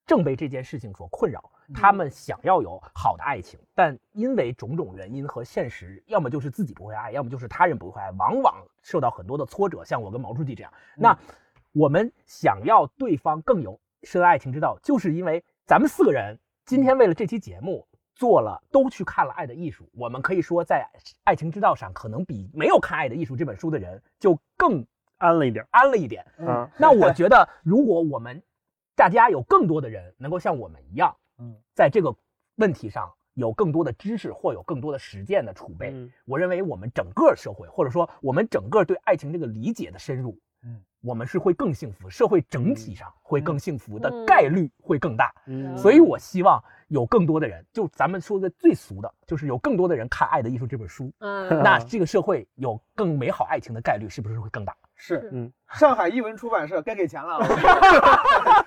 Speaker 1: 正被这件事情所困扰。他们想要有好的爱情，但因为种种原因和现实，要么就是自己不会爱，要么就是他人不会爱，往往受到很多的挫折。像我跟毛书记这样，那我们想要对方更有深爱情之道，就是因为咱们四个人今天为了这期节目做了，都去看了《爱的艺术》。我们可以说，在《爱情之道》上，可能比没有看《爱的艺术》这本书的人就更
Speaker 2: 安了一点儿。
Speaker 1: 安了一点。
Speaker 2: 嗯，
Speaker 1: 那我觉得，如果我们大家有更多的人能够像我们一样，
Speaker 4: 嗯，
Speaker 1: 在这个问题上有更多的知识或有更多的实践的储备，
Speaker 2: 嗯
Speaker 1: 我认为我们整个社会，或者说我们整个对爱情这个理解的深入，
Speaker 4: 嗯，
Speaker 1: 我们是会更幸福，社会整体上会更幸福的
Speaker 3: 嗯
Speaker 1: 概率会更大。
Speaker 2: 嗯，
Speaker 1: 所以我希望有更多的人，就咱们说的最俗的，就是有更多的人看《爱的艺术》这本
Speaker 2: *laughs*
Speaker 1: 书，
Speaker 3: 嗯，
Speaker 1: 那这个社会有更美好爱情的概率是不是会更大？
Speaker 4: 是
Speaker 2: 嗯
Speaker 4: 上海译文出版社该给钱了。啊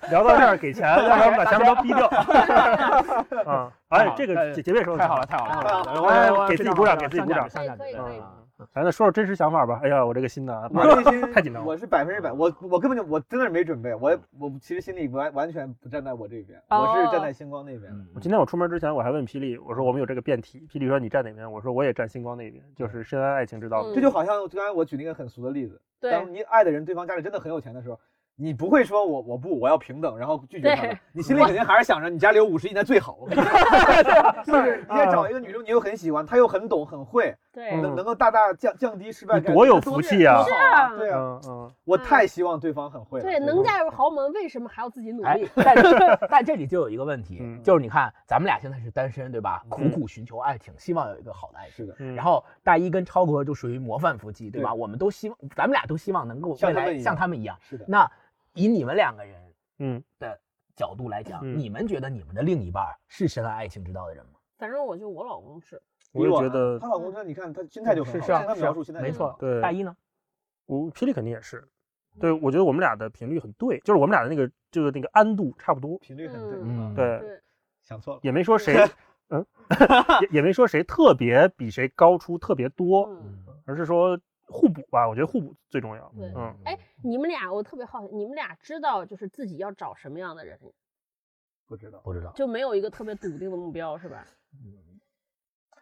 Speaker 2: 聊到这儿给钱，要不然我们把前面都逼掉。 *laughs* 啊，
Speaker 1: 太
Speaker 2: 哎
Speaker 1: 好，
Speaker 2: 这
Speaker 1: 了
Speaker 2: 个结尾收
Speaker 1: 太好了，太好了，
Speaker 3: 太
Speaker 1: 太
Speaker 3: 好
Speaker 1: 好
Speaker 4: 了
Speaker 1: 了！
Speaker 2: 哎
Speaker 1: 我
Speaker 2: 给自己鼓掌给自己鼓掌
Speaker 1: 上下级
Speaker 3: 嗯可以
Speaker 1: 上
Speaker 3: 可以
Speaker 1: 下级
Speaker 2: 咱再说说真实想法吧。哎呀，我这个心呐，
Speaker 4: 我内心
Speaker 2: 太紧张了嗯
Speaker 4: 我是百分之百，我我根本就我真的是没准备，我我其实心里完完全不站在我这边，我是
Speaker 3: 哦
Speaker 4: 站在星光那边的。
Speaker 1: 嗯
Speaker 2: 我今天我出门之前我还问霹雳，我说我们有这个辩题，霹雳说你站哪边？我说我也站星光那边，就是深谙爱情之道
Speaker 3: 嗯
Speaker 2: 理。
Speaker 4: 这就好像刚才我举那个很俗的例子，
Speaker 3: 对
Speaker 4: 当，你爱的人对方家里真的很有钱的时候，你不会说我我不我要平等，然后拒绝他
Speaker 3: 对
Speaker 4: 的，你心里肯定还是想着你家里有五十亿那最好。我 *laughs* 跟你讲就是你也找一个女生，你又很喜欢，她又很懂很会，
Speaker 3: 对，
Speaker 2: 啊嗯
Speaker 4: 能能够大大降降低失败
Speaker 2: 你
Speaker 4: 概率，
Speaker 2: 多有
Speaker 4: 那
Speaker 2: 福
Speaker 4: 厉
Speaker 2: 气啊
Speaker 4: 多好
Speaker 3: 是啊
Speaker 4: 对啊，
Speaker 2: 嗯嗯，
Speaker 4: 我太希望对方很会了。
Speaker 3: 对，
Speaker 4: 真的
Speaker 3: 能嫁入豪门，为什么还要自己努
Speaker 1: 哎
Speaker 3: 力？，
Speaker 1: 但 *laughs* 但这里就有一个问题
Speaker 2: 嗯，
Speaker 1: 就是你看咱们俩现在是单身，对吧？苦
Speaker 2: 嗯
Speaker 1: 苦寻求爱情，希望有一个好的爱情。
Speaker 4: 是的，
Speaker 2: 嗯
Speaker 1: 然后大一跟超哥就属于模范夫妻，对吧？
Speaker 4: 对
Speaker 1: 我们都希望，咱们俩都希望能够
Speaker 4: 像
Speaker 1: 未
Speaker 4: 他们
Speaker 1: 来
Speaker 4: 一样
Speaker 1: 像他们一样。
Speaker 4: 是的。
Speaker 1: 那以你们两个人
Speaker 2: 嗯
Speaker 1: 的角度来讲，
Speaker 2: 嗯
Speaker 1: 你们觉得你们的另一半是深谙爱情之道的人吗？
Speaker 3: 反正我就我老公是，
Speaker 2: 我也
Speaker 4: 比我
Speaker 2: 觉
Speaker 4: 呢
Speaker 2: 得
Speaker 4: 她老公说，你看他心态就很好，
Speaker 1: 是啊
Speaker 4: 看他
Speaker 1: 是啊
Speaker 4: 描述心态就
Speaker 1: 没
Speaker 4: 很好
Speaker 1: 错，
Speaker 2: 对
Speaker 1: 大一呢？
Speaker 2: 我霹雳肯定也是，对我觉得我们俩的频率很对，就是我们俩的那个就是那个安度差不多，
Speaker 4: 频率很对，
Speaker 1: 嗯
Speaker 2: 对，
Speaker 3: 对，
Speaker 4: 想错了，
Speaker 2: 也没说谁，嗯，也也没说谁特别比谁高出特别多，
Speaker 3: 嗯，
Speaker 2: 而是说互补吧，我觉得互补最重要。
Speaker 3: 对
Speaker 2: 嗯，
Speaker 3: 哎，你们俩，我特别好奇，你们俩知道就是自己要找什么样的人，
Speaker 4: 不知道。
Speaker 1: 不知道。
Speaker 3: 就没有一个特别笃定的目标，是吧？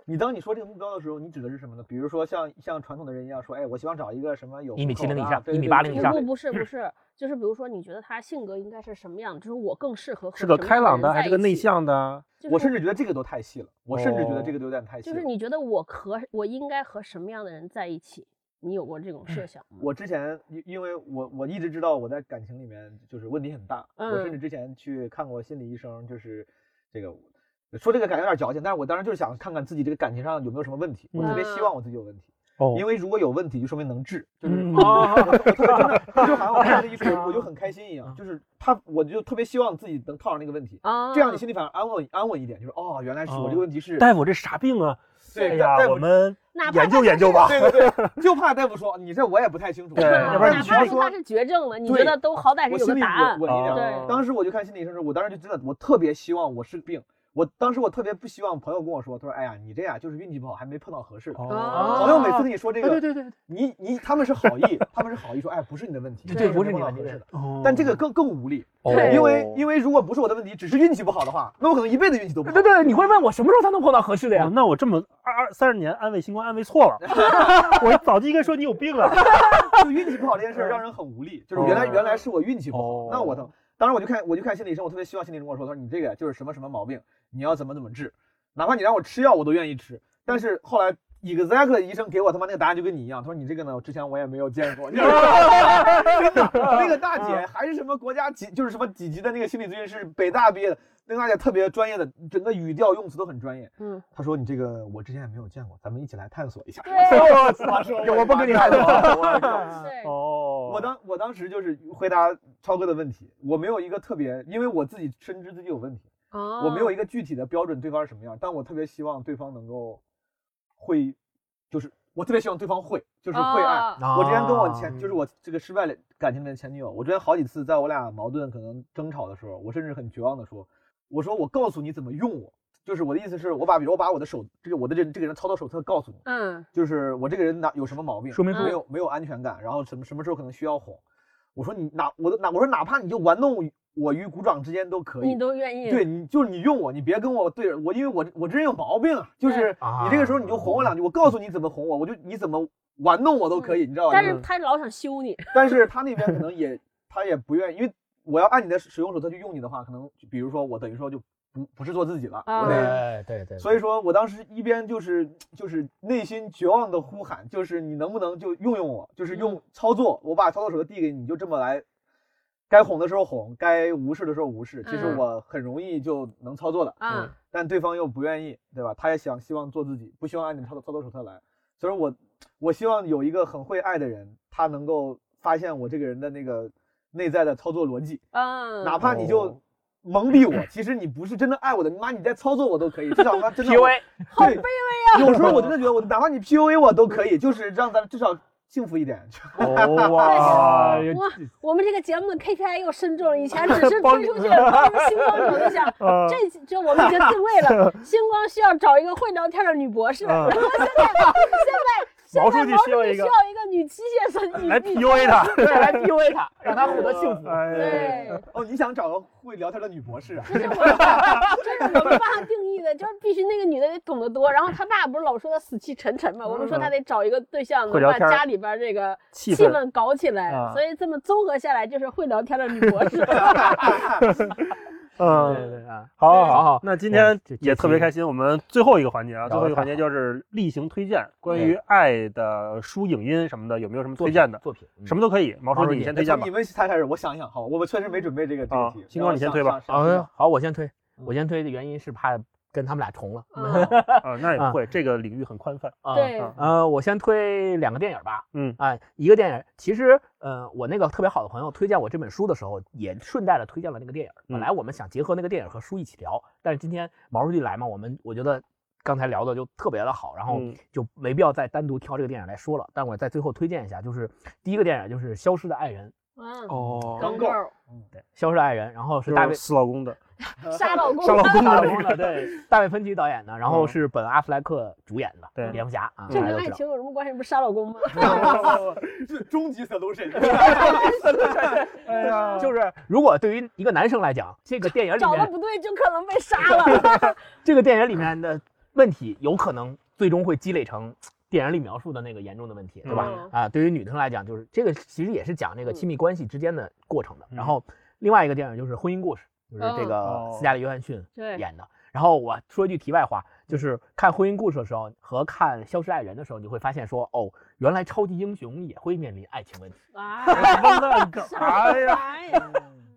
Speaker 4: 你当你说这个目标的时候，你指的是什么呢？比如说像像传统的人一样说，哎，我希望找一个什么有
Speaker 1: 一米
Speaker 4: 户
Speaker 1: 70
Speaker 4: 口的啊
Speaker 1: 以上
Speaker 4: 对
Speaker 1: 一
Speaker 4: 对
Speaker 1: 米
Speaker 4: 对
Speaker 1: 80
Speaker 4: 对
Speaker 1: 以
Speaker 4: 对
Speaker 1: 上
Speaker 3: 不不是不是，就是比如说，你觉得他性格应该是什么样的？就是我更适合和
Speaker 2: 是个
Speaker 3: 什么
Speaker 2: 开
Speaker 3: 样的
Speaker 2: 朗
Speaker 3: 人
Speaker 2: 的还
Speaker 3: 在
Speaker 2: 是个
Speaker 3: 一
Speaker 2: 内
Speaker 3: 起？
Speaker 2: 向的啊？
Speaker 3: 就是
Speaker 4: 我甚至觉得这个都太细了，我甚至觉得这个
Speaker 1: 哦
Speaker 4: 都有点太细
Speaker 3: 就
Speaker 4: 了。
Speaker 3: 是你觉得我和我应该和什么样的人在一起？你有过这种设想吗？
Speaker 4: 我之前因因为我我一直知道我在感情里面就是问题很大，我甚
Speaker 3: 嗯
Speaker 4: 至之前去看过心理医生，就是这个说这个感觉有点矫情，但是我当时就是想看看自己这个感情上有没有什么问题，我特别
Speaker 3: 嗯
Speaker 4: 希望我自己有问题，
Speaker 2: 哦
Speaker 4: 因为如果有问题就说明能治，就是
Speaker 2: 嗯啊
Speaker 4: 我我
Speaker 2: *laughs*
Speaker 4: 特别真的就好像我看这医生我我就很开心一样，就是他我就特别希望自己能套上那个问题。
Speaker 3: 啊，
Speaker 4: 这样你心里反而安稳安稳一点，就是哦，原来是我这
Speaker 2: 哦
Speaker 4: 个问题是
Speaker 2: 大夫，这啥病啊？
Speaker 4: 对
Speaker 2: 哎
Speaker 4: 大
Speaker 2: 呀，
Speaker 4: 大
Speaker 2: 我
Speaker 4: 夫
Speaker 2: 们
Speaker 3: 哪怕
Speaker 2: 研
Speaker 3: 他
Speaker 2: 究研究吧。
Speaker 4: 对对对，就怕大夫说你这我也不太清楚，
Speaker 2: 对要不然
Speaker 3: 哪
Speaker 2: 你
Speaker 4: 需
Speaker 2: 直
Speaker 3: 怕
Speaker 4: 要
Speaker 2: 接
Speaker 3: 说
Speaker 4: 说
Speaker 3: 他是绝症了，你觉
Speaker 4: 对
Speaker 3: 得都好歹
Speaker 4: 我
Speaker 3: 是有
Speaker 4: 心
Speaker 3: 个
Speaker 4: 里
Speaker 3: 答案
Speaker 4: 稳。稳一点
Speaker 3: 对
Speaker 2: 哦
Speaker 4: 儿。当时我就看心理医生时候，我当时就真的，我特别希望我是病。我当时我特别不希望朋友跟我说，他说：“哎呀，你这样就是运气不好，还没碰到合适的。
Speaker 3: 哦
Speaker 4: 朋友每次跟你说这个，
Speaker 5: 对对对对，
Speaker 4: 你你他们是好意，他们是好意说，哎，不是你的问题，
Speaker 3: 对
Speaker 4: 就
Speaker 1: 不是
Speaker 4: 没
Speaker 1: 你
Speaker 4: 碰
Speaker 1: 的
Speaker 4: 到合
Speaker 1: 问
Speaker 4: 适
Speaker 1: 题
Speaker 4: 的。
Speaker 2: 哦
Speaker 4: 但这个更更无力，
Speaker 1: 哦
Speaker 3: 对
Speaker 4: 因为因为如果不是我的问题，只是运气不好的话，那我可能一辈子运气都不好。
Speaker 1: 对对，你会问我什么时候才能碰到合适的呀
Speaker 2: 哦？那我这么二二三十年安慰星光安慰错了， *laughs* 我早就应该说你有病了。
Speaker 4: *laughs* 就运气不好这件事儿让人很无力，就是原来
Speaker 2: 嗯哦
Speaker 4: 原来是我运气不
Speaker 2: 哦
Speaker 4: 好，那我当当时我就看我就看心理医生，我特别希望心理医生跟我说，他说你这个就是什么什么毛病，你要怎么怎么治，哪怕你让我吃药我都愿意吃，但是后来。exactly 医生给我他妈那个答案就跟你一样，他说你这个呢，我之前我也没有见过，就是 *laughs* 真的，那个大
Speaker 2: 嗯
Speaker 4: 姐还是什么国家几就是什么几级的那个心理咨询师，北大毕业的，那个大姐特别专业的，整个语调用词都很专业。
Speaker 3: 嗯，
Speaker 4: 她说你这个我之前也没有见过，咱们一起来探索一下。 *laughs*
Speaker 1: 哎
Speaker 3: 对
Speaker 4: 啊我操，我不跟你探索，啊我靠
Speaker 3: 对，
Speaker 2: 哦，
Speaker 4: 我当我当时就是回答超哥的问题，我没有一个特别，因为我自己深知自己有问题，我
Speaker 3: 我
Speaker 4: 没有一个具体的标准对方是什么样，但我特别希望对方能够会，就是我特别希望对方会，就是会爱。
Speaker 3: 哦
Speaker 1: 啊
Speaker 4: 我之前跟我前
Speaker 1: 哦
Speaker 4: 就是我这个失败的感情里的前女友，我之前好几次在我俩矛盾可能争吵的时候，我甚至很绝望的说，我说我告诉你怎么用我，就是我的意思是我把比如我把我的手这个我的这这个人操作手册告诉你，
Speaker 3: 嗯
Speaker 4: 就是我这个人哪有什么毛病，
Speaker 1: 说明
Speaker 3: 不
Speaker 4: 没
Speaker 3: 嗯
Speaker 4: 有没有安全感，然后什么什么时候可能需要哄。我说你哪我都哪我说哪怕你就玩弄我与鼓掌之间都可以，
Speaker 3: 你都愿意
Speaker 4: 对你就是你用我，你别跟我对着我，因为我我这人有毛病啊，就是
Speaker 1: 啊
Speaker 4: 你这个时候你就哄我两句，我告诉你怎么哄我，我就你怎么玩弄我都可以，你知道吧？
Speaker 3: 但
Speaker 4: 就是
Speaker 3: 他老想休你，
Speaker 4: 但是他那边可能也他也不愿意，因为我要按你的使用手册去用你的话，可能就比如说我等于说就不不是做自己了，
Speaker 3: 啊
Speaker 4: 我得。
Speaker 1: 对对对，
Speaker 4: 所以说我当时一边就是就是内心绝望的呼喊，就是你能不能就用用我，就是用操作，我把操作手册递给你，你就这么来，该哄的时候哄，该无视的时候无视。其实
Speaker 3: 嗯
Speaker 4: 我很容易就能操作的，
Speaker 1: 嗯
Speaker 3: 啊，
Speaker 4: 但对方又不愿意，对吧？他也想希望做自己，不希望按你操作操作手册来。所以我我希望有一个很会爱的人，他能够发现我这个人的那个内在的操作逻辑，
Speaker 3: 嗯，
Speaker 4: 哪怕你就
Speaker 1: 哦
Speaker 4: 蒙蔽我，其实你不是真的爱我的，你妈你在操作我都可以，至少他真的 *laughs*
Speaker 2: PUA
Speaker 4: 好卑微啊！有时候我真的觉得我哪怕你 PUA 我都可以，就是让咱至少幸福一点。 *laughs*
Speaker 2: 哦哇，
Speaker 3: 哇，我们这个节目的 KPI 又深重了，以前只是推出去，帮助星光找对
Speaker 4: *laughs*
Speaker 3: 象。
Speaker 2: 呃，
Speaker 4: 嗯
Speaker 3: 这这我们已经定位了，星光需要找一个会聊天的女博士，
Speaker 2: 嗯
Speaker 3: 然后现在现在
Speaker 2: 毛
Speaker 3: 现在
Speaker 2: 书记
Speaker 3: 毛
Speaker 2: 需要
Speaker 3: 书记
Speaker 2: 一个
Speaker 3: 需要一个女机械师，女
Speaker 2: 来
Speaker 3: 女
Speaker 2: PUA 他，
Speaker 5: 对，来 PUA 他，让他获得幸
Speaker 4: *laughs*
Speaker 5: 福。
Speaker 2: 哎，
Speaker 3: 对，
Speaker 4: 哦，你想找个会聊天的女博士啊？
Speaker 3: 这是我没办法这是我没办法定义的，就是必须那个女的得懂得多。然后他爸不是老说他死气沉沉嘛，我们说他得找一个对象，
Speaker 2: 嗯会聊
Speaker 3: 能把
Speaker 2: 天儿
Speaker 3: 家里边这个
Speaker 2: 气氛
Speaker 3: 氛搞起来。
Speaker 2: 啊
Speaker 3: 所以这么综合下来，就是会聊天的女
Speaker 2: *laughs*
Speaker 3: 博士。
Speaker 5: 对
Speaker 2: 嗯，
Speaker 5: 对啊，
Speaker 2: 好好好
Speaker 5: 好好，
Speaker 2: 那今天
Speaker 5: 这这
Speaker 2: 也特别
Speaker 5: 期
Speaker 2: 开心，我们最后一个环节啊，
Speaker 5: 聊
Speaker 2: 最后
Speaker 5: 得
Speaker 2: 一个
Speaker 5: 太
Speaker 2: 环节就是例行推荐，关于爱的书、影音什么的，有没有什么
Speaker 1: 作
Speaker 2: 推
Speaker 1: 品
Speaker 2: 荐的？
Speaker 1: 作品嗯
Speaker 2: 什么都可以，毛
Speaker 1: 毛
Speaker 2: 书
Speaker 1: 书
Speaker 2: 记
Speaker 1: 记
Speaker 2: 你先推荐
Speaker 4: 从
Speaker 2: 吧
Speaker 4: 你。们猜开始，我想一想，好吧，我们确实没准备这个这
Speaker 2: 啊
Speaker 4: 个题。
Speaker 2: 星光你先推吧哦
Speaker 4: 然后想。想想
Speaker 1: 好，我先推，
Speaker 4: 嗯
Speaker 1: 我先推的原因是怕跟他们俩重了。
Speaker 3: 嗯
Speaker 2: 啊，那也不
Speaker 1: 啊
Speaker 2: 会，这个领域很宽泛。
Speaker 1: 啊
Speaker 3: 对，
Speaker 2: 啊
Speaker 1: 呃，我先推两个电影吧。
Speaker 2: 嗯
Speaker 1: 啊、一个电影，其实，呃，我那个特别好的朋友推荐我这本书的时候，也顺带着推荐了那个电影。本
Speaker 2: 嗯
Speaker 1: 来我们想结合那个电影和书一起聊，但是今天毛书记来嘛，我们我觉得刚才聊的就特别的好，然后
Speaker 2: 嗯
Speaker 1: 就没必要再单独挑这个电影来说了。但我在最后推荐一下，就是第一个电影就是《消失的爱人》，
Speaker 3: 嗯，
Speaker 2: 哦
Speaker 3: 刚够，
Speaker 1: 对，《消失的爱人》，然后是
Speaker 2: 就
Speaker 1: 大卫
Speaker 2: 是死老公的，
Speaker 3: 杀老公，
Speaker 2: 杀老公嗯
Speaker 1: 大
Speaker 2: 的
Speaker 1: 卫
Speaker 2: 那
Speaker 1: 芬
Speaker 2: 个， *laughs*
Speaker 1: 奇对，大卫芬奇导演的，然后
Speaker 2: 嗯
Speaker 1: 是本阿弗莱克主演的
Speaker 2: 对嗯
Speaker 1: 《蝙蝠侠》啊，
Speaker 3: 这
Speaker 1: 大
Speaker 2: 哎
Speaker 1: 家
Speaker 3: 跟
Speaker 1: 都
Speaker 3: 爱
Speaker 1: 知道
Speaker 3: 情有什么关系？不是杀老
Speaker 2: *laughs*
Speaker 3: 公吗？
Speaker 4: *laughs* 是终极 solution。
Speaker 2: 哎呀
Speaker 1: *laughs* 就是如果对于一个男生来讲，这个电影里
Speaker 3: 找的
Speaker 1: 面，
Speaker 3: 不对就可能被杀
Speaker 2: *laughs*
Speaker 3: 了。
Speaker 1: 这个电影里面的问题，有可能最终会积累成电影里描述的那个严重的问题，对吧？
Speaker 3: 嗯
Speaker 1: 啊，对于女生来讲，就是这个其实也是讲这个
Speaker 3: 嗯
Speaker 1: 亲密关系之间的过程的。
Speaker 2: 嗯
Speaker 1: 然后另外一个电影就是《婚姻故事》，就是这
Speaker 2: 哦
Speaker 1: 个斯嘉丽·约翰逊
Speaker 3: 对嗯
Speaker 1: 演的。然后我说一句题外话，就是看《婚姻故事》的时候和看《消失爱人》的时候，你会发现说，哦，原来超级英雄也会面临爱情问题。
Speaker 2: *laughs*
Speaker 3: 啊，
Speaker 2: 烂
Speaker 3: *laughs*
Speaker 2: 梗，哎呀，
Speaker 3: 呀，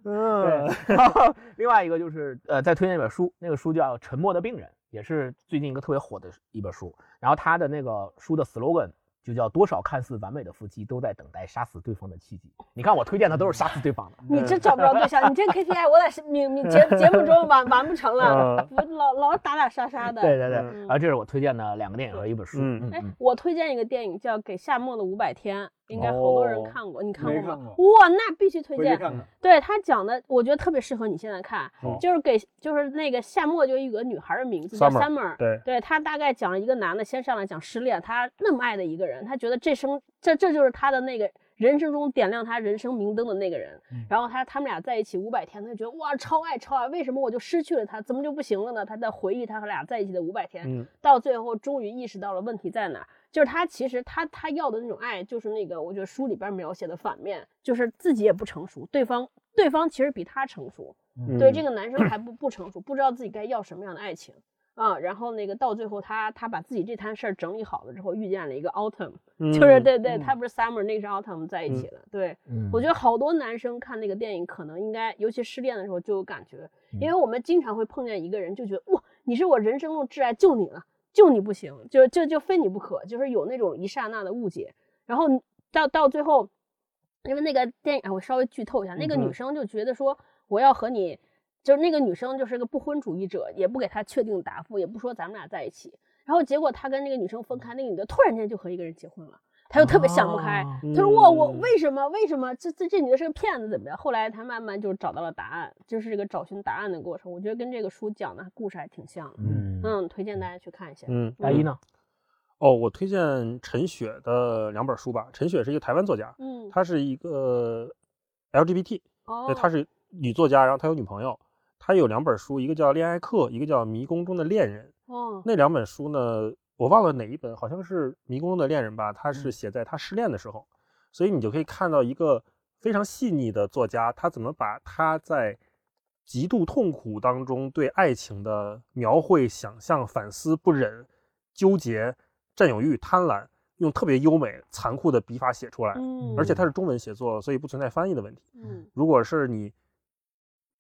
Speaker 2: 嗯，
Speaker 1: 然后另外一个就是呃，再推荐一本书，那个书叫《沉默的病人》，也是最近一个特别火的一本书。然后他的那个书的 slogan 就叫“多少看似完美的夫妻都在等待杀死对方的契机”。你看我推荐的都是杀死对方的，
Speaker 3: 你这找不着对象，你这 KPI 我在是明明节节目中完完不成了
Speaker 2: 嗯，
Speaker 3: 我老老打打杀杀
Speaker 1: 对
Speaker 3: 的。
Speaker 1: 对对。
Speaker 2: 嗯
Speaker 1: 然后这是我推荐的两个电影和一本书。
Speaker 2: 嗯
Speaker 1: 嗯
Speaker 3: 哎
Speaker 1: 嗯，
Speaker 3: 我推荐一个电影叫《给夏末的五百天》，应该好多人
Speaker 2: 哦
Speaker 3: 看过，你看
Speaker 4: 没
Speaker 3: 过吗？
Speaker 4: 看过，
Speaker 3: 哇，那必须推
Speaker 4: 回去
Speaker 3: 荐。
Speaker 4: 看看。
Speaker 3: 对他讲的，我觉得特别适合你现在看
Speaker 2: 好，
Speaker 3: 就是给就是那个夏末就有一个女孩的名字叫
Speaker 2: Summer，
Speaker 3: Summer，
Speaker 2: 对，
Speaker 3: 对他大概讲了一个男的先上来讲失恋，他那么爱的一个人，他觉得这生这这就是他的那个人生中点亮他人生明灯的那个人。然后他他们俩在一起五百天，他就觉得哇超爱超爱，为什么我就失去了他，怎么就不行了呢？他在回忆他和俩在一起的五百天，
Speaker 2: 嗯
Speaker 3: 到最后终于意识到了问题在哪儿。就是他其实他他要的那种爱，就是那个我觉得书里边描写的反面，就是自己也不成熟，对方对方其实比他成熟，对这
Speaker 2: 个，
Speaker 3: 个男生还不不成熟，不知道自己该要什么样的爱情啊。然后那个到最后他，他把自己这摊事儿整理好了之后，遇见了一个 autumn，、就是
Speaker 2: 嗯，
Speaker 3: 对对，
Speaker 4: 嗯
Speaker 3: 他不是 summer，那个是 autumn 在一起的。对
Speaker 1: 嗯
Speaker 3: 哎我觉得好多男生看那个电影，可能应该尤其失恋的时候就有感觉，因为
Speaker 1: 嗯
Speaker 3: 我们经常会碰见一个人，就觉得哇，你是我人生中的挚爱，就你了，就你不行，就就就非你不可，就是有那种一刹那的误解。然后你到到最后，因为那个电影，啊我稍微剧透一下，那个
Speaker 2: 嗯
Speaker 3: 女
Speaker 2: 哼
Speaker 3: 生就觉得说，我要和你，就是那个女生就是个不婚主义者，也不给他确定答复，也不说咱们俩在一起。然后结果他跟那个女生分开，那个女的突然间就和一个人结婚了，他就特别想不开。
Speaker 1: 啊
Speaker 3: 他说我
Speaker 2: 嗯
Speaker 3: 我为什么为什么这这这女的是个骗子怎么样？后来他慢慢就找到了答案，就是这个找寻答案的过程。我觉得跟这个书讲的故事还挺像的，
Speaker 1: 嗯，
Speaker 3: 嗯，推荐大家去看一下。
Speaker 2: 嗯，
Speaker 1: 大一呢？
Speaker 2: 哦，我推荐陈雪的两本书吧。陈雪是一个台湾作家，
Speaker 3: 嗯，
Speaker 2: 她是一个 LGBT，
Speaker 3: 哦
Speaker 2: 对，，她是女作家，然后她有女朋友，她有两本书，一个叫《恋爱课》，一个叫《迷宫中的恋人》。
Speaker 3: 哦，
Speaker 2: 那两本书呢，我忘了哪一本，好像是《迷宫中的恋人》吧，它是写在他失恋的时候，所以你就可以看到一个非常细腻的作家，他怎么把他在极度痛苦当中对爱情的描绘、想象、反思、不忍、纠结、占有欲、贪婪，用特别优美、残酷的笔法写出来。
Speaker 3: 嗯
Speaker 2: 而且它是中文写作，所以不存在翻译的问题。
Speaker 3: 嗯
Speaker 2: 如果是你，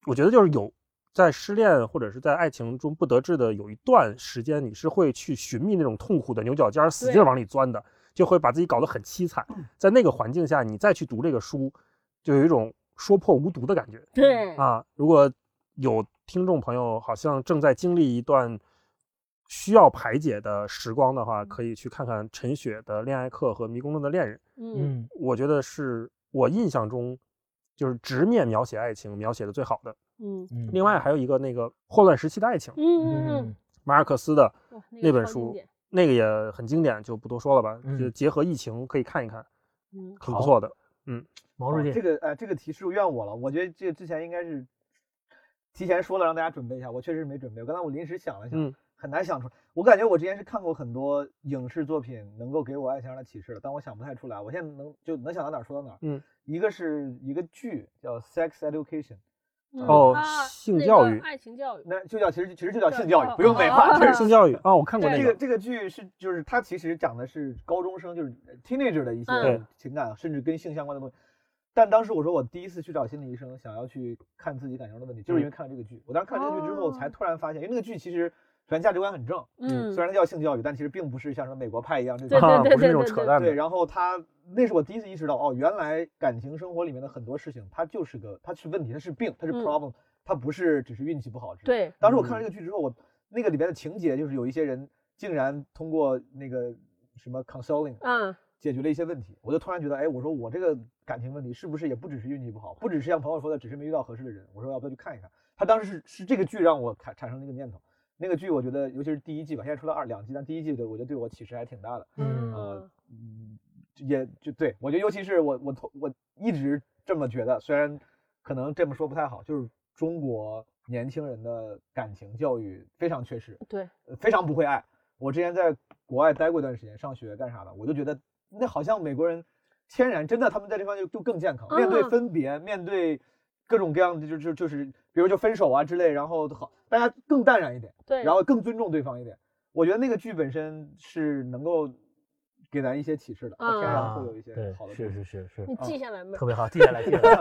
Speaker 2: 我觉得就是有在失恋或者是在爱情中不得志的有一段时间，你是会去寻觅那种痛苦的牛角尖儿，使劲儿往里钻的，就会把自己搞得很凄惨。在那个环境下，你再去读这个书，就有一种说破无毒的感觉
Speaker 3: 对
Speaker 2: 啊。如果有听众朋友好像正在经历一段需要排解的时光的话，可以去看看陈雪的《恋爱课》和《迷宫中的恋人》。
Speaker 3: 嗯
Speaker 1: 嗯
Speaker 2: 我觉得是我印象中就是直面描写爱情描写的最好的。
Speaker 3: 嗯
Speaker 1: 嗯
Speaker 2: 另外还有一个那个霍乱时期的爱情，
Speaker 3: 嗯，
Speaker 2: 马尔克斯的
Speaker 3: 哇
Speaker 2: 那本书，那个也很经典，就不多说了吧。
Speaker 1: 嗯
Speaker 2: 就结合疫情可以看一看，
Speaker 3: 嗯
Speaker 2: 挺不错的。
Speaker 1: 毛书
Speaker 4: 这
Speaker 1: 记，
Speaker 4: 个呃，这个提示怨我了。我觉得这之前应该是提前说了，让大家准备一下。我确实没准备，刚才我临时想了想，
Speaker 2: 嗯
Speaker 4: 很难想出来。我感觉我之前是看过很多影视作品，能够给我爱情上的启示的，但我想不太出来。我现在能就能想到哪儿说到哪儿。
Speaker 2: 嗯，
Speaker 4: 一个是一个剧叫《Sex Education》，
Speaker 3: 嗯
Speaker 2: 哦性教育
Speaker 3: 爱情教育，
Speaker 4: 那就叫其实其实就叫
Speaker 3: 对
Speaker 4: 性教
Speaker 3: 哦
Speaker 4: 育，不用美化。
Speaker 3: *laughs* 哦
Speaker 4: 这
Speaker 3: 哦
Speaker 4: 是
Speaker 2: 性教育啊，我看过那
Speaker 4: 这
Speaker 2: 个
Speaker 4: 个，这个剧是就是它其实讲的是高中生就是 teenager 的一些
Speaker 2: 嗯
Speaker 4: 情感，甚至跟性相关的东西。但当时我说我第一次去找心理医生，想要去看自己感情的问题，就是因为看了这个剧。我当时看了这个剧之后，
Speaker 3: 哦
Speaker 4: 才突然发现，因为那个剧其实虽然价值观很正，
Speaker 3: 嗯，
Speaker 4: 虽然它叫性教育，但其实并不是像什么美国派一样这
Speaker 3: 对
Speaker 4: 种。
Speaker 2: 啊
Speaker 3: 对对
Speaker 2: 不是那
Speaker 3: 对
Speaker 2: 种
Speaker 3: 对
Speaker 2: 扯
Speaker 3: 对
Speaker 2: 淡
Speaker 4: 对，
Speaker 2: 的。
Speaker 4: 然后他那是我第一次意识到，哦，原来感情生活里面的很多事情，它就是个它是问题，它是病，它是
Speaker 3: 嗯
Speaker 4: problem，、它不是只是运气不好。，
Speaker 3: 对，
Speaker 4: 当时我看了这个剧之后，我那个里边的情节就是有一些人竟然通过那个什么 counseling
Speaker 3: 嗯
Speaker 4: 解决了一些问题，我就突然觉得，哎，我说我这个感情问题是不是也不只是运气不好，不只是像朋友说的，只是没遇到合适的人。我说要不要去看一看？他当时是是这个剧让我产产生了这个念头。那个剧我觉得，尤其是第一季吧，现在出了二两季，但第一季的我觉得对我启示还挺大的。呃
Speaker 3: 嗯，
Speaker 4: 嗯，也就对我觉得，尤其是我我头我一直这么觉得，虽然可能这么说不太好，就是中国年轻人的感情教育非常缺失，
Speaker 3: 对，
Speaker 4: 呃非常不会爱。我之前在国外待过一段时间，上学干啥的，我就觉得那好像美国人天然真的他们在这方面就就更健康，面对
Speaker 3: 嗯
Speaker 4: 分别，面对各种各样的就就就是，比如就分手啊之类，然后好大家更淡然一点。
Speaker 3: 对，
Speaker 4: 然后更尊重对方一点。我觉得那个剧本身是能够给咱一些启示的，它天然
Speaker 1: 啊
Speaker 4: 会有一些
Speaker 1: 对
Speaker 4: 好的东西。
Speaker 1: 是是是是
Speaker 3: 你，记下来没
Speaker 1: 特？别好，记下来，记下 *laughs* 来。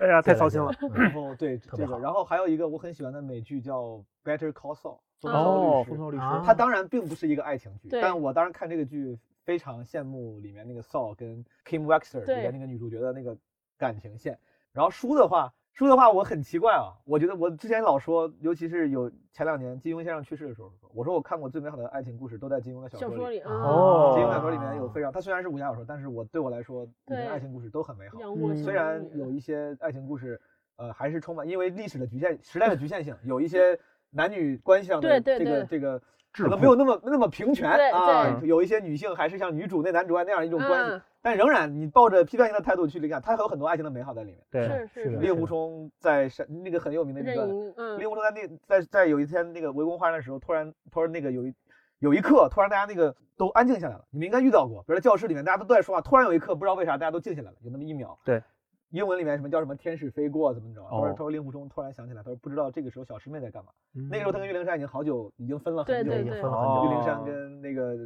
Speaker 2: 哎呀，
Speaker 1: 记下
Speaker 2: 太
Speaker 1: 来
Speaker 2: 操心了。。
Speaker 1: 记下来
Speaker 4: *laughs* 然后对
Speaker 1: 特别
Speaker 4: 这个，
Speaker 1: 好
Speaker 4: 然后还有一个我很喜欢的美剧叫《Better Call Saul》，风骚
Speaker 2: 哦，风
Speaker 4: 律师。
Speaker 2: 骚律师，
Speaker 1: 啊
Speaker 4: 它当然并不是一个爱情剧，
Speaker 3: 对
Speaker 4: 但我当然看这个剧非常羡慕里面那个 Saul 跟 Kim Wexler 里
Speaker 3: 对
Speaker 4: 面那个女主角的那个感情线。然后书的话，书的话我很奇怪啊，我觉得我之前老说，尤其是有前两年金庸先生去世的时候，我说我看过最美好的爱情故事都在金庸的小
Speaker 3: 小
Speaker 4: 说
Speaker 3: 说
Speaker 4: 里
Speaker 3: 里，。
Speaker 1: 哦
Speaker 4: 金庸小说里面有非常，它虽然是武侠小说，但是我对我来说，里面的爱
Speaker 3: 对
Speaker 4: 情故事都很美好。
Speaker 3: 杨过
Speaker 2: 嗯
Speaker 3: 小
Speaker 4: 虽
Speaker 3: 龙
Speaker 4: 然
Speaker 3: 女
Speaker 4: 有一些爱情故事，呃，还是充满因为历史的局限、时代的局限性，有
Speaker 3: *laughs*
Speaker 4: 一些男女关系上的
Speaker 3: 对对
Speaker 4: 这个
Speaker 3: 对
Speaker 4: 这个
Speaker 2: 智
Speaker 4: 可能
Speaker 2: 库
Speaker 4: 没有那么那么平权
Speaker 3: 对
Speaker 4: 啊，
Speaker 2: 对
Speaker 4: 有一些女性还是像女主那男主外啊那样一种关系
Speaker 3: 嗯，
Speaker 4: 但仍然你抱着批判性的态度去理解，它还有很多爱情的美好在里面。
Speaker 2: 对
Speaker 3: 是
Speaker 1: 是的
Speaker 3: 是
Speaker 4: 令狐冲在山那个很有名的一
Speaker 3: 任
Speaker 4: 段，
Speaker 3: 盈，嗯
Speaker 4: 令狐冲在那在在有一天那个围攻花园的时候，突然突然那个有一有一刻，突然大家那个都安静下来了。你们应该遇到过，比如在教室里面大家都在说话，突然有一刻不知道为啥大家都静下来了，有那么一秒。
Speaker 2: 对，
Speaker 4: 英文里面什么叫什么天使飞过怎么着？他说
Speaker 2: 哦
Speaker 4: 他说令狐冲突然想起来，他说不知道这个时候小师妹在干嘛。那
Speaker 1: 那
Speaker 4: 个时候他跟岳灵珊已经好久已经分了很
Speaker 3: 对
Speaker 4: 久
Speaker 1: 对
Speaker 4: 了，
Speaker 1: 已经
Speaker 3: 对对
Speaker 1: 分了很久
Speaker 4: 岳
Speaker 1: 了。
Speaker 4: 灵珊
Speaker 2: 哦
Speaker 4: 跟那个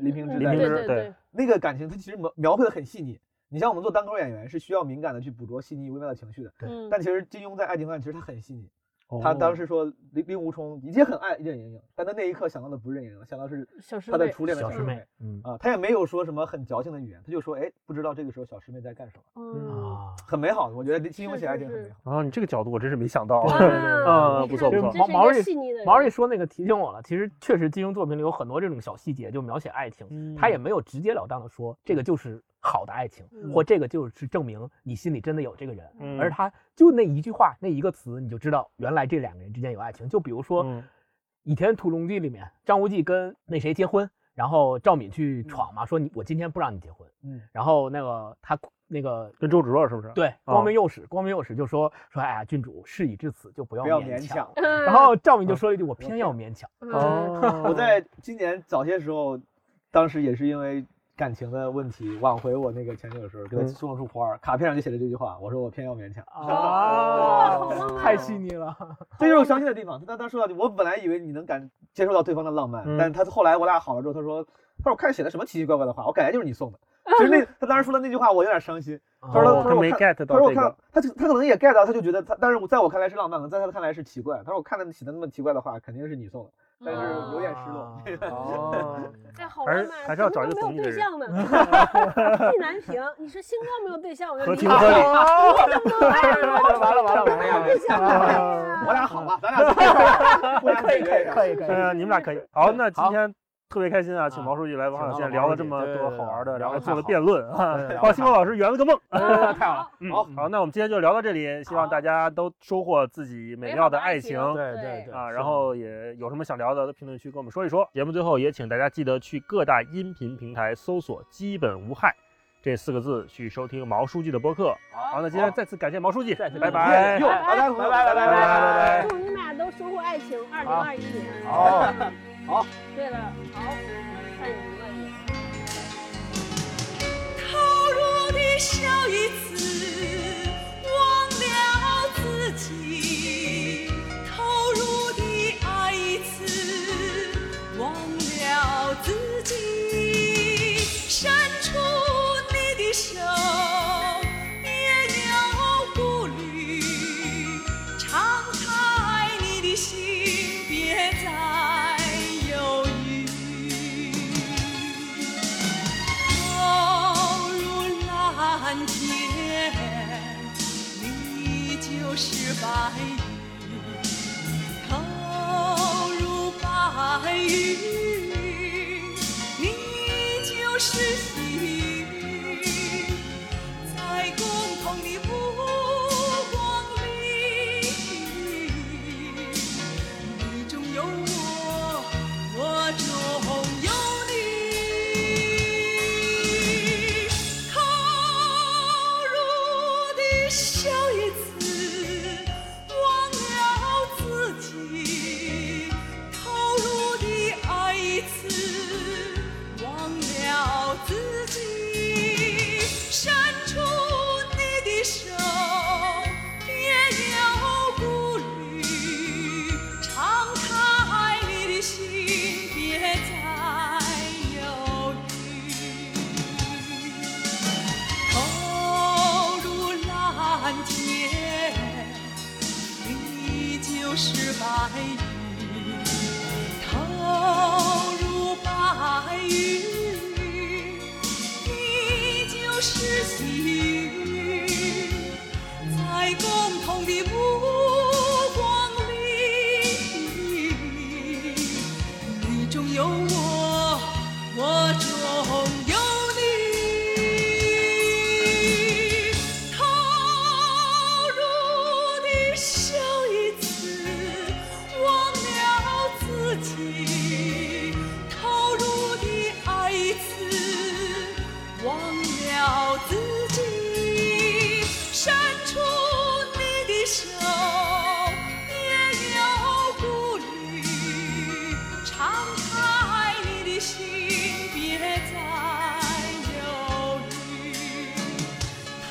Speaker 4: 黎平之
Speaker 2: 黎
Speaker 4: 在
Speaker 2: 明
Speaker 3: 对
Speaker 4: 一
Speaker 2: 之
Speaker 4: 起
Speaker 3: 嗯对对，
Speaker 4: 那个感情，它其实描描绘的很细腻。你像我们做单口演员是需要敏感的去捕捉细腻微妙的情绪的，
Speaker 3: 嗯
Speaker 4: 但其实金庸在《爱情观》其实他很细腻。他
Speaker 1: 哦
Speaker 4: 当时说令令狐冲已经很爱任盈盈，但他那一刻想到的不是任盈盈，想到是
Speaker 3: 小师
Speaker 4: 他的
Speaker 3: 妹
Speaker 4: 初恋的
Speaker 1: 小
Speaker 4: 师
Speaker 1: 师妹，嗯
Speaker 4: 啊，他也没有说什么很矫情的语言，他就说哎，不知道这个时候小师妹在干什么，
Speaker 3: *laughs* 嗯
Speaker 1: 啊，
Speaker 4: 很美好的，我觉得金庸写爱情
Speaker 3: 是
Speaker 4: 很
Speaker 3: 是
Speaker 4: 美好。
Speaker 2: 啊，你这个角度我真是没想到。
Speaker 1: 对对对
Speaker 2: 啊
Speaker 3: 你
Speaker 2: 不错
Speaker 3: 看
Speaker 2: 不
Speaker 3: 你
Speaker 2: 错
Speaker 3: 真
Speaker 1: 毛毛瑞
Speaker 3: 是一个细腻的人
Speaker 1: 毛瑞说那个提醒我了，其实确实金庸作品里有很多这种小细节，就描写爱情，
Speaker 4: 嗯
Speaker 1: 嗯他也没有直截了当的说这个就是好的爱情，或这个就是证明你心里真的有这个人，
Speaker 2: 嗯
Speaker 1: 而他就那一句话那一个词，你就知道原来这两个人之间有爱情。就比如说《
Speaker 2: 嗯
Speaker 1: 倚天屠龙记》里面，张无忌跟那谁结婚，然后赵敏去闯嘛，说你我今天不让你结婚，
Speaker 4: 嗯，
Speaker 1: 然后那个他那个
Speaker 2: 跟周芷若是不是？
Speaker 1: 对，
Speaker 2: 啊
Speaker 1: 光明右使，光明右使就说说，哎呀，郡主事已至此，就不要
Speaker 4: 不要
Speaker 1: 勉
Speaker 4: 勉
Speaker 1: 强
Speaker 4: 强。。
Speaker 1: 然
Speaker 3: 然
Speaker 1: 后赵敏就说了一句：“我
Speaker 3: 嗯
Speaker 1: 偏要勉强。 *laughs*
Speaker 2: 哦，
Speaker 4: 我在今年早些时候，当时也是因为感情的问题挽回我那个前女友的时候，给她
Speaker 2: 嗯
Speaker 4: 送了束花儿，卡片上就写了这句话，我说我偏要勉强，
Speaker 1: 啊
Speaker 3: 哇好浪
Speaker 5: 哦，
Speaker 3: 漫
Speaker 5: 太
Speaker 3: 啊
Speaker 5: 细腻了。
Speaker 4: 这就是我
Speaker 5: 哦
Speaker 4: 伤心的地方。他当时说到，我本来以为你能感接受到对方的浪漫，
Speaker 2: 嗯
Speaker 4: 但是他后来我俩好了之后，他说，他说我看你写的什么奇奇怪怪的话，我感觉就是你送
Speaker 5: *laughs*
Speaker 4: 的。其实那他当时说的那句话，我有点伤心。他说
Speaker 2: 哦
Speaker 4: 他
Speaker 2: 他
Speaker 4: 说
Speaker 2: 没
Speaker 4: 我看
Speaker 2: get
Speaker 4: 他说
Speaker 2: 到
Speaker 4: 我
Speaker 2: 这
Speaker 4: 看
Speaker 2: 个，
Speaker 4: 他就他可能也 get 到，他就觉得他，但是我在我看来是浪漫的，在他看来是奇怪。他说我看他写的那么奇怪的话，肯定是你送的，但是有点失落。
Speaker 2: 哦，
Speaker 3: 哎，好
Speaker 2: 还
Speaker 3: 浪
Speaker 2: 是
Speaker 3: 漫啊，
Speaker 2: 还是要
Speaker 3: 怎么
Speaker 2: 找一个
Speaker 3: 都
Speaker 2: 懂
Speaker 3: 没
Speaker 2: 你
Speaker 3: 有
Speaker 2: 的
Speaker 3: 对
Speaker 2: 人 *laughs*
Speaker 3: *laughs* 象呢，意难平。你说星座没有对象，我就
Speaker 2: 合
Speaker 3: 理
Speaker 2: 情
Speaker 3: 解
Speaker 2: 合
Speaker 3: *laughs*
Speaker 2: 理
Speaker 3: 你怎么爱人
Speaker 5: 完了完了完了
Speaker 3: 都
Speaker 5: 完
Speaker 3: 没
Speaker 5: 了！
Speaker 3: 有对象
Speaker 1: *laughs*
Speaker 3: 呢？
Speaker 4: 我俩好吧，咱
Speaker 5: *laughs*
Speaker 4: 俩我俩
Speaker 5: 可以可以可
Speaker 4: 以。
Speaker 5: 以可以。
Speaker 2: 呃，你们俩可以。好，那今
Speaker 5: 好
Speaker 2: 天特别开心啊，请
Speaker 5: 啊
Speaker 2: 毛书记来王
Speaker 5: 请
Speaker 2: 小
Speaker 5: 到
Speaker 2: 贱
Speaker 5: 了
Speaker 2: 聊
Speaker 5: 毛书
Speaker 2: 了这
Speaker 5: 记
Speaker 2: 么
Speaker 5: 对
Speaker 2: 多
Speaker 5: 对
Speaker 2: 好
Speaker 5: 对
Speaker 2: 玩的，
Speaker 5: 聊得
Speaker 2: 然后
Speaker 5: 太
Speaker 2: 做了
Speaker 5: 好
Speaker 2: 辩论啊 *laughs*
Speaker 5: 对聊，得
Speaker 2: 帮
Speaker 5: 太
Speaker 2: 星光老师圆了个梦。
Speaker 3: 嗯
Speaker 5: 太好了，
Speaker 2: 嗯
Speaker 4: 好
Speaker 2: 好，那我们今天就聊到这里，希望
Speaker 3: 好
Speaker 2: 大家都收获自己美
Speaker 3: 美
Speaker 2: 妙
Speaker 3: 好
Speaker 2: 的
Speaker 3: 的
Speaker 2: 爱
Speaker 3: 爱
Speaker 2: 情
Speaker 3: 情
Speaker 5: 对
Speaker 3: 对
Speaker 5: 对
Speaker 2: 啊，然后也有什么想聊的，在评论区跟我们说一说。节目最后也请大家记得去各大音频平台搜索“基本无害”这四个字去收听毛书记的播客。好，那今天再次感谢毛书记，
Speaker 5: 再次
Speaker 2: 拜
Speaker 5: 感谢
Speaker 2: 拜
Speaker 4: 哟，。拜拜
Speaker 5: 拜哎拜拜拜拜拜
Speaker 3: 祝你们俩都收获爱情，二零二一年。
Speaker 5: 好。
Speaker 3: 对了，好，看你们了。
Speaker 6: 投入的笑一次，忘了自己；投入的爱一次，忘了自己。伸出你的手，也有顾虑；敞开你的心，别再犹豫。投入蓝天，你就是白云；投入白云，你就是细雨。在共同的目光里，你中有我，我中有你。投入的笑一次，忘了自己；投入的爱一次，忘了自己。伸出你的手，也有顾虑；敞开你的心，别再犹豫。投入蓝天，你就是白云；投入白云，你就是细雨。在共同的目光里，你中有我，我中有你。投入的笑一次，忘了自己；投入的爱一次，忘了自己。伸出你的手，也有顾虑；敞开你的心，别再犹豫。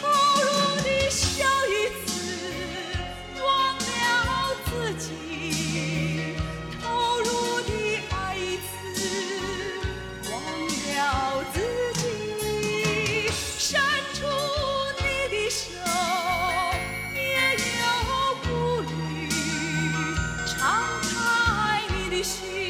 Speaker 6: 投入的笑一次，忘了自己；投入的爱一次，忘了自己。伸出你的手，也有顾虑；敞开你的心，